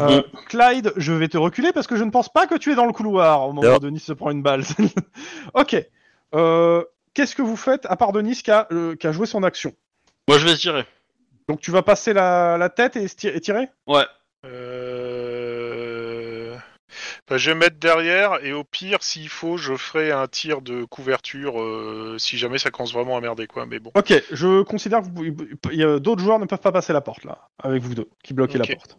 Euh, Clyde, je vais te reculer parce que je ne pense pas que tu es dans le couloir au moment
Non.
où Denis se prend une balle. *laughs* ok. Euh, Qu'est-ce que vous faites à part Denis qui a, euh, qui a joué son action
Moi, je vais tirer.
Donc tu vas passer la, la tête et, sti- et tirer
Ouais.
Euh, bah, je vais mettre derrière, et au pire, s'il faut, je ferai un tir de couverture euh, si jamais ça commence vraiment à merder, quoi. Mais bon.
Ok, je considère que vous pouvez- il y a- d'autres joueurs ne peuvent pas passer la porte là, avec vous deux, qui bloquez
Ok.
la porte.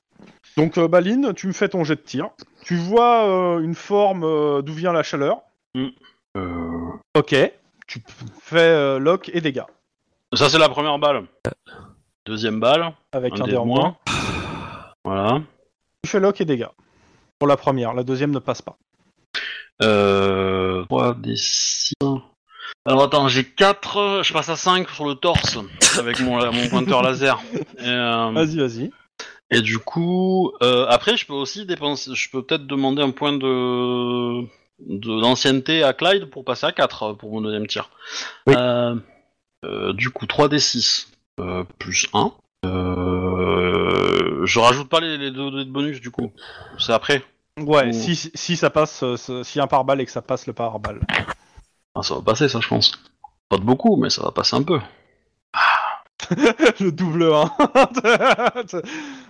Donc euh, Baline, tu me fais ton jet de tir. Tu vois euh, une forme euh, d'où vient la chaleur. Euh. Ok, tu p- fais euh, lock et dégâts.
Ça, c'est la première balle. Deuxième balle,
Avec
un
un,
dé
dé
de
en
moins.
moins.
voilà.
Tu fais lock et dégâts. Pour la première, la deuxième ne passe pas.
Euh... 3 des 6. Alors attends, j'ai 4, je passe à 5 sur le torse avec mon, mon pointeur laser. Et, euh,
Vas-y, vas-y.
et du coup, euh, après, je peux aussi dépenser, je peux peut-être demander un point de de- d'ancienneté à Clyde pour passer à 4 pour mon deuxième tir.
Oui.
Euh, euh, du coup, 3d6 euh, plus 1. Euh, je rajoute pas les, les deux dés de bonus du coup. C'est après.
Ouais,
Ou-
si, si- si ça passe, euh, ce- si y a un pare-balles et que ça passe le pare-balles.
Ah, ça va passer ça, je pense. Pas de beaucoup, mais ça va passer un peu.
*laughs* le double *laughs* 1.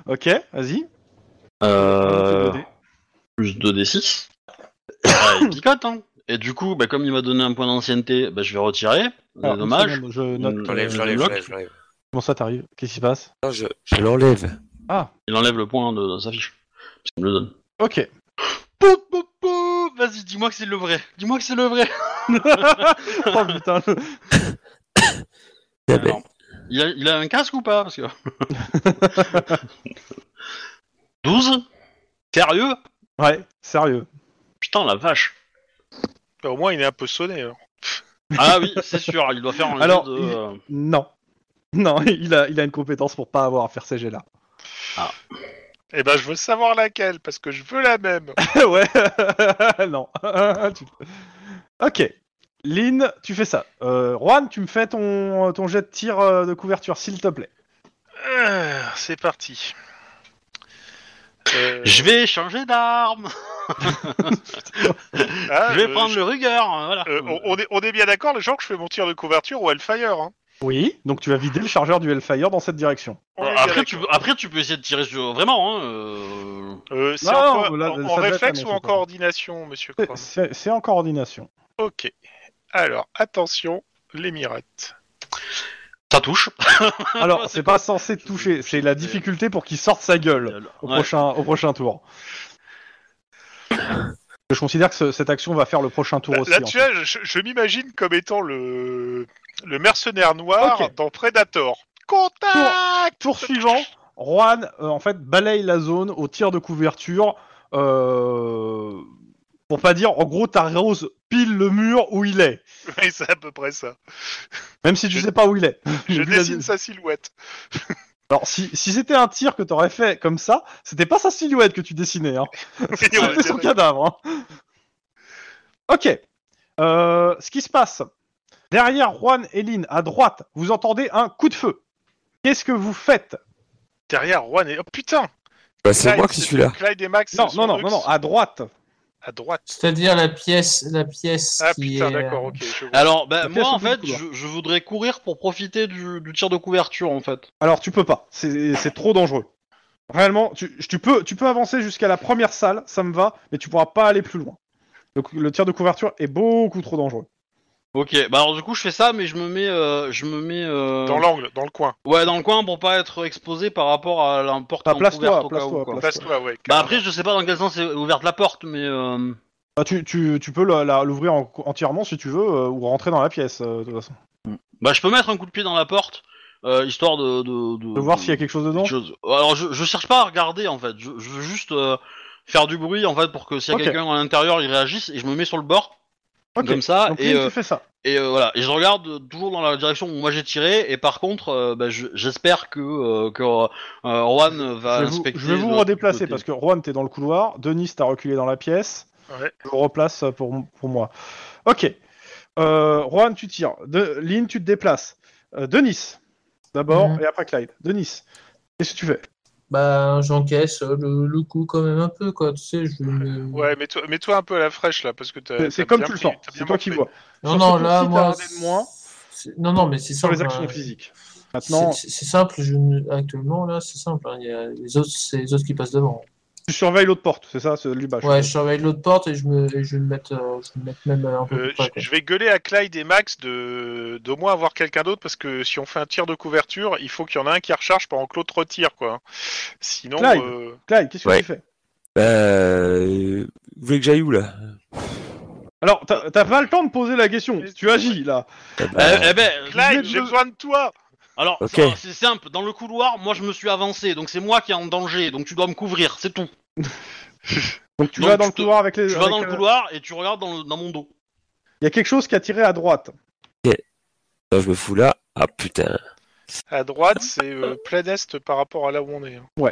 ok, vas-y.
Euh, plus 2d6. *coughs* Ah, il picote, hein. Et du coup, bah, comme il m'a donné un point d'ancienneté, bah, je vais retirer. C'est
Alors,
dommage. Mm.
une seconde, Je note
Une-
Je l'enlève, je l'enlève, je l'enlève, je l'enlève.
comment ça t'arrive. Qu'est-ce qui se passe
Non, je, je l'enlève.
Ah,
Il enlève le point de, de sa fiche. Parce qu'il me le donne.
*laughs* ok.
Pou, pou, pou Vas-y, dis-moi que c'est le vrai. Dis-moi que c'est le vrai.
oh putain, le-
Ah ben,
Alors, il, a, il a un casque ou pas Parce que. 12 Sérieux
Ouais, sérieux.
Putain, la vache.
Bah, au moins, il est un peu sonné. alors.
Ah oui, c'est sûr, il doit faire un
Alors,
Alors, de.
il-
euh,
Non. Non, *laughs* il a, il a une compétence pour pas avoir à faire ces jets-là.
Eh ben, je veux savoir laquelle, parce que je veux la même.
*laughs* ouais, *laughs* non. *laughs* Tu- ok. Lynn, tu fais ça. Euh, Juan, tu me fais ton, ton jet de tir euh, de couverture, s'il te plaît.
Euh, C'est parti. Euh,
Je vais changer d'arme
ah,
Je vais
euh,
prendre
je-
le rigueur Voilà
euh, on, on est, on est bien d'accord, le genre que je fais mon tir de couverture au Hellfire. Hein.
Oui, donc tu vas vider le chargeur du Hellfire dans cette direction.
On est
Euh,
bien
après,
d'accord.
tu, peux- après, tu peux essayer de tirer sur. Vraiment, hein euh,
Euh, c'est
Non,
en,
non,
co-
là,
en-
ça
en
doit être
réflexe
un
ou
autre
en
temps.
coordination, monsieur
*laughs*
Cronin
C'est c'est en *laughs* coordination.
Ok. Alors, attention, les mirettes.
Ça touche
Alors, c'est pas censé te toucher, c'est la difficulté pour qu'il sorte sa gueule au,
Ouais.
prochain, au prochain tour. Je considère que ce- cette action va faire le prochain tour
Là,
aussi.
Bah, là,
en
tu
fait.
vois, je, je m'imagine comme étant le, le mercenaire noir
Ok.
dans Predator. Contact
Tour suivant, Juan, euh, en fait, balaye la zone au tir de couverture. euh, Pour pas dire, en gros, t'arroses pile le mur où il est.
Oui, c'est à peu
*laughs*
près ça.
Même si tu
Je-
sais pas où il est. *laughs*
Je
Vu la-
dessine
*laughs*
sa silhouette.
Alors, si, si c'était un tir que t'aurais fait comme ça, c'était pas sa silhouette que tu dessinais. Hein.
Oui, on est
C'était
bien
son
d'accord.
cadavre. hein. Ok. Euh, ce qui se passe. Derrière Juan et Lynn, à droite, vous entendez un coup de feu. Qu'est-ce que vous faites
Derrière Juan et... Oh putain
bah, c'est
Clyde,
moi qui suis là.
Clyde et Max.
Non,
sont
non, non,
Rux.
non, non, à droite.
À droite.
C'est-à-dire la pièce, la pièce
Ah
qui
putain,
est.
d'accord, ok. je
Ah,
vois.
Alors, bah,
La pièce
moi,
au
en
bout du
fait,
couloir.
je, je voudrais courir pour profiter du, du tir de couverture, en fait.
Alors tu peux pas, c'est c'est trop dangereux. Réellement, tu, tu peux, tu peux avancer jusqu'à la première salle, ça me va, mais tu pourras pas aller plus loin. Donc le tir de couverture est beaucoup trop dangereux.
Ok, bah alors du coup, je fais ça, mais je me mets. euh, je me mets euh,
Dans l'angle, dans le coin.
Ouais, dans le coin pour pas être exposé par rapport à la porte
Ah,
en
place-toi,
couverte au cas
place-toi,
où, quoi.
place-
Passe-toi, ouais.
Bah après, je sais pas dans quel sens est ouverte la porte, mais. euh,
Bah, tu, tu, tu peux la- la- l'ouvrir en- entièrement si tu veux, euh, ou rentrer dans la pièce euh, de toute façon.
Bah, je peux mettre un coup de pied dans la porte, euh, histoire de. De,
De voir s'il y a quelque chose dedans.
quelque chose. Alors, je, je cherche pas à regarder, en fait. Je, je veux juste euh, faire du bruit, en fait, pour que s'il y a
Ok.
quelqu'un à l'intérieur, il réagisse, et je me mets sur le bord,
Ok.
comme ça,
Donc
et.
Lynn,
euh,
tu fais ça.
Et euh, voilà, et je regarde euh, toujours dans la direction où moi j'ai tiré, et par contre, euh, bah, je- j'espère que, euh, que euh, euh, Juan va
Je vais, vous,
inspecter.
je vais vous redéplacer parce que Juan t'es dans le couloir, Denis t'as reculé dans la pièce.
Ouais.
Je le replace pour, pour moi. Ok. Euh, Juan, tu tires. De, Lynn, tu te déplaces. Euh, Denis, d'abord,
Mhm.
et après Clyde. Denis, qu'est-ce que tu fais
Bah, j'encaisse euh, le, le coup quand même un peu, quoi. Tu sais, je. me-
Ouais, mets-toi mets -toi un peu à la fraîche là, parce que t'as-
C'est-
Euh,
t'as
C'est comme
bien
tu le
pris,
sens,
t'as bien
c'est toi qui vois.
montré.
Sur
Non, non,
ce
là,
tour-ci, t'as un
moi.
dé de moins
c'est- Non, non, mais c'est
sur
simple.
les actions
hein.
physiques. Maintenant,
C'est- C'est c'est simple, je... ne- actuellement, là, c'est simple. hein. Il y a les autres, c'est les autres qui passent devant.
tu surveilles l'autre porte, c'est ça, celui bas.
Ouais, je surveille l'autre porte et je, me, et je vais me mettre, euh, je vais me mettre même euh, un peu
Euh,
plus près.
je-
quoi.
je vais gueuler à Clyde et Max de d'au moins avoir quelqu'un d'autre parce que si on fait un tir de couverture, il faut qu'il y en a un qui recharge pendant que l'autre retire quoi. Sinon,
Clyde.
euh,
Clyde, qu'est-ce que
Ouais.
tu fais
Bah, euh, vous voulez que j'aille où là
Alors, t'as t'as pas le temps de poser la question, tu agis là.
Eh,
Ah
Euh,
bah,
eh ben,
Clyde,
de-
j'ai besoin de toi.
alors,
Ok.
ça, c'est simple, dans le couloir, moi je me suis avancé, donc c'est moi qui est en danger, donc tu dois me couvrir, c'est tout.
Donc, tu
Donc,
vas dans
tu
le
te-
couloir avec les.
Tu vas
Euh, avec,
dans le
euh,
couloir et tu regardes dans, le- dans mon dos.
Il y a quelque chose qui a tiré à droite.
non, je me fous là. Ah putain.
À droite, c'est euh, plein est par rapport à là où on est. hein.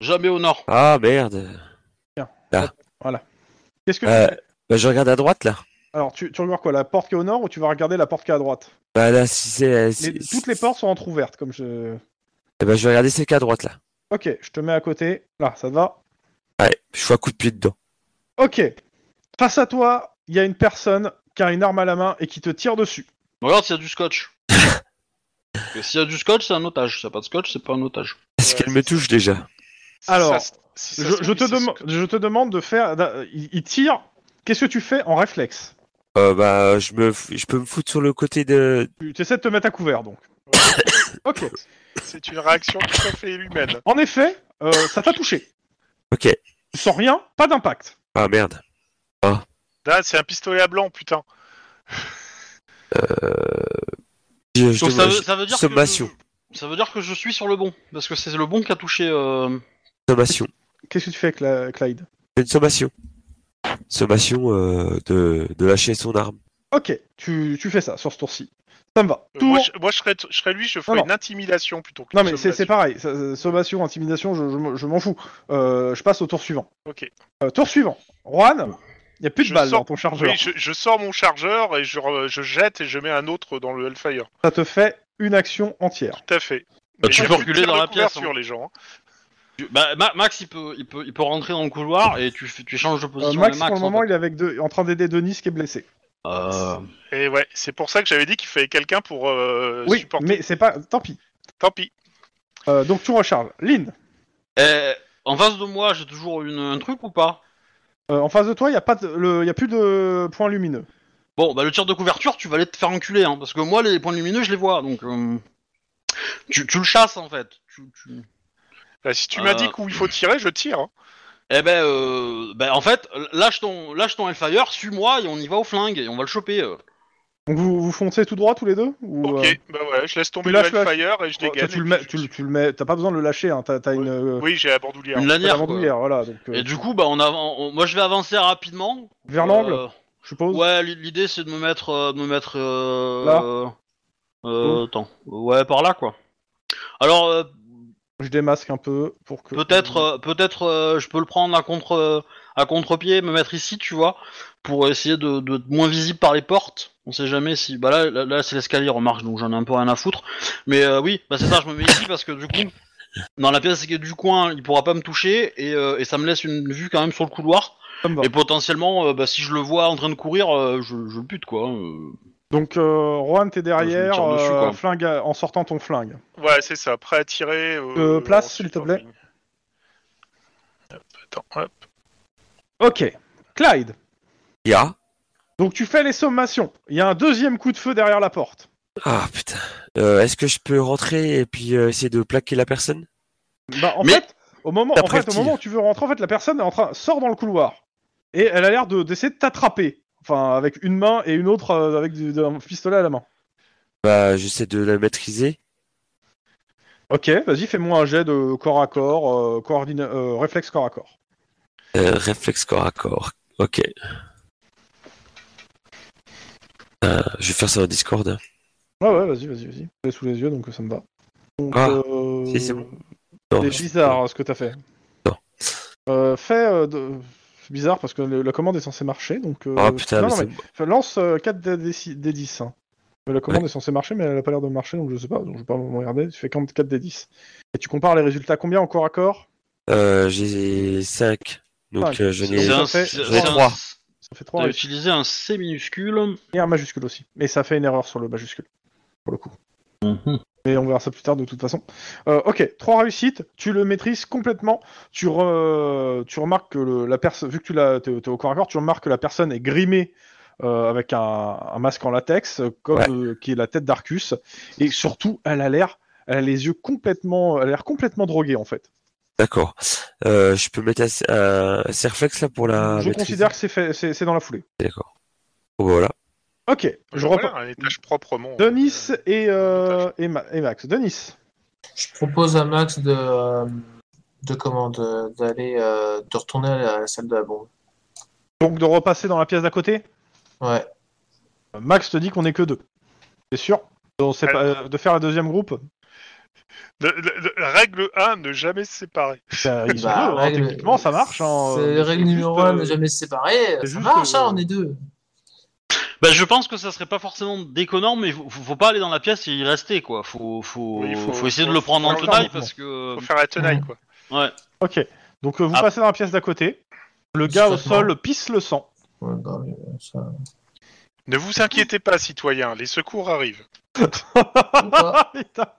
Jamais au nord.
Ah merde.
Qu'est-ce que tu
Euh,
fais
Bah, je regarde à droite là.
Alors, tu, tu regardes quoi La porte qui est au nord ou tu vas regarder la porte qui est à droite
Bah là, si c'est.
Les-
si-
Toutes les portes sont entrouvertes, comme je.
Eh ben, je vais regarder celle qui est à droite là.
Ok, je te mets à côté. Là, ça te va
Ouais, je fais un coup de pied dedans. *laughs*
Ok. Face à toi, il y a une personne qui a une arme à la main et qui te tire dessus.
Regarde s'il y a du
*laughs*
scotch. Et s'il y a du scotch, c'est un otage. S'il n'y a pas de scotch, c'est pas un otage.
Est-ce qu'elle me touche déjà
Si
Alors,
ça se- si ça
Je,
se
je
trouve,
te
il se-
demande, je te demande de faire. d'a- Il il tire. Qu'est-ce que tu fais en réflexe
euh, Bah, je me, f- je peux me foutre sur le côté de.
Tu essaies de te mettre à couvert, donc. *coughs* ok.
C'est une réaction tout à fait humaine.
En effet, euh, ça t'a touché.
Ok.
Tu sens rien, pas d'impact.
Ah merde.
Là, c'est un pistolet à blanc, putain.
Je, je
Donc ça
demande-
veut, ça veut dire
sommation.
que ça veut dire que je suis sur le bon parce que c'est le bon qui a touché. euh,
Sommation.
Qu'est-ce que tu fais avec la Clyde
Une sommation. Sommation euh, de, de lâcher son arme.
Ok, tu, tu fais ça sur ce tour-ci. Ça me va.
Euh,
Tour-
Moi, je, moi, je serais, je serais lui, je ferais
Non, non.
une intimidation plutôt que
Non,
une
mais c'est c'est
sommation.
pareil. ça- ça- Sommation, intimidation, je, je m'en- je m'en fous. Euh, je passe au tour suivant.
Ok.
Euh, tour suivant. Juan, il n'y a plus de
Je
balles
sors-
dans ton chargeur.
Oui, je, je sors mon chargeur et je, re- je jette et je mets un autre dans le Hellfire.
Ça te fait une action entière.
Tout à fait.
Bah,
Mais
tu
il y a
peux
plus de
reculer dans
tir
la
de
pièce,
couverture, les gens. hein.
tu- bah, Ma- Max il peut, il peut il peut rentrer dans le couloir et tu fais- tu changes de
Euh,
position.
Max,
mais
pour le
en
moment,
fait.
il est avec deux, en train d'aider Denis qui est blessé.
Euh,
Et ouais, c'est pour ça que j'avais dit qu'il fallait quelqu'un pour euh,
oui,
supporter.
mais c'est pas. Tant pis.
Tant pis.
Euh, donc tu recharges. Lynn,
eh, en face de moi j'ai toujours une, un truc ou pas
euh, en face de toi, il n'y a, pas de- le- il y a plus de points lumineux.
Bon bah le tir de couverture tu vas aller te faire enculer hein, parce que moi les points lumineux je les vois donc euh, tu, tu le chasses en fait. Tu- tu-
Bah, si tu
Euh.
m'indiques où il faut tirer, je tire. hein.
Eh ben, euh, ben en fait, lâche ton, lâche ton Hellfire, suis-moi et on y va au flingue et on va le choper. euh.
Donc vous, vous foncez tout droit tous les deux ou,
Ok,
euh,
bah voilà, je laisse tomber
tu
le
lâches le-
Hellfire et je
toi,
dégaine.
tu, le
et
mets,
puis
tu,
je-
le- tu le mets, t'as pas besoin de le lâcher, hein, t'as, t'as une, euh,
Oui, j'ai hein. la bandoulière.
Une
t'as la
lanière. quoi.
bandoulière, voilà. Donc, euh,
Et du coup, bah on a, on- moi je vais avancer rapidement.
vers
Euh,
l'angle, je suppose.
Ouais, l- l'idée c'est de me mettre, euh, de me mettre. euh,
Là
euh, euh, attends, ouais, par là quoi. Alors euh,
Je démasque un peu pour que.
peut-être, euh, peut-être, euh, je peux le prendre à contre, euh, à contre-pied, me mettre ici, tu vois, pour essayer de, de- de moins visible par les portes. On sait jamais si, bah là, là, là, c'est l'escalier, remarque, donc j'en ai un peu rien à foutre. Mais euh, oui, bah c'est ça, je me mets ici parce que du coup, dans la pièce qui est du coin, il pourra pas me toucher et, euh, et ça me laisse une vue quand même sur le couloir.
Ça me va.
Et potentiellement, euh, bah, si je le vois en train de courir, euh, je, je le bute quoi. euh.
Donc euh, Juan, t'es derrière,
Je me tire dessus,
euh,
quoi.
flingue à- en sortant ton flingue.
Ouais, c'est ça, prêt à tirer.
Euh, place, s'il te plaît.
en ligne. Hop, attends, hop.
Ok, Clyde.
Ya.
Donc tu fais les sommations. Il y a un deuxième coup de feu derrière la porte.
Ah putain. Euh, Est-ce que je peux rentrer et puis euh, essayer de plaquer la personne
Bah, en
Mais-
fait, au moment, en fait, au
T'apprécies.
moment où tu veux rentrer, en fait, la personne est en train sort dans le couloir et elle a l'air de d'essayer de t'attraper. Enfin, avec une main et une autre euh, avec du, un pistolet à la main.
Bah, j'essaie de la maîtriser.
Ok, vas-y, fais-moi un jet de corps à corps, euh, coordina- euh, réflexe corps à corps.
Euh, réflexe corps à corps. Ok. Euh, je vais faire ça au Discord. hein.
Ouais, ouais, vas-y, vas-y, vas-y. C'est sous les yeux, donc euh, ça me va. Donc,
Ah,
euh,
si, c'est bon. Non,
C'est
je-
bizarre hein. ce que t'as fait.
Non.
Euh, fais. euh, de- C'est bizarre parce que le- la commande est censée marcher, donc. euh,
Ah putain,
non,
mais
non,
c'est-
mais fais- lance euh, 4 des, des six- des 10. hein. Mais La commande est censée marcher, mais elle a pas l'air de marcher, donc je sais pas, donc je vais pas me regarder. Tu fais 4 des 10. Et tu compares les résultats combien en corps à corps
Euh, j'ai 5. Donc
Cinq.
euh, je n'ai
C'est un-
fait-
c'est-
j'en ai
c'est un-
trois.
Ça fait 3
T'as utilisé un C minuscule.
et un majuscule aussi. Mais ça fait une erreur sur le majuscule, pour le coup. Mais on verra ça plus tard de toute façon. Euh, ok, trois réussites, tu le maîtrises complètement. Tu, re- tu remarques que le- la personne, vu que tu l'as- t'es, t'es au corps à corps, tu remarques que la personne est grimée euh, avec un, un masque en latex, euh, comme
Ouais.
euh, qui est la tête d'Arcus. Et surtout, elle a l'air, elle a les yeux complètement, elle a l'air complètement droguée en fait.
D'accord. Euh, je peux mettre un, un, un réflexe là pour la.
Je
maîtriser
considère que c'est, fait- c'est- c'est dans la foulée.
D'accord. Bon, bah, voilà.
Ok, je
Je
reprends.
un étage proprement.
Denis et, euh, et, Ma- et Max. Denis,
Je propose à Max de, euh, de comment de- d'aller euh, de retourner à la, à la salle de la bombe.
donc de repasser dans la pièce d'à côté.
Ouais.
Max te dit qu'on est que deux. C'est sûr On sait pas- euh, De faire le deuxième groupe
Le- le- le- la règle 1, ne jamais se séparer.
bah, ils sont
Bah,
deux, hein,
règle-
techniquement ça marche. hein,
C'est
euh,
règle
juste,
numéro 1,
euh,
ne jamais se séparer. Ça
juste,
marche, hein,
euh,
on est deux.
Bah, je pense que ça serait pas forcément déconnant, mais faut, faut pas aller dans la pièce et y rester, quoi. Faut, faut,
Oui,
faut,
faut-
essayer de
faut-
le prendre
faut
en
faire
tenaille
lentement.
parce que.
Faut faire la tenaille, quoi.
Ouais.
Ok, donc euh, vous
Ah.
passez dans la pièce d'à côté. Le gars au
Parfaitement.
sol pisse le sang. *laughs*
Ouais, bah, oui, euh, ça-
Ne vous inquiétez pas, citoyens, les secours arrivent.
ou pas.
*laughs* Putain.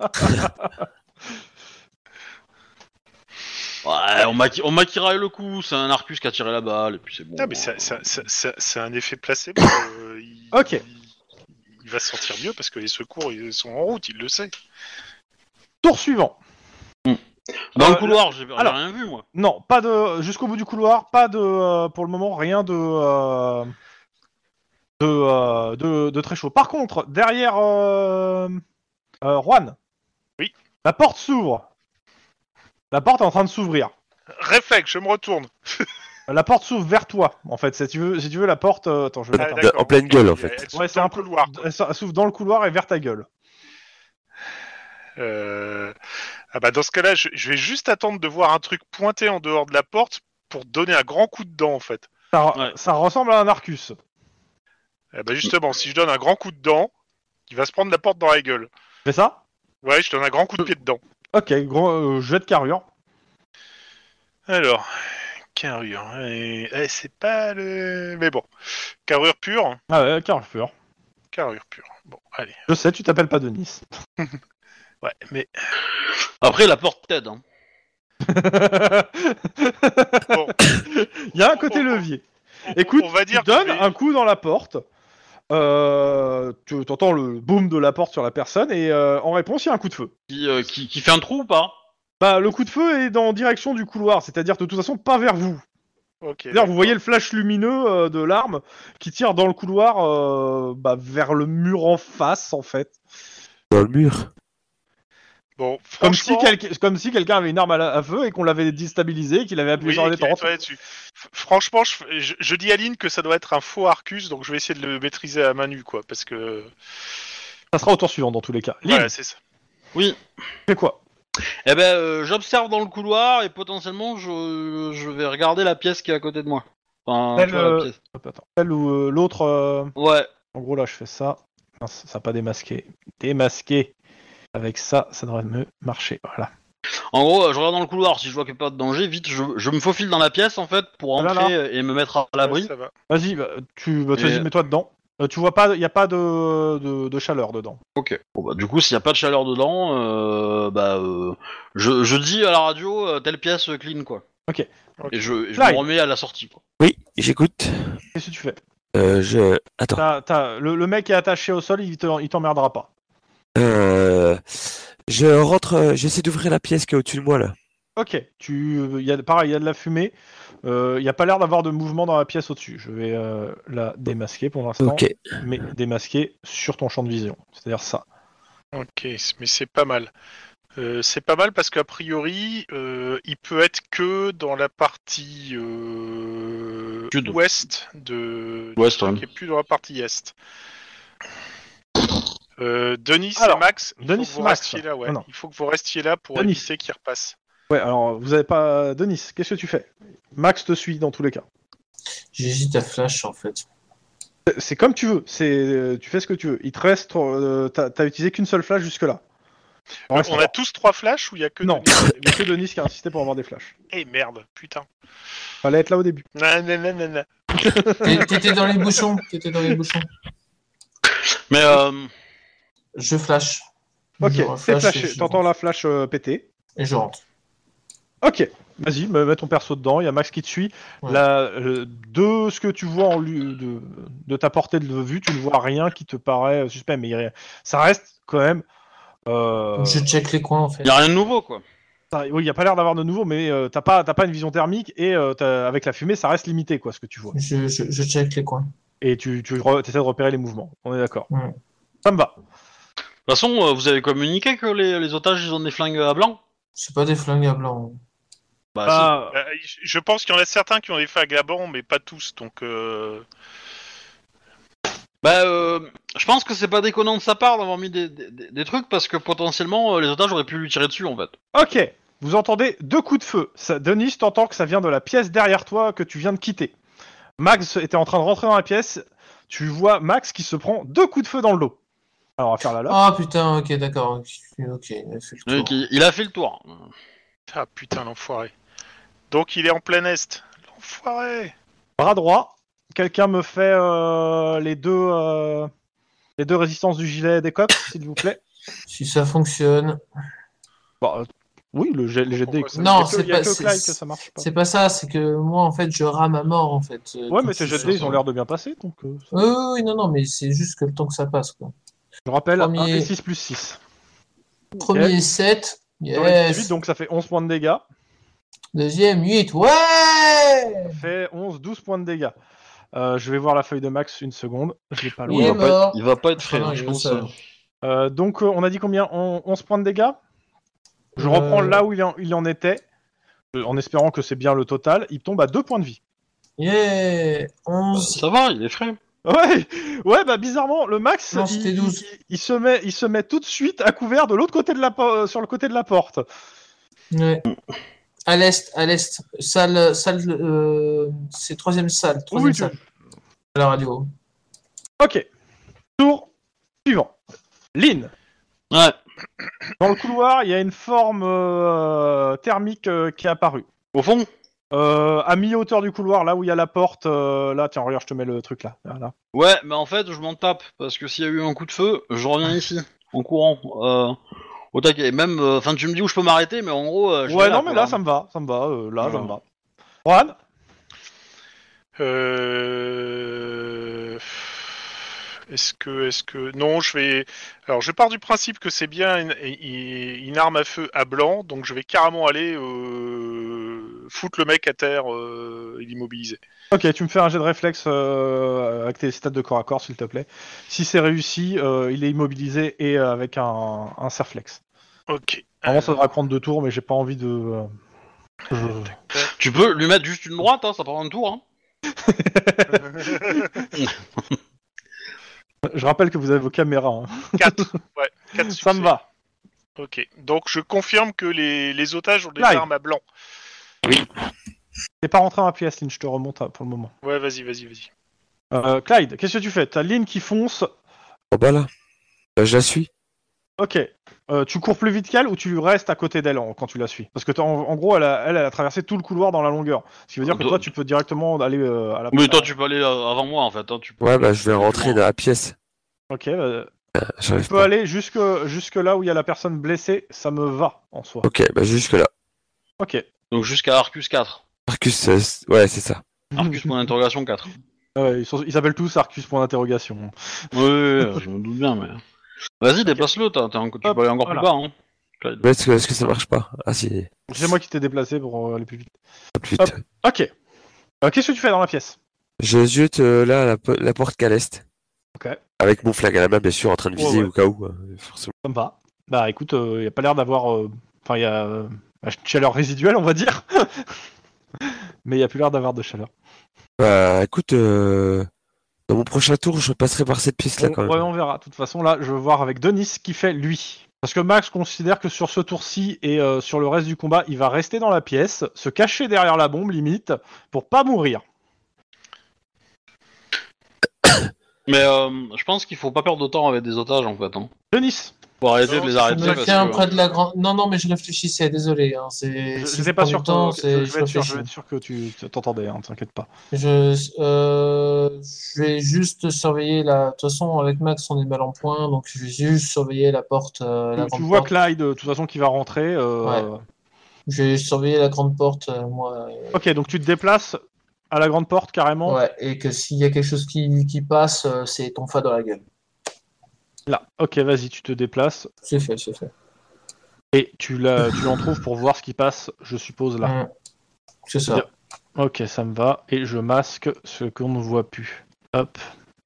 Ouais, on, maqui- on maquillera le coup, c'est un Arcus qui a tiré la balle, et puis c'est bon.
Non, Ah, mais ça- ça- ça- ça- c'est un effet placebo. euh, il,
Ok.
il- il va se sentir mieux parce que les secours ils sont en route, il le sait.
Tour suivant.
Dans le
Euh,
couloir, j'ai j'ai
alors-
rien vu, moi.
Non, pas de jusqu'au bout du couloir, pas de euh, pour le moment rien de euh, de, euh, de de très chaud. Par contre, derrière euh, euh, Juan,
Oui.
la porte s'ouvre. La porte est en train de s'ouvrir.
Réflexe, je me retourne.
La porte s'ouvre vers toi, en fait. Si tu veux, si tu veux la porte, euh, attends, je vais
Ah,
la-
d'accord,
en pleine gueule, en
Elle-
fait.
elle se
Ouais,
tend
c'est un
au couloir. quoi.
Elle s- elle s'ouvre dans le couloir et vers ta gueule.
Euh, Ah bah dans ce cas-là, je, je vais juste attendre de voir un truc pointé en dehors de la porte pour donner un grand coup de dent en fait.
Ça, re-
Ouais.
ça ressemble à un arcus.
Ah bah justement, si je donne un grand coup de dent, il va se prendre la porte dans la gueule.
Fais ça
Ouais, je donne un grand coup de pied dedans.
Ok, gros euh, jet de carrure.
Alors, carrure. eh, eh, c'est pas le. Mais bon, carrure pure.
Ah ouais, carrure.
Carrure pure. Bon, allez.
Je sais, tu t'appelles pas Denis.
Ouais, mais
Après, la porte t'aide. Hein.
*laughs* bon.
Il y a un côté levier.
on-
Écoute,
on va dire
tu donnes
que je vais-
un coup dans la porte. Euh, tu entends le boom de la porte sur la personne et euh, en réponse, il y a un coup de feu.
Qui, euh, qui, qui fait un trou ou pas
Bah, le coup de feu est dans direction du couloir, c'est-à-dire de toute façon pas vers vous.
Ok.
D'ailleurs, vous voyez le flash lumineux euh, de l'arme qui tire dans le couloir euh, bah, vers le mur en face, en fait.
Dans le mur.
Bon,
Comme si,
franchement,
quelqu'un- comme si quelqu'un avait une arme à, la- à feu et qu'on l'avait déstabilisé, qu'il avait appuyé
Oui,
sur la
et qu'il y a
détente.
les toilettes dessus. F- Franchement, je, je- je dis à Lynn que ça doit être un faux Arcus, donc je vais essayer de le maîtriser à main nue, quoi, parce que...
Ça sera au tour suivant dans tous les cas. Lynn,
Voilà, c'est ça.
Oui.
fais quoi
Eh ben, euh, j'observe dans le couloir et potentiellement, je, je vais regarder la pièce qui est à côté de moi. Enfin,
Elle,
tu vois, la
euh,
pièce.
Hop, attends. Elle ou euh, l'autre. euh,
Ouais.
En gros, là, je fais ça. Mince, ça n'a pas démasqué. Démasqué. Avec ça, ça devrait me marcher. Voilà.
En gros, euh, je regarde dans le couloir. Si je vois qu'il n'y a pas de danger, vite, je, je me faufile dans la pièce en fait pour
Ah là
entrer
là.
et me mettre à l'abri.
Ouais, ça va.
Vas-y, bah, tu bah,
Et-
vas-y, mets-toi dedans. Euh, tu vois pas, il n'y a pas de, de, de chaleur dedans.
Ok. Bon bah du coup s'il n'y a pas de chaleur dedans, euh, bah euh, je, je dis à la radio euh, telle pièce euh, clean quoi.
Ok.
Et je, et je
Clyde.
me remets à la sortie quoi.
Oui, j'écoute.
Qu'est-ce que tu fais
Euh, je. Attends.
T'as- t'as- le, le mec est attaché au sol, il te- il t'emmerdera pas.
Euh, je rentre. euh, J'essaie d'ouvrir la pièce qui est au-dessus de moi, là.
Ok, tu, y a, pareil, il y a de la fumée. Euh, Il n'y a pas l'air d'avoir de mouvement dans la pièce au-dessus. Je vais euh, la démasquer pour l'instant,
Ok.
mais démasquer sur ton champ de vision. C'est-à-dire ça.
Ok, c- mais c'est pas mal. Euh, c'est pas mal parce qu'a priori, euh, il peut être que dans la partie euh,
Sud.
ouest de...
Ouest, ouais.
qui est plus dans la partie est. Euh, Denis
Alors,
et Max, il
Denis
faut que vous
Max.
restiez là, ouais.
Non, non.
Il faut que vous restiez là pour
Denis.
éviter qu'il repasse.
Ouais, alors vous avez pas. Denis, qu'est-ce que tu fais Max te suit dans tous les cas.
J'hésite à flash en fait.
C'est- C'est comme tu veux. C'est euh, tu fais ce que tu veux. Il te reste. euh, t'as t'as utilisé qu'une seule flash jusque là.
on a tous trois flashs ou il y a que
Non.
Denis
que Denis qui a insisté pour avoir des flashs.
Eh merde, putain.
Fallait être là au début.
Nan, nan, nan, nan, nan.
T'é- T'étais dans les bouchons. T'étais dans les bouchons.
Mais euh,
Je flash.
Ok.
Je
T'es
flash et
flashé.
je
T'entends
rentre.
la flash euh, péter.
Et je rentre.
Ok, vas-y, me- mets ton perso dedans, il y a Max qui te suit.
Ouais.
Là, euh, de ce que tu vois en lu- de, de ta portée de vue, tu ne vois rien qui te paraît euh, suspect, mais il y a- ça reste quand même... euh,
Je check les coins en fait.
y a rien de nouveau quoi.
ça- oui, Il n'y a pas l'air d'avoir de nouveau, mais euh, t'as pas, t'as pas une vision thermique et euh, t'as- avec la fumée, ça reste limité, quoi, ce que tu vois.
Je, je, je check les coins.
Et tu, tu re- t'essaies de repérer les mouvements, on est d'accord.
Ouais.
Ça me va.
De toute façon euh, vous avez communiqué que les, les otages ils ont des flingues à blanc.
C'est pas des flingues à blanc.
Bah,
Bah,
Euh, je- je pense qu'il y en a certains qui ont des fags à blanc, mais pas tous, donc... euh,
c'est- bah, euh, je pense que c'est pas déconnant de sa part d'avoir mis des, des- des- des trucs parce que potentiellement euh, les otages auraient pu lui tirer dessus en fait.
ok, vous entendez deux coups de feu. Ça, Denis, t'entends que ça vient de la pièce derrière toi que tu viens de quitter. Max était en train de rentrer dans la pièce. Tu vois Max qui se prend deux coups de feu dans le dos. Alors, on va faire la là.
Ah putain, ok, d'accord. Ok, ok, il a fait le
Donc,
tour.
il, il a fait le tour.
Ah putain, l'enfoiré. Donc il est en plein est. L'enfoiré
Bras droit, quelqu'un me fait euh, les deux euh, les deux résistances du gilet et des coques, s'il vous plaît.
Si ça fonctionne.
Bah, euh, oui, le jet, les jets de dés, ça-
Pourquoi ça-
il y a
Non,
que-
c'est
il y a
pas-
que
c'est-
Clyde que ça marche pas.
C'est pas ça, c'est que moi, en fait, je rame à mort, en fait. euh,
Ouais,
tout
mais
ce
ces
qui
jets de
sort.
dés, ils ont l'air de bien passer, donc euh,
Oui, oui, oui, non, non, mais c'est juste que le temps que ça passe, quoi.
je rappelle,
Premier-
1 et 6 plus 6.
Premier 7,
Sur les 18,
yes.
donc ça fait 11 points de dégâts.
Deuxième, 8, ouais
Ça fait 11, 12 points de dégâts. Euh, je vais voir la feuille de max une seconde. Je l'ai pas
Il
il,
loin.
est
va pas
mort.
être, il va pas être frais,
Ah non,
hein,
il
je
est
pense.
seul.
euh,
Euh, donc euh, on a dit combien On- 11 points de dégâts Je reprends
Euh.
là où il en, il en était, euh, en espérant que c'est bien le total. Il tombe à 2 points de vie. *laughs*
Euh, Yeah 11.
Ça va, il est frais.
Ouais, ouais, bah bizarrement, le max,
Non,
il,
c'était 12.
il- il se met, il se met tout de suite à couvert de l'autre côté de la po- euh, sur le côté de la porte.
Ouais. À l'est, à l'est. Salle, salle euh, c'est troisième salle. Troisième
Ah Oui, tu-
salle. À la radio.
Ok. Tour suivant. Lynn.
Ouais.
Dans le couloir, il y a une forme euh, thermique euh, qui est apparue.
Au fond,
Euh, à mi-hauteur du couloir, là où il y a la porte, euh, là, tiens, regarde, je te mets le truc là. Voilà.
Ouais, mais en fait, je m'en tape, parce que s'il y a eu un coup de feu, je reviens ici, en courant. Euh, au taquet. Même, euh, enfin, tu me dis où je peux m'arrêter, mais en gros. euh, je
Ouais,
vais
non, mais
quoi.
là, ça me va, ça me va, euh, là, ça
Voilà.
me va. Juan,
Euh, Est-ce que, est-ce que, non, je vais. Alors, je pars du principe que c'est bien une, une arme à feu à blanc, donc je vais carrément aller euh, foutre le mec à terre euh, et l'immobiliser.
ok, tu me fais un jet de réflexe euh, avec tes stats de corps à corps, s'il te plaît. Si c'est réussi, euh, il est immobilisé et euh, avec un, un serflex.
Ok.
Vraiment, ça devrait prendre deux tours, mais j'ai pas envie de. euh, je-
Tu peux lui mettre juste une droite, hein, ça prend un tour. Hein.
Je rappelle que vous avez vos caméras. hein.
4. Ouais, quatre
Ça me
succès.
va.
Ok. Donc, je confirme que les, les otages ont des
Live.
armes à blanc.
T'es pas rentré dans la pièce, Lynn, je te remonte hein, pour le moment.
Ouais, vas-y, vas-y, vas-y.
Euh, Clyde, qu'est-ce que tu fais T'as Lynn qui fonce.
En bas là. Là, je la suis.
Ok. Euh, tu cours plus vite qu'elle ou tu restes à côté d'elle en- quand tu la suis Parce que t'as- en, en gros, elle a, elle, elle a traversé tout le couloir dans la longueur. Ce qui veut dire que
Toi-
toi, tu peux directement aller euh, à la.
Mais toi, tu peux aller euh, avant moi, en fait. Hein, tu peux...
Ouais, bah, je vais rentrer dans la pièce. Euh,
Ok. bah,
J'arrive
tu peux
pas.
aller jusque jusque là où il y a la personne blessée. Ça me va en soi.
Ok, bah, jusque là.
Ok.
Donc jusqu'à
*laughs*
Arcus 4.
Marcus, euh, c- ouais, c'est ça.
Arcus point d'interrogation 4. ouais,
Ouais, Euh, ils, sont- ils s'appellent tous Arcus point d'interrogation.
ouais, ouais, je me doute bien, mais. Vas-y, dépasse-le, t'as- t'as encore- tu
Hop,
peux aller encore
voilà.
plus bas. Hein. Clyde.
Mais Est-ce que, est-ce que ça marche pas Ah, si.
C'est moi qui t'ai déplacé pour euh, aller plus vite.
Pas plus
Hop.
vite.
Ok. Euh, qu'est-ce que tu fais dans la pièce
Je jette euh, là la, po- la porte qu'à l'est.
Ok.
Avec mon flag à la main, bien sûr, en train de
Ouais,
viser
ouais.
au cas où. euh, forcément.
Ça me va. Bah écoute, il n'y a pas l'air d'avoir. euh, Enfin, il y a euh, la chaleur résiduelle, on va dire. *laughs* Mais il n'y a plus l'air d'avoir de chaleur.
Bah, écoute, euh, dans mon prochain tour, je passerai par cette pièce là
on,
quand même.
ouais, on verra. De toute façon, là, je veux voir avec Denis ce qu'il fait lui. Parce que Max considère que sur ce tour-ci et euh, sur le reste du combat, il va rester dans la pièce, se cacher derrière la bombe, limite, pour pas mourir.
Mais euh, je pense qu'il faut pas perdre de temps avec des otages, en fait. Hein.
Denis,
Faut arrêter
Non,
de les
c'est
Je
arrêter.
me
Ah, Parce
tiens
que...
près de la grande. Non, non, mais je réfléchissais, désolé. Hein.
je-
C'est...
je
c'est
n'étais pas
prendre
sûr,
le temps,
que-
c'est-
je, je vais être sûr, je
réfléchis.
vais être sûr que tu tu t'entendais, hein, t'inquiète pas.
Je, euh, je vais juste surveiller la. De toute façon, avec Max, on est mal en point, donc je vais juste surveiller la porte. euh, la
Tu- tu
grande
vois
porte.
Clyde, de toute façon, qui va rentrer. euh,
Je vais surveiller la grande porte, euh, moi. euh,
Ok, donc tu te déplaces à la grande porte carrément.
Ouais, et que s'il y a quelque chose qui, qui passe, euh, c'est ton fa dans la gueule.
Là, ok, vas-y, tu te déplaces
C'est fait, c'est fait.
et tu,
*laughs*
la, tu en trouves pour voir ce qui passe, je suppose, là.
Mm. C'est ça.
Bien. Ok, ça me va, et je masque ce qu'on ne voit plus. Hop.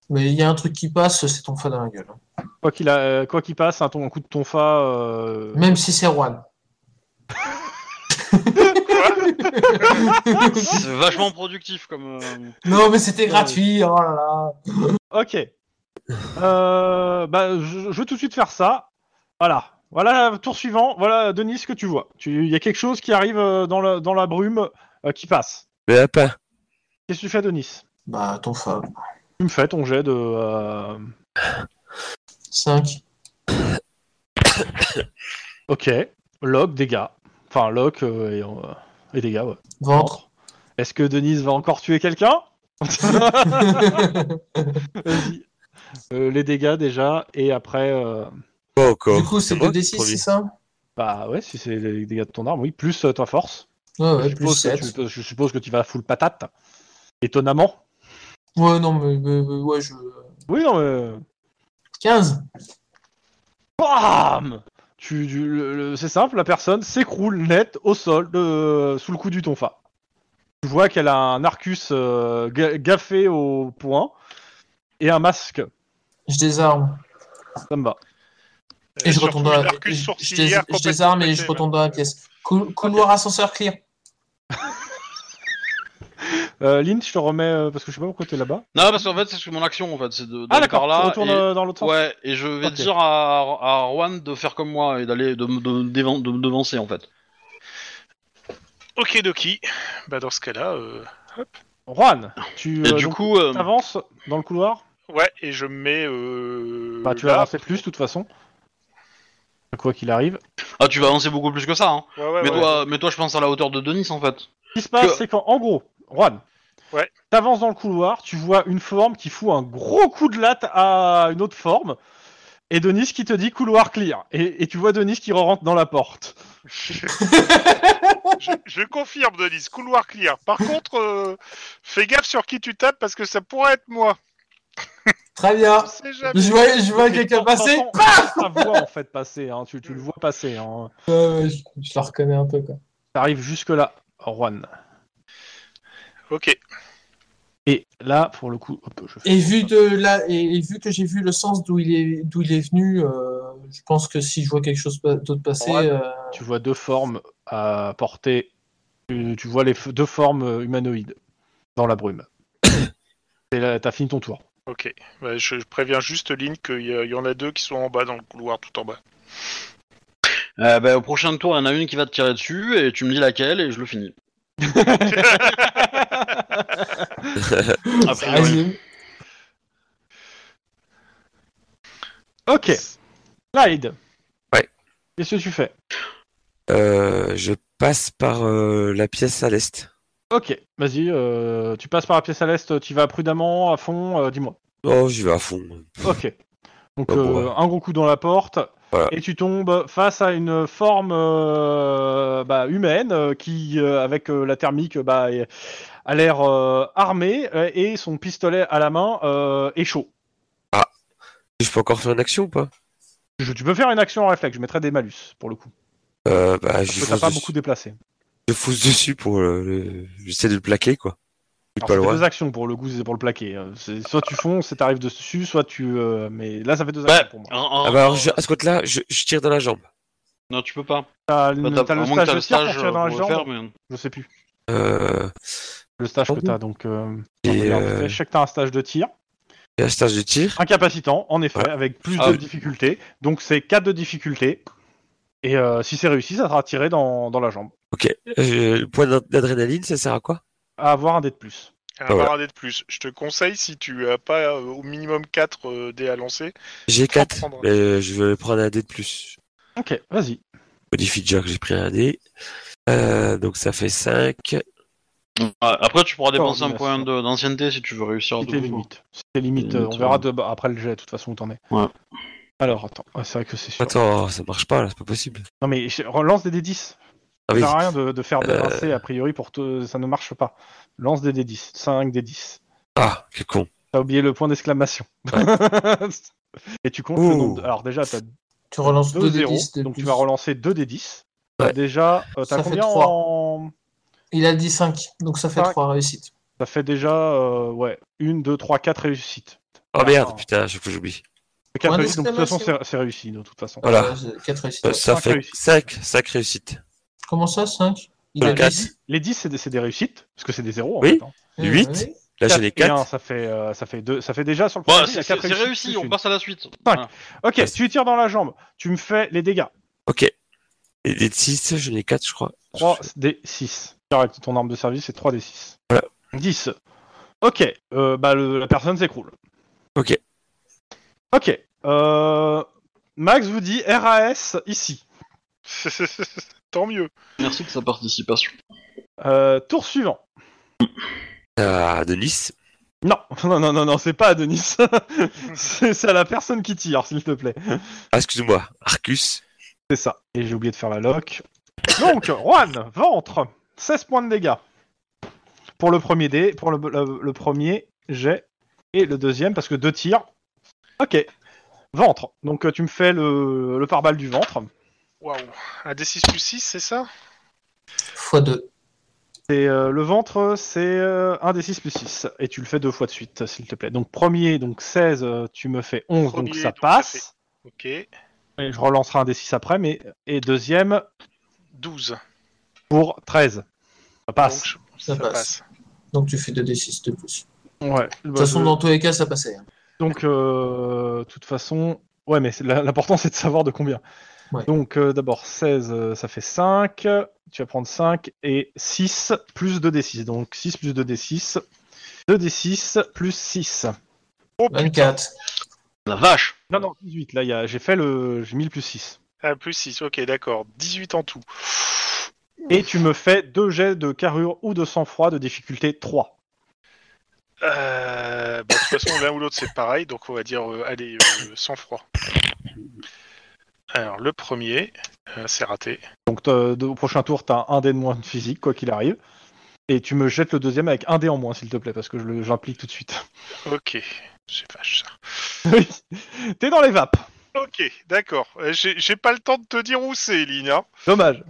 Mais il y a un truc qui passe, c'est ton fa dans la gueule. hein.
Quoi qu'il a- euh, quoi qu'il passe, un, ton- un coup de tonfa. euh,
Même si c'est Juan.
C'est vachement productif comme. euh,
non, mais c'était gratuit, oh là là.
Ok. Euh, bah, je, je vais tout de suite faire ça. Voilà. Voilà, tour suivant. Voilà, Denis, ce que tu vois. Tu- Il y a quelque chose qui arrive euh, dans la, dans la brume euh, qui passe.
Mais hein. à pas.
Qu'est-ce que tu fais, Denis
Bah, ton fa.
Tu me fais ton jet de. euh,
5.
Ok. Lock, dégâts. Enfin, lock euh, et, euh, et dégâts, ouais.
Ventre.
*laughs* Est-ce que Denise va encore tuer quelqu'un Vas-y. Euh, les dégâts déjà, et après. euh,
Pas encore.
du coup, c'est
moi
2d6,
qui
c'est ça
Bah ouais, si c'est les dégâts de ton arme, oui, plus euh, ta force.
Ouais, ouais,
je,
plus
suppose que
7.
tu, je suppose que tu vas full patate. Étonnamment.
Ouais, non, mais, mais- mais ouais, je.
Oui, non, mais.
15
Bam tu, tu- le- le- C'est simple, la personne s'écroule net au sol, de- euh, sous le coup du tonfa. Tu vois qu'elle a un arcus euh, ga- gaffé au point et un masque.
Je désarme.
Ça me va.
Et je
Euh, Surtout
retourne dans la.
une arcus
je- Je, dés-
sourcilière
je désarme et je
complètement
retourne dans la pièce. Cou- Couloir ascenseur clear.
Euh, Lynn, je te remets, euh, parce que je sais pas pourquoi t'es là-bas.
Non, parce qu'en fait, c'est ce que mon action, en fait, c'est de,
Ah
d'aller
d'accord,
par Bah, là.
tu retournes
et-
euh, dans l'autre sens.
Ouais, et je vais
Ok.
dire à, à Juan de faire comme moi et d'aller de, me- de, me dévan- de me devancer en fait.
Ok, Doki. Bah, dans ce cas-là. euh,
Juan, tu
Et
euh,
du
donc,
coup, euh,
t'avances dans le couloir
Ouais, et je me mets. euh,
Bah tu
là.
vas avancer plus de toute façon. Quoi qu'il arrive.
ah, tu vas avancer beaucoup plus que ça. Hein.
Ouais, ouais,
mais,
ouais.
toi, mais toi, je pense à la hauteur de Denis en fait.
Ce qui se passe,
Que-
c'est qu'en en gros, Juan,
Ouais.
t'avances dans le couloir, tu vois une forme qui fout un gros coup de latte à une autre forme, et Denis qui te dit couloir clear. Et, et tu vois Denis qui rentre dans la porte.
je, je confirme, Denise, couloir clear. Par contre, euh, fais gaffe sur qui tu tapes parce que ça pourrait être moi.
Très bien.
On sait jamais.
Je vois, je vois
Et
quelqu'un Ah
t'entends-
passer.
t'entends Sa voix en fait passer, hein, tu, tu le vois passer. Hein.
Ouais, ouais, je, je la reconnais un peu, quoi.
T'arrives jusque là, Juan.
Ok.
Et là, pour le coup, hop, je fais-
Et vu de là, et, et vu que j'ai vu le sens d'où il est, d'où il est venu, euh, je pense que si je vois quelque chose pa- d'autre passer,
Ouais.
euh,
tu vois deux formes à portée. Tu, tu vois les f- deux formes euh, humanoïdes dans la brume. Et là, t'as fini ton tour.
Ok. Bah, je, je préviens juste Lynn qu'il y, a- il y en a deux qui sont en bas dans le couloir, tout en bas.
Euh, bah, au prochain tour, il y en a une qui va te tirer dessus et tu me dis laquelle et je le
*laughs*
finis. Après,
vas-y.
Ok. Slide.
Ouais.
Qu'est-ce que tu fais
Euh, je passe par euh, la pièce à l'est.
Ok, vas-y, euh, tu passes par la pièce à l'est, tu vas prudemment, à fond, euh, dis-moi.
Oh, j'y vais à fond.
Ok. Donc
Bah, bon,
euh, un gros coup dans la porte,
Voilà.
et tu tombes face à une forme euh, bah, humaine euh, qui, euh, avec euh, la thermique, euh, bah, est- a l'air euh, armée euh, et son pistolet à la main euh, est chaud.
Je peux encore faire une action ou pas
Je- tu peux faire une action en réflexe, je mettrai des malus pour le coup.
euh, bah,
Parce
je
que Ah, t'as
fonce,
pas
dessus.
beaucoup déplacé.
je fonce dessus pour le. le- J'essaie de le plaquer, quoi. Il est
Alors,
pas
ça fait
loin.
deux actions pour le goût, c'est pour le plaquer. Euh, c'est- Soit tu fonces et t'arrives dessus, soit tu. euh, Mais là, ça fait deux
Ouais.
actions pour moi.
en- en-
Ah bah, alors, je- à ce côté-là, je, je tire dans la jambe.
Non, tu peux pas.
T'as
Bah,
le, t'as
à
le
moins que
stage de tir
t'as
quand tu vas dans la
pour le
jambe
faire, mais-
Je sais plus.
Euh,
Le stage que
Mhm.
t'as donc. Euh...
Et,
attends, regarde,
euh,
Je sais que t'as un stage de tir.
et un stage de tir.
Incapacitant, en effet,
Ouais.
avec plus
Ah
de
oui.
difficultés. Donc c'est 4 de difficulté. Et euh, si c'est réussi, ça sera tiré dans, dans la jambe.
Ok. Euh, le point d'ad- d'adrénaline, ça sert à quoi
À avoir un dé de plus.
Un
voilà.
paradis de plus. Je te conseille, si tu as pas euh, au minimum 4 dés à lancer, *laughs*
J'ai
Faut en
4,
prendre un.
mais je vais prendre un dé de plus.
Ok, vas-y.
Modifie déjà que j'ai pris un dé. Euh, donc ça fait 5.
Ah, Après, tu pourras dépenser un
Coordination.
point de- d'ancienneté si tu veux réussir.
C'était
double.
limite. C'était limite.
Limite,
euh, on verra
ouais.
de- bah, après le jet, de toute façon, où t'en es.
Ouais.
Alors, attends. Ouais, c'est vrai que c'est sûr.
Attends, oh, ça marche pas là, c'est pas possible.
Non, mais je- relance des D10.
Ah
Ça
oui.
sert à rien de, de faire des
Euh.
rincés, a priori, pour te- ça ne marche pas. Lance des D10, 5 des 10.
Ah, quel con.
T'as oublié le point d'exclamation. *laughs* Et tu comptes le
Ouh.
nombre. de- Alors déjà, t'as
Tu relances 2
2
des
0,
10. de
donc
plus.
tu vas relancer 2 des 10.
Ouais.
Déjà, euh,
Ça
t'as
fait
combien
trois.
en...
Il a dit 5, donc ça fait
Cinq.
3 réussites.
Ça fait déjà, euh, ouais, 1, 2, 3, 4 réussites.
Oh
Ah.
merde, putain, à chaque fois j'oublie.
Quatre
Point
réussites, donc de toute façon,
d'exclamation.
c'est c'est réussi, de toute façon.
Voilà.
4 réussites.
Euh, ça
Cinq
fait
réussites.
5, 5 réussites.
Comment ça, 5 Il
Euh,
a
quatre.
10.
Les 10, c'est des, c'est des réussite, parce que c'est des 0 en
Oui.
fait. hein.
Huit. Là j'en ai
Quatre et un,
4.
ça fait, euh, ça, fait deux, ça fait déjà sur le
Bon,
premier, il y
Bah, c'est
a quatre
c'est
réussites
réussi,
plus
on
une.
passe à la suite.
Cinq. Ok,
Yes.
tu tires dans la jambe, tu me fais les dégâts.
Ok. Et des 6, j'en ai 4, je crois.
3 d 6. Ton arme de service, c'est 3 d 6.
Voilà.
10. Ok, euh, bah le- la personne s'écroule.
Ok.
Ok. euh, Max vous dit RAS ici.
tant mieux.
Merci de sa participation.
Euh, tour suivant.
À Denis.
Non, *laughs* non, non, non, non, c'est pas à Denis. *laughs* c'est c'est à la personne qui tire, s'il te plaît.
Ah, excuse-moi, Arcus.
C'est ça. Et j'ai oublié de faire la lock. Donc, Juan, ventre, 16 points de dégâts. Pour le premier dé, pour le, le- le premier jet, et le deuxième, parce que deux tirs. Ok. Ventre. Donc, euh, tu me fais le, le pare-balles du ventre.
Waouh. Un D6 plus 6, c'est ça
fois 2.
Et euh, le ventre, c'est euh, 1 des 6 plus 6. Et tu le fais deux fois de suite, euh, s'il te plaît. Donc premier, donc 16, euh, tu me fais 11,
Premier,
donc ça
donc ça
passe.
Ok.
Et je relancerai un des 6 après, mais... Et deuxième,
12.
pour 13. Ça passe.
Donc, je- ça,
passe.
passe.
Donc tu fais 2d6 de plus.
ouais.
De toute façon, dans tous les cas, ça passait. hein.
Donc, euh, toute façon... Ouais, mais c'est- la- l'important, c'est de savoir de combien.
Ouais.
Donc, euh, d'abord, 16, euh, ça fait 5. Tu vas prendre 5. Et 6 plus 2 des 6. Donc, 6 plus 2 des 6. 2 des 6 plus 6.
Oh,
24.
La vache
Non, non, 18. Là, il y a- j'ai fait le... J'ai mis le plus 6.
Ah, plus 6, ok, d'accord. 18 en tout.
Et tu me fais deux jets de carrure ou de sang-froid de difficulté 3.
Euh, bah, de toute façon, l'un ou l'autre, c'est pareil, donc on va dire, euh, allez, euh, sans froid. Alors, le premier, euh, c'est raté.
Donc t'as- de- au prochain tour, t'as un dé de moins de physique, quoi qu'il arrive. Et tu me jettes le deuxième avec un dé en moins, s'il te plaît, parce que je le- j'implique tout de suite. *laughs*
Ok, c'est vache ça.
Oui. T'es dans les vapes.
Ok, d'accord. Euh, J'ai j'ai pas le temps de te dire où c'est, Lina.
Dommage.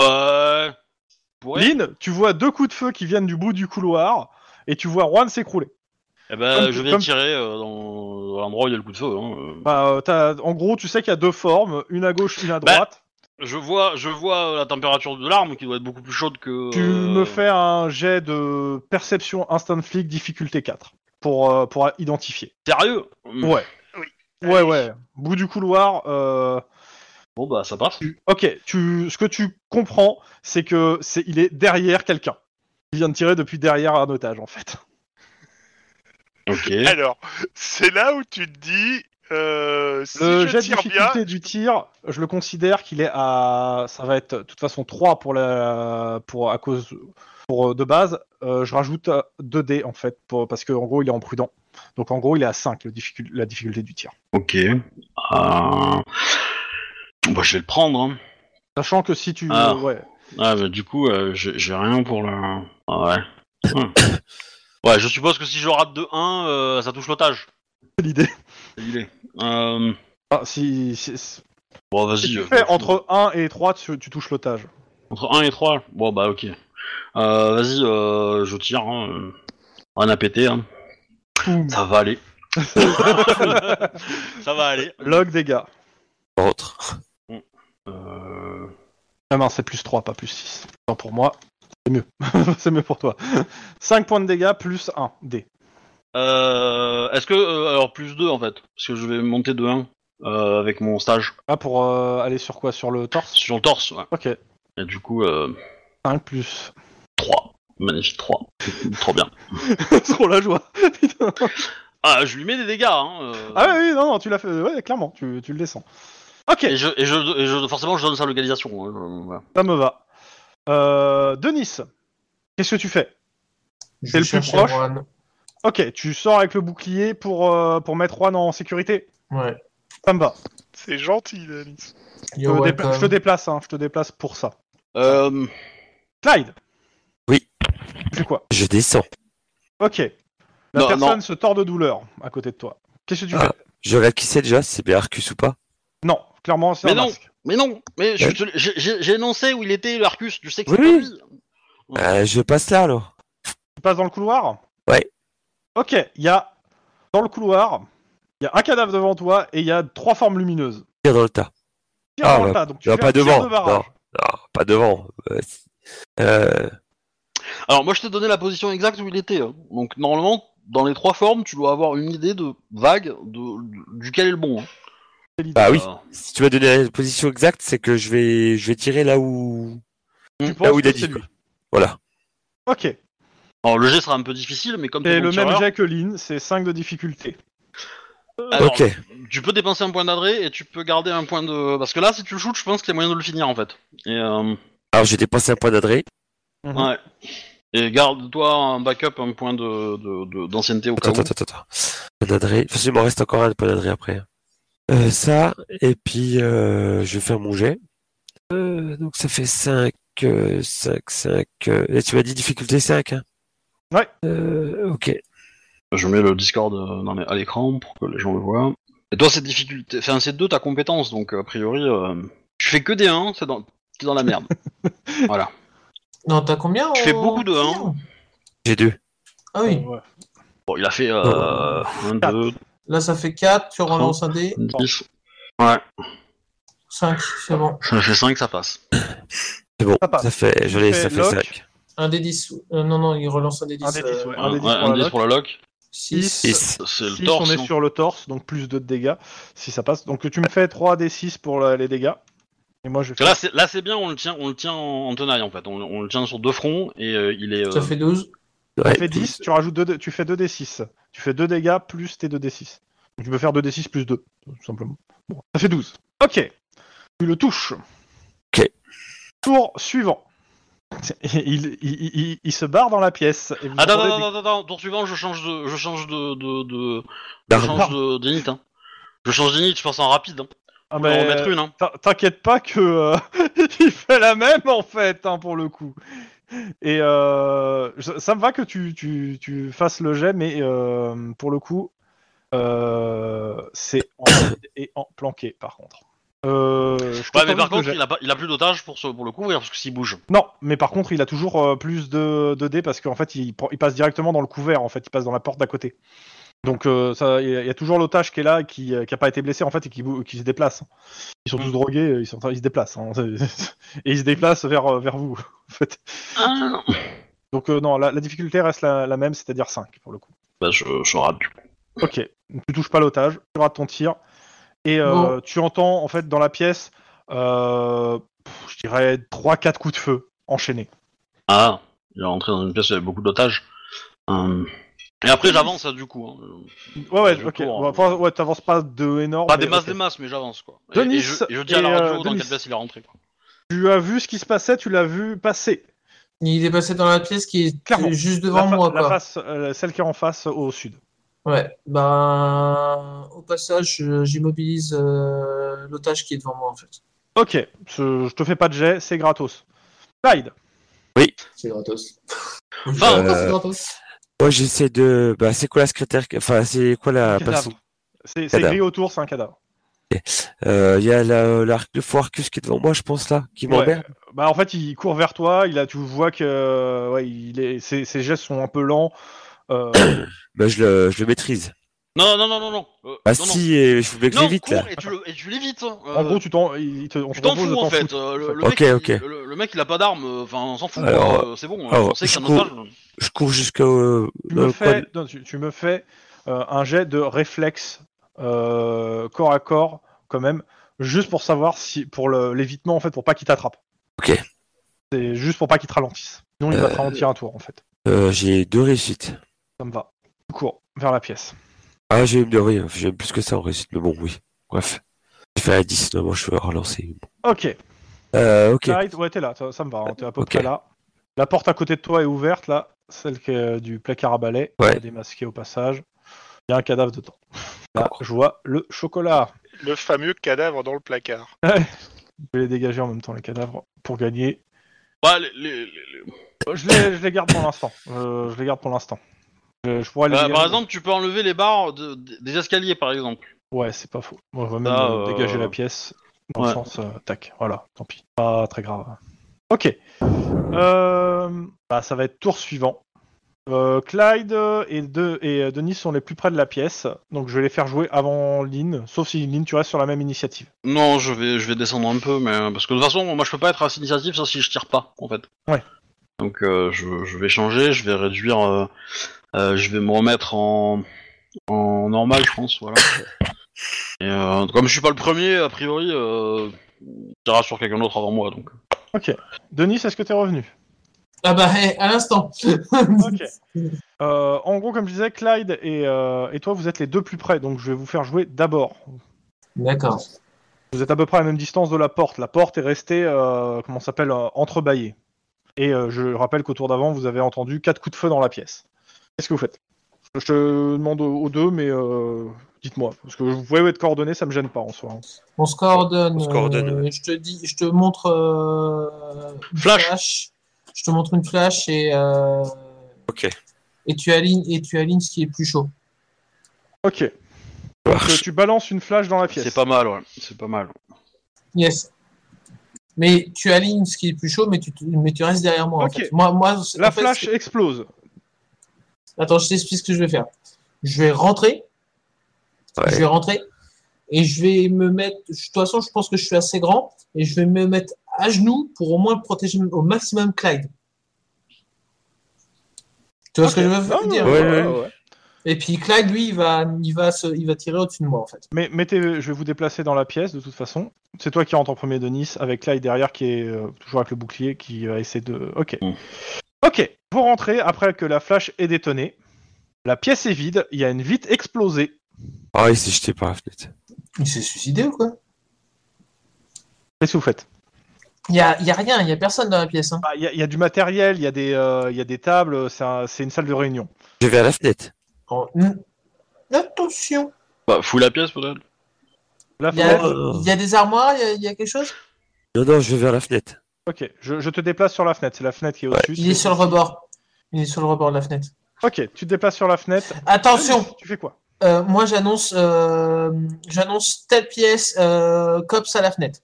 Euh... Ouais.
Lynn, tu vois deux coups de feu qui viennent du bout du couloir, et tu vois Juan s'écrouler.
Eh ben,
Comme-
je viens
comme-
tirer euh, dans, dans l'endroit où il y a le coup de feu. hein, euh.
Bah, euh, t'as- en gros, tu sais qu'il y a deux formes, une à gauche, une à
Bah,
droite.
Je vois, je vois euh, la température de l'arme qui doit être beaucoup plus chaude que.
tu
euh,
me fais un jet de perception instant flic difficulté 4 pour, euh, pour identifier.
Sérieux
Ouais.
Oui.
Ouais,
Allez.
ouais. Bout du couloir. euh,
Bon bah ça passe.
Ok, tu... ce que tu comprends, c'est que c'est il est derrière quelqu'un. Il vient de tirer depuis derrière un otage, en fait.
Ok.
Alors, c'est là où tu te dis, euh, si
Le
je
jet de
tire bien,
difficulté du tir, je le considère qu'il est à. Ça va être, de toute façon, 3 pour la... pour, à cause... pour, euh, de base. Euh, je rajoute 2D, en fait, pour... parce qu'en gros, il est en prudent. Donc, en gros, il est à 5, le difficul- la difficulté du tir.
Ok. Euh, Bah je vais le prendre. hein.
Sachant que si tu. euh,
Ah.
ouais.
Ah bah du coup euh, j'ai j'ai rien pour le. Ah, ouais. Hum. *coughs* ouais. Je suppose que si je rate de 1, euh, ça touche l'otage.
C'est l'idée. *laughs*
Il est. Euh...
Ah, si- si...
Bon vas-y.
Si tu
euh,
fais entre 1 et 3, tu, tu touches l'otage.
Entre 1 et 3 Bon bah ok. Euh, Vas-y, euh, je tire. Hein, euh, rien à péter. Hein. Ça
*laughs*
va aller. ça va aller.
Log dégâts.
Ventre.
Euh,
Ah mince, c'est plus 3, pas plus 6. Tant pour moi, c'est mieux. *laughs* c'est mieux pour toi. 5 points de dégâts plus 1 D.
euh, Est-ce que... euh, alors plus 2 en fait. Parce que je vais monter de 1 euh, avec mon stage.
Ah, pour euh, aller sur quoi Sur le torse
Sur le torse. Ouais.
Ok.
Et du coup, euh,
5 plus. *laughs*
3. Magnifique 3. Trop bien.
Trop la joie *laughs* Putain.
Ah, je lui mets des dégâts. Hein, euh,
Ah oui, oui, non, non, tu l'as fait. Ouais, clairement, tu, tu le descends. Ok,
Et, je, et, je, et je- forcément, je donne sa localisation. hein, je- voilà.
ça me va. Euh, Denis, qu'est-ce que tu fais
Je
C'est le
cherche
plus proche.
Erwan.
Ok, tu sors avec le bouclier pour, euh, pour mettre Juan en sécurité
Ouais.
Ça me va.
c'est gentil, Denis.
Je
You're
te, dépla- je te
welcome.
déplace, hein, je te déplace pour ça.
Euh,
Clyde
Oui.
Tu fais quoi
Je descends.
Ok. La
Non,
personne
non.
se tord de douleur à côté de toi. Qu'est-ce que tu
Ah.
fais
Je regarde qui c'est déjà, si c'est bien Arcus ou pas.
Non, clairement, c'est
Mais
un
non.
masque.
mais non, mais je
Ouais.
te- j'ai- j'ai j'ai énoncé où il était, l'Arcus. Je sais que
Oui,
c'est pas
oui.
lui.
Euh, je passe là alors.
Tu passes dans le couloir
Ouais.
Ok, il y a. Dans le couloir, il y a un cadavre devant toi et il y a trois formes lumineuses.
Tire dans le tas.
Tire
Ah,
dans le
bah,
tas, donc tu
non,
fais
pas
un tir
devant,
de barrage.
Non, pas devant. Euh, si- euh,
Alors moi je t'ai donné la position exacte où il était. hein. Donc normalement dans les trois formes tu dois avoir une idée de vague de, de- duquel est le bon. hein.
C'est l'idée.
bah oui.
Euh,
Si tu m'as donné la position exacte, c'est que je vais, je vais tirer là où.
Tu
Là
penses
où il a
que
dit.
c'est lui.
quoi. Voilà.
Ok,
alors le jet sera un peu difficile mais comme t'es
c'est
bon
le même
tireur,
jet que Lynn, c'est 5 de difficulté.
alors,
ok.
tu peux dépenser un point d'adresse et tu peux garder un point de parce que là si tu le shootes je pense qu'il y a moyen de le finir en fait. Et, euh,
Alors j'ai dépensé un point d'adresse.
Mhm.
ouais. Et garde-toi un backup, un point de- de- de- d'ancienneté au cas
Attends,
où.
attends, attends, attends. Panaderie. De toute façon, il m'en reste encore un de panaderie après. Euh, ça, et puis euh, je vais faire mon jet. Euh, donc ça fait euh, 5, 5, 5. euh, et tu m'as dit difficulté 5 hein
Ouais.
Euh, ok.
Je mets le Discord euh, dans les- à l'écran pour que les gens le voient. Et toi, c'est difficulté. Enfin, c'est deux ta compétence, donc euh, a priori, euh, tu fais que des 1, c'est dans... t'es dans
*laughs*
la merde. voilà.
Non, t'as combien
Tu
en-
fais beaucoup de
tir
un.
J'ai 2.
Ah oui,
Ouais.
Bon, il a fait euh,
Oh.
1, 2,
Ah.
là ça fait 4, tu relances un dé.
10. Ouais,
5, c'est bon.
ça fait 5, ça passe.
C'est bon,
Ah,
Ça
bah.
passe.
ça fait, je l'ai,
Tu
ça
fais
fait
lock.
5.
Un dé 10. euh, non, non, il relance un euh, dé 10.
Un des 10, ouais.
Un,
Un Ah, des 10
ouais,
pour
un
la
10
lock.
pour la lock.
6.
6.
C'est le
Six,
torse. hein.
on est
non
sur le torse, donc plus 2 de dégâts si ça passe. Donc tu me fais 3 des 6 pour la- les dégâts. Et moi je
Parce
fais.
que Là, c'est- là, c'est bien, on le tient, on le tient en, en tenaille en fait. On, on le tient sur deux fronts et euh, il est. euh,
Ça fait 12.
Tu
Ouais.
fais 10, tu rajoutes 2, tu fais 2 des 6. Tu fais 2 dégâts plus tes 2 des 6. Donc tu peux faire 2 des 6 plus 2, tout simplement. Bon, ça fait 12. Ok. Tu le touches.
Ok.
Tour suivant. *laughs* Il, il, il- il- il se barre dans la pièce. Et vous
Attends,
entendez
attends, attends, attends, tour suivant, je change de, je change de, de, de, je
D'arme.
change de d'init. Hein. Je change d'init, je pense en rapide. Hein.
Ah,
On
mais
va en remettre une. Hein.
t'in- T'inquiète pas que euh, *laughs* il fait la même en fait hein, pour le coup. Et euh, ça ça me va que tu, tu, tu fasses le jet, mais euh, pour le coup, euh, c'est en *coughs* et en planqué par contre. Euh, je
Ouais,
t'autorise
mais par
le
contre,
jet.
il a, pas, il a plus d'otages pour, se- pour le couvrir parce que s'il bouge.
non, mais par contre, il a toujours euh, plus de, de dés parce qu'en fait, il, prend- il passe directement dans le couvert. En fait, il passe dans la porte d'à côté. Donc, euh, ça, il y a- il y a toujours l'otage qui est là, qui, euh, qui a pas été blessé en fait et qui, bou- qui se déplace. Ils sont tous drogués, ils, sont, ils se déplacent. hein. *laughs* et ils se déplacent vers, euh, vers vous. En fait.
Ah.
Donc, euh, non, la, la difficulté reste la, la même, c'est-à-dire 5 pour le coup.
Bah, je, je rate. du coup.
Ok, tu touches pas l'otage, tu rates ton tir. Et euh,
Bon.
tu entends en fait dans la pièce, euh, pff, je dirais 3-4 coups de feu enchaînés.
Ah, il est rentré dans une pièce où il y avait beaucoup d'otages. Hum. Et après, j'avance, hein, du coup. hein.
Ouais, ouais,
Du
ok.
tour,
Ouais,
hein.
enfin, ouais, t'avances pas de énorme.
Pas des
mais
masses,
ok.
des masses, mais j'avance quoi. Et-
Denis
et, je, et je dis à
et,
la radio
euh,
dans
Denis.
quelle pièce il est rentré. Quoi.
Tu as vu ce qui se passait, tu l'as vu passer.
Il est passé dans la pièce qui est
Clairement.
juste devant
La fa-
moi,
la
quoi.
face, euh, celle qui est en face au sud.
Ouais, ben, au passage, je- j'immobilise euh, l'otage qui est devant moi, en fait.
Ok, je, je te fais pas de jet, c'est gratos. Clyde,
C'est gratos.
Enfin,
Pourquoi *laughs*
euh,
c'est gratos.
Moi, j'essaie de. Bah, c'est quoi la secrétaire Enfin, c'est quoi la
Cadavre.
personne
c'est c'est
Euh, Cadavre.
gris autour, c'est un cadavre.
Euh, Il y a la, la, le foircus qui est devant moi, je pense, là, qui
Ouais.
m'emmerde.
Bah en fait, il court vers toi, il a, tu vois que euh, ouais, il est, ses, ses gestes sont un peu lents. euh,
*coughs*
Bah, je le, je le maîtrise.
Non, non, non, non, non. Euh,
Bah,
non, non.
si, et je voulais que je
Non,
l'évite,
cours
là.
et tu, le- et tu l'évites. euh,
en gros, tu t'en, il te, on
tu
te
t'en
propose de
fous en fait.
foutre.
euh, le, le
en
mec,
fait.
il-
Ok, ok.
Le, le mec, il a pas d'arme. euh, Enfin, on s'en fout.
Alors,
quoi, euh, c'est bon.
alors,
on sait que c'est un
je cours.
otage.
Je cours jusqu'au.
Tu
dans
me
le
fais,
coin de-
non, tu, tu me fais euh, un jet de réflexe euh, corps à corps quand même, juste pour savoir si pour le- l'évitement en fait, pour pas qu'il t'attrape.
Ok.
C'est juste pour pas qu'il te ralentisse. Sinon, il va te ralentir un tour en fait.
Euh, j'ai deux réussites.
Ça me va. Tu cours vers la pièce.
Ah, j'ai eu de oui, j'ai eu plus que ça en réussite, mais bon, oui. Bref. J'ai fait à 10, normalement, je suis relancé.
Ok.
Euh, ok.
Clyde, ouais, t'es là, ça, ça me va, hein, t'es à peu
Ok.
près là. La porte à côté de toi est ouverte, là, celle qui est, euh, du placard à balai,
Ouais.
elle est démasquée au passage. Il y a un cadavre dedans. Là, je vois le chocolat.
Le fameux cadavre dans le placard.
Je vais les dégager en même temps, les cadavres, pour gagner.
Bah, les- les- les- les-
Euh, Je les, je les garde pour l'instant. Euh, je les garde pour l'instant. Je, je pourrais les
Bah,
dégager.
par exemple, tu peux enlever les barres de- de- des escaliers, par exemple.
Ouais, c'est pas faux. Moi, je vais même
Ah,
euh,
euh,
dégager la pièce dans le
ouais.
sens. euh, tac, voilà, tant pis. Pas très grave. Ok. Euh, bah, ça va être tour suivant. Euh, Clyde euh, et, de, et euh, Denis sont les plus près de la pièce, donc je vais les faire jouer avant Lynn, sauf si Lynn, tu restes sur la même initiative.
Non, je vais, je vais descendre un peu, mais euh, parce que de toute façon, moi, je peux pas être à cette initiative ça si je tire pas, en fait.
Ouais.
Donc, euh, je, je vais changer, je vais réduire, euh, euh, je vais me remettre en, en normal, je pense, voilà. Et euh, comme je suis pas le premier, a priori, euh, tira sur quelqu'un d'autre avant moi, donc.
Denis, est-ce que t'es revenu
Ah bah, eh, à l'instant.
Ok. Euh, en gros, comme je disais, Clyde et, euh, et toi, vous êtes les deux plus près, donc je vais vous faire jouer d'abord.
*laughs* D'accord.
Vous êtes à peu près à la même distance de la porte. La porte est restée, euh, comment ça s'appelle, euh, entrebâillée. Et euh, je rappelle qu'au tour d'avant, vous avez entendu quatre coups de feu dans la pièce. Qu'est-ce que vous faites Je te demande aux aux deux, mais euh, dites-moi. Parce que vous pouvez être coordonné, ça me gêne pas en soi. hein.
On se coordonne.
On se coordonne,
euh, Je te dis, je te montre euh, une
Flash.
Je te montre une flash et euh,
Ok.
et tu alignes et tu alignes ce qui est le plus chaud.
Ok.
Ça
Que
marche.
tu balances une flash dans la pièce.
C'est pas mal, ouais. C'est pas mal.
Yes. Mais tu alignes ce qui est le plus chaud, mais tu, te- mais tu restes derrière moi. en
Ok.
fait. Moi, moi, c'est-
La
en fait,
flash
c'est-
explose.
Attends, je t'explique ce que je vais faire. Je vais rentrer.
Ouais.
Je vais rentrer et je vais me mettre. De toute façon, je pense que je suis assez grand et je vais me mettre à genoux pour au moins protéger au maximum Clyde. Tu vois ce que je veux
Non,
dire
non,
Ouais,
non,
ouais,
non, ouais.
Et puis Clyde, lui, il va, il va, se, il va tirer au-dessus de moi en fait.
Mais mettez, je vais vous déplacer dans la pièce de toute façon. C'est toi qui rentre en premier, Denis, avec Clyde derrière qui est euh, toujours avec le bouclier qui va essayer de. Ok.
Mm.
Ok, vous rentrez après que la flash ait détonné. La pièce est vide, il y a une vitre explosée.
Ah, il s'est jeté par la fenêtre.
Il s'est suicidé ou quoi
Qu'est-ce que vous faites
Il y a, il y a rien, il y a personne dans la pièce. hein.
Bah, Il y, a- il y a du matériel, il y, a des, euh, il y a des tables, c'est un- c'est une salle de réunion.
Je vais à la fenêtre.
Oh, mm. Attention.
Bah, fous la pièce peut-être.
La
Il y, a,
fenêtre-
Oh.
il y a des armoires, il y a, il y a quelque chose
Non, non, je vais vers la fenêtre.
Ok, je, je te déplace sur la fenêtre, c'est la fenêtre qui est
Ouais.
au-dessus.
Il est sur le rebord. Il est sur le rebord de la fenêtre.
Ok, tu te déplaces sur la fenêtre.
Attention
Tu fais quoi
Euh, moi j'annonce euh, j'annonce telle pièce euh, cops à la fenêtre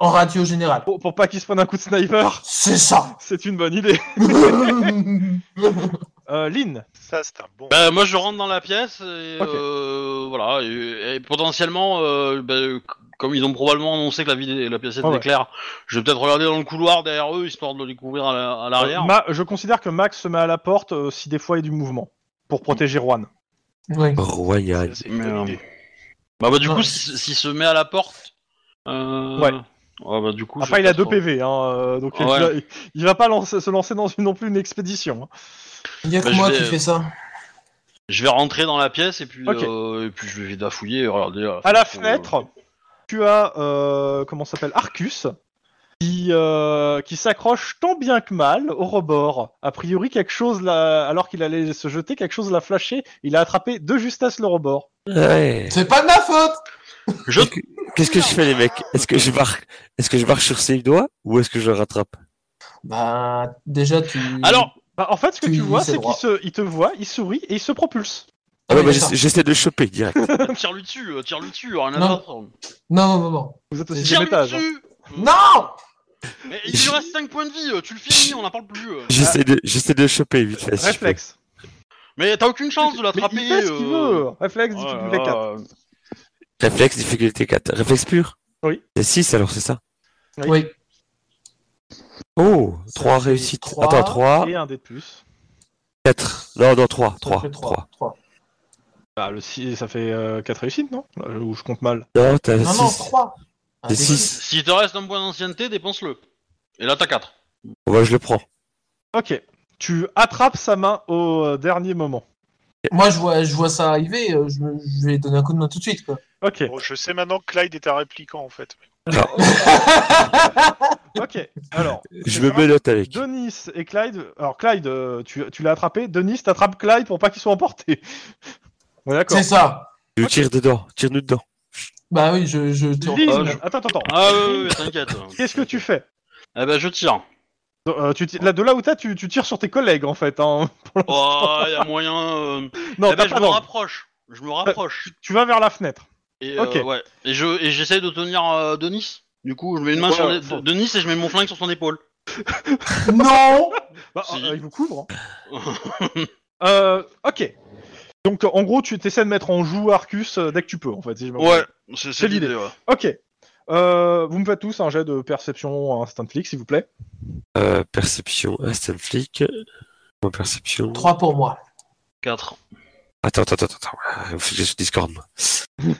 en radio générale
pour, pour pas qu'il se prenne un coup de sniper, *laughs*
c'est ça
*laughs*
c'est une bonne idée.
ok
Euh, Lynn,
Ça, c'est un bon.
Bah, moi, je rentre dans la pièce et
Ok.
euh, voilà. Et, et potentiellement, euh, bah, c- comme ils ont probablement annoncé que la, vid- la pièce était
Ouais, ouais.
claire, je vais peut-être regarder dans le couloir derrière eux histoire de le découvrir à la- à l'arrière.
Euh, Ma- je considère que Max se met à la porte euh, si des fois il y a du mouvement pour protéger Juan.
Ça,
Royal.
c'est une
Mais,
bonne
euh,
idée.
Bah, bah, du
Ouais.
coup, si- s'il se met à la porte. euh,
Ouais.
ouais, bah, du coup, je
Après,
vais
il a
pas
deux
trop-
PV, hein, euh, donc il
Ouais.
va- il va pas lancer- se lancer dans une, non plus une expédition. hein.
il y a
Bah,
que
je
moi
vais,
qui
euh,
fais ça
Je vais rentrer dans la pièce et puis,
Ok.
euh, et puis je vais dafouiller. et Regarder,
À la
euh,
fenêtre, tu as euh, comment ça s'appelle Arcus qui, euh, qui s'accroche tant bien que mal au rebord. A priori, quelque chose là, alors qu'il allait se jeter, quelque chose l'a flashé. Il a attrapé de justesse le rebord.
Ouais.
c'est pas de ma faute
Je
Qu'est-ce que je fais, les mecs Est-ce que je marque Est-ce que je marche sur ses doigts ou est-ce que je le rattrape
bah déjà tu
Alors, *coughs*
Bah, en fait, ce que
Tu
tu vois,
lis ses
c'est qu'il
droits.
se, il te voit, il sourit et il se propulse.
Ah
Ah
oui,
ouais, bah,
d'accord.
j'essa- J'essaie de le
*laughs*
choper direct.
tire-lui dessus, euh, tire-lui dessus, rien à
Non.
d'autre.
non non non
Vous êtes au sixième
Tire-lui
étage. hein.
dessus
non
Mais il lui reste 5 points de vie, euh, tu le finis, on n'en parle plus. euh.
Ah,
J'essaie de, j'essaie de le choper vite fait. si je peux.
Réflexe.
Mais t'as aucune chance de l'attraper.
Mais il fait ce qu'il
euh.
veut. Réflexe,
Oh là
difficulté
là.
4.
Réflexe, difficulté 4. Réflexe pur
Oui.
C'est 6 alors, c'est ça
Oui.
oui
Oh,
Ça
3
fait
réussites.
trois.
Attends, 3,
Et un dé de plus.
4. Non, non, 3. 3.
3
3.
3 3
Bah, le 6, ça fait 4 réussites, non Là, Ou je compte mal.
Non, t'as
non Ah, non
6.
3
T'as 6.
S'il te reste un point d'ancienneté, dépense-le. Et là, t'as 4.
Bon, bah, je le prends.
Ok. Tu attrapes sa main au euh, dernier moment.
moi je vois je vois ça arriver euh, je, me- je vais donner un coup de main tout de suite quoi
Ok.
Bon, je sais maintenant que Clyde est un répliquant, en fait.
*laughs* Ok. Alors,
Je me menote avec.
Denis et Clyde. Alors, Clyde, euh, tu, tu l'as attrapé. Denis t'attrape Clyde pour pas qu'il soit emporté. Ouais, d'accord.
c'est ça
Je tire dedans. Tire-nous dedans.
bah oui je je te
Lynn,
Ah, je-
Attends, attends, attends.
Ah ouais, ouais, ouais, t'inquiète.
*laughs* Qu'est-ce que tu fais
Eh ben,
*laughs*
je tire.
Euh, tu ti- là, De là où t'as, tu, tu tires sur tes collègues, en fait. hein. *laughs*
Oh, y a moyen. euh,
Non,
eh
t'as
ben, je
pas
me
d'angle.
rapproche. Je me rapproche.
Tu vas vers la fenêtre.
Et, euh,
ok.
ouais. et je et j'essaye de tenir euh, Denis. Du coup, je mets une main
Ouais,
sur
ouais,
les-
faut-
Denis et je mets mon flingue sur son épaule.
non
Bah,
Si.
euh, il vous couvre. hein. Euh, ok. Donc, en gros, tu essaies de mettre en joue Arcus euh, dès que tu peux, en fait. si je me
*laughs* Ouais, c'est
C'est
c'est
l'idée.
l'idée. ouais.
Ok. Euh, vous me faites tous un jet de perception instant flic, s'il vous plaît.
Euh, perception, instant flic. Mon perception.
3 pour moi
4.
Attends, attends, attends, attends. Ah, Faut que je suis Discord, moi.
*laughs*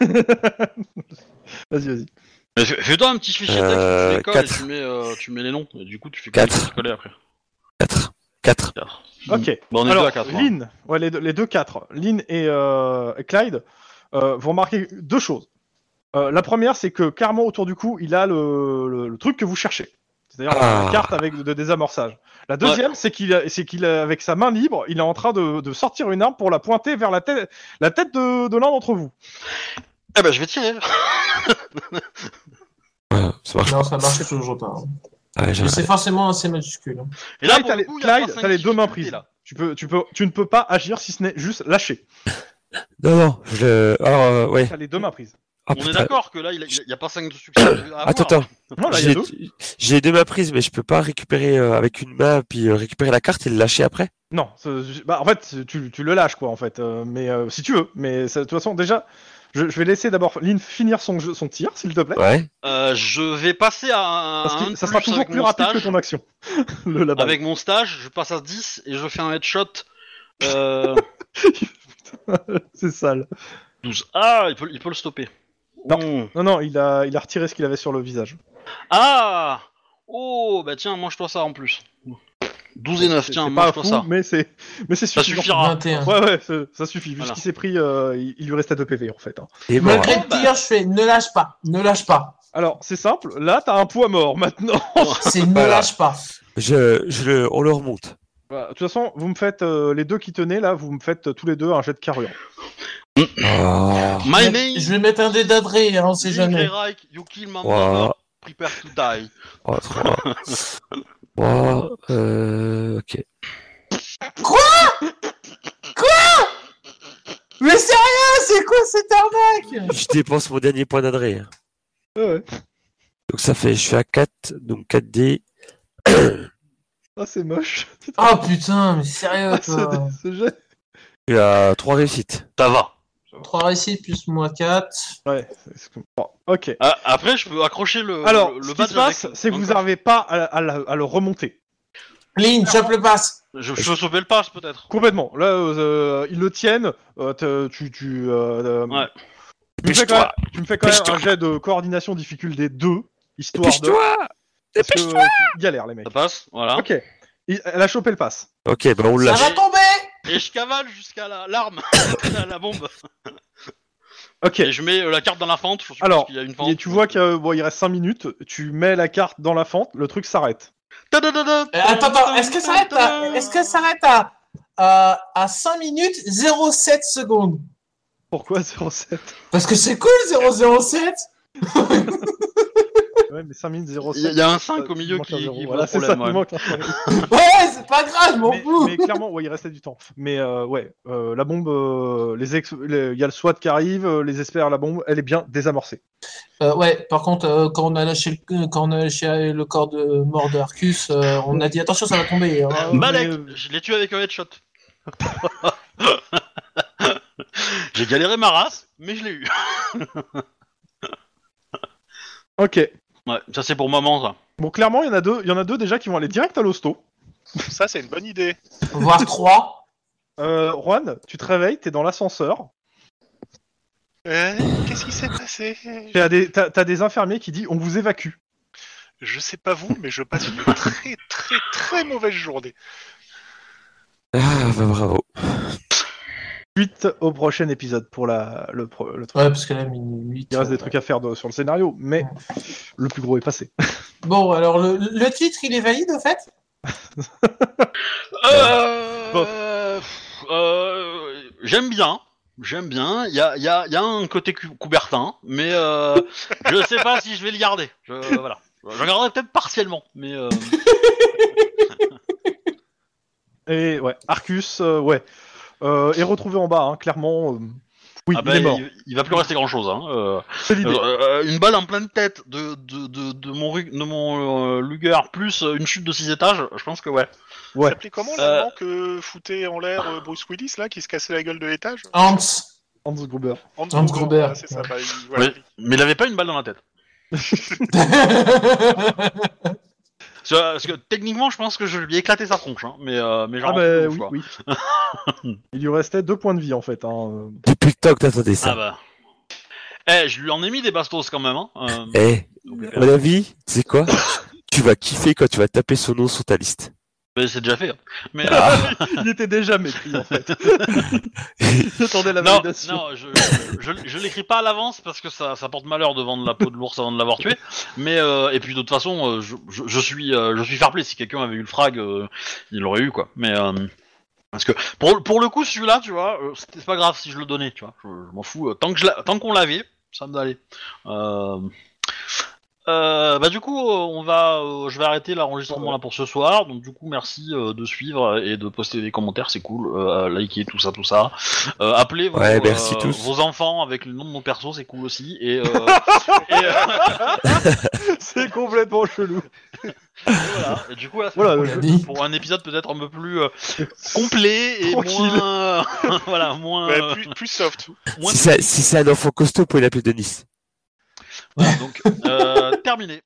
Vas-y, vas-y.
Mais fais- Fais-toi un petit fichier texte,
Euh,
tu les colles et
quatre.
tu mets, euh, tu mets les noms, et du coup tu fais
Quatre.
coller- coller après.
4. 4.
Quatre.
Ok.
Bon, on est
Alors,
deux à hein. 4.
Lynn, ouais, les, deux, les deux quatre, Lynn et euh, et Clyde, euh, vous remarquez deux choses. Euh, la première, c'est que clairement, autour du cou, il a le, le- le truc que vous cherchez. C'est-à-dire
Ah.
une carte avec de désamorçage. La deuxième, c'est qu'il, a- c'est qu'il a- avec sa main libre, il est en train de, de sortir une arme pour la pointer vers la tête, la tête de, de l'un d'entre vous.
Eh ben, je vais tirer.
Voilà, ça marche.
Non, ça marchait toujours pas. hein.
Ouais, j'ai-
Mais c'est forcément assez majuscule. hein.
Et là,
Clyde,
pour
t'as
le
les,
coup, il y a
Clyde,
pas
t'as les
cinq Ah,
deux mains
difficultés,
prises.
là.
Tu, peux, tu, peux, tu ne peux pas agir si ce n'est juste lâcher.
Non, non, je le. Alors, euh, ouais.
T'as les deux mains prises.
Ah,
On est
putain.
d'accord Ah, que là, il n'y a, pas Euh, 5 de succès. à avoir.
Attends, attends.
Non, là, il y a
J'ai-
deux.
J'ai deux mains prises, mais je peux pas récupérer euh, avec une main puis euh, récupérer la carte et le lâcher après.
Non, ce- bah, en fait, tu, tu le lâches, quoi, en fait. euh, mais euh, si tu veux. Mais ça- de toute façon, déjà, je, je vais laisser d'abord Lynn finir son, jeu- son tir, s'il te plaît.
Ouais.
Euh, je vais passer à un.
Parce que
un
ça
de
sera
plus
toujours
hein, avec
plus
mon
rapide
stage.
que ton action. *laughs* le là
Avec mon stage, je passe à 10 et je fais un headshot. Euh,
C'est sale.
12. Ah, il peut, il peut le stopper.
Non.
Oh.
Non, non, il a, il a retiré ce qu'il avait sur le visage.
Ah Oh, bah tiens, mange-toi ça en plus. 12 et 9,
C'est-
tiens,
c'est pas
mange-toi
fou,
ça.
mais c'est, mais c'est
Ça
suffisant.
suffira.
21.
Ouais, ouais, c'est- ça suffit. Vu
Voilà.
ce qu'il s'est pris, euh, il, il lui restait 2 PV en fait. hein.
Et bon,
Malgré
ouais.
le tir, je fais ne lâche pas, ne lâche pas.
Alors, c'est simple. Là, t'as un poids mort maintenant. *laughs*
C'est ne
Voilà.
lâche pas.
je, je le, on le remonte.
Bah, de toute façon, vous me faites euh, les deux qui tenaient là. Vous me faites euh, tous les deux un jet de carrure.
Ah.
My
Je
name
vais mettre un dé d'adré, hein, on sait
is
jamais.
Reich, you kill my
Ouah.
mother, prepare to die.
Oh, trois. Trois, euh, ok.
Mais sérieux, c'est quoi cette arnaque
Je dépense mon dernier point d'adresse.
Ouais, ouais.
Donc ça fait, je suis à 4, donc 4D.
Ah, c'est moche.
Ah putain, mais sérieux
*laughs* Ah,
quoi.
ce, ce jet.
Je suis à 3 réussites.
Ça va.
3 réussites plus moins 4.
Ouais. c'est- Bon, ok.
Ah, après, je peux accrocher le.
Alors,
le, le
ce qui
badge
se passe,
avec-
c'est que
donc,
vous n'arrivez pas à, à la- à le remonter.
Lynn, chope le passe.
Je, je peux sauver le pass peut-être.
Complètement. Là, euh, ils le tiennent. euh, te- tu, tu, euh,
Ouais.
tu me fais quand
Dépêche-toi
même- tu me fais quand même un
Dépêche-toi
jet de coordination difficulté 2, histoire de...
Dépêche-toi
Parce que
Dépêche-toi
euh, tu galères, les mecs.
Ça passe, voilà.
Ok. Il- Elle a chopé le pass.
Ok, bah on
Ça
lâche.
va tomber
Et je cavale jusqu'à la- l'arme, *coughs* à la bombe.
Ok.
Et je mets euh, la carte dans la fente. Je suppose
Alors,
qu'il y a une fente.
Et tu vois qu'il reste 5 minutes, tu mets la carte dans la fente, le truc s'arrête.
Ta-da-da-da,
Euh, Attends, attends, est-ce qu'elle s'arrête à,
ta-da-da.
est-ce qu'elle s'arrête à, à, à 5 minutes 07 secondes
Pourquoi *laughs* 07
Parce que c'est cool 007
Ouais, mais 5 minutes
Il y a-
07.
il y a un 5 au milieu
manque
qui,
un
qui
zéro.
pose
Voilà, c'est ça,
problème. ouais.
il manque un zéro.
Ouais, c'est pas grave, je m'en
mais,
fous
mais clairement, ouais, il restait du temps. Mais euh, ouais, euh, la bombe, euh, les ex- les- il y a le SWAT qui arrive, euh, les experts à la bombe, elle est bien désamorcée.
Euh, ouais, par contre, euh, quand on a lâché le, quand on a lâché euh, le corps de mort de Arcus, euh, on a dit attention, ça va tomber. hein.
Malek,
Mais, euh,
je l'ai tué avec un *laughs* headshot. J'ai galéré ma race, mais je l'ai eu.
Ok.
Ouais, ça c'est pour maman ça.
Bon, clairement, il y en a deux, il y en a deux déjà qui vont aller direct à l'hosto.
Ça, c'est une bonne idée.
Voire 3.
Euh, Juan, tu te réveilles, t'es dans l'ascenseur.
Euh, Qu'est-ce qui s'est passé Je-
T'as des, t'as- t'as des infirmiers qui disent on vous évacue.
Je sais pas vous, mais je passe une très très très mauvaise journée.
Ah, bah bravo.
Suite au prochain épisode pour la, le, pro- le truc.
Ouais, parce que là, minuit.
Il reste
euh,
des trucs à faire de- sur le scénario, mais le plus gros est passé.
Bon, alors le, le titre, il est valide au fait
Euh, pff, euh, J'aime bien. J'aime bien. Il y a, il y a- il y a un côté cou- Coubertin, mais euh, je sais pas si je vais le garder. Je, voilà. J'en garderai peut-être partiellement, mais euh,
Et ouais, Arcus, euh, ouais, Euh, est retrouvé en bas, hein, clairement. euh, Oui,
ah
il
bah,
est mort.
il, il va plus rester grand-chose. Hein. Euh,
C'est l'idée.
euh, une balle en pleine tête de, de, de, de mon, ru- de mon euh, Luger, plus euh, une chute de 6 étages, je pense que ouais.
Ouais.
Ça s'appelait comment
Euh.
l'allemand que foutait en l'air euh, Bruce Willis là, qui se cassait la gueule de l'étage
Hans.
Hans Gruber.
Hans
Hans
Gruber,
Gruber.
ouais, C'est ça. bah, il- voilà.
Ouais. Mais il avait pas une balle dans la tête. Parce que, parce que techniquement, je pense que je lui ai éclaté sa tronche, hein, mais, euh, mais genre.
Ah
en fait,
bah
ouf,
oui,
quoi.
oui. *laughs* il lui restait deux points de vie en fait. hein, euh.
Depuis le temps que t'attendais
Ah
ça.
bah. Eh, je lui en ai mis des bastos quand même. Hein.
*laughs*
Euh,
Eh,
donc,
à mon avis, tu sais quoi Tu vas kiffer quand tu vas taper son nom sur ta liste. *laughs*
Mais C'est déjà fait. hein. Mais, euh,
Ah, Il était déjà maîtris en fait. J'attendais la
euh, non,
validation.
non, je, je, je l'écris pas à l'avance parce que ça, ça porte malheur de vendre la peau de l'ours avant de l'avoir tué. Mais euh, et puis de toute façon, euh, je, je- je suis euh, je suis fair-play. Si quelqu'un avait eu le frag, euh, il l'aurait eu quoi. Mais euh, parce que pour, pour le coup, celui-là, tu vois, euh, c'était c'est pas grave si je le donnais, tu vois. Je, je m'en fous. euh, tant que je l'a- tant qu'on l'avait, ça me allait. Euh, euh, bah du coup, euh, on va, euh, je vais arrêter l'enregistrement là pour ce soir. Donc du coup, merci euh, de suivre et de poster des commentaires, c'est cool. Euh, liker tout ça, tout ça. Euh, appelez vos,
Ouais, merci
euh,
tous.
vos enfants avec le nom de mon perso, c'est cool aussi. Et, euh,
*laughs*
et, euh,
C'est complètement chelou.
voilà. Et du coup, à la
Voilà,
*laughs*
semaine prochaine pour un épisode peut-être un peu plus euh, complet et
Tranquille.
moins, *laughs* voilà, moins,
Ouais, plus, plus soft.
moins
Si c'est si c'est un enfant costaud, vous pouvez l'appeler Denis.
Voilà, donc, euh, terminé.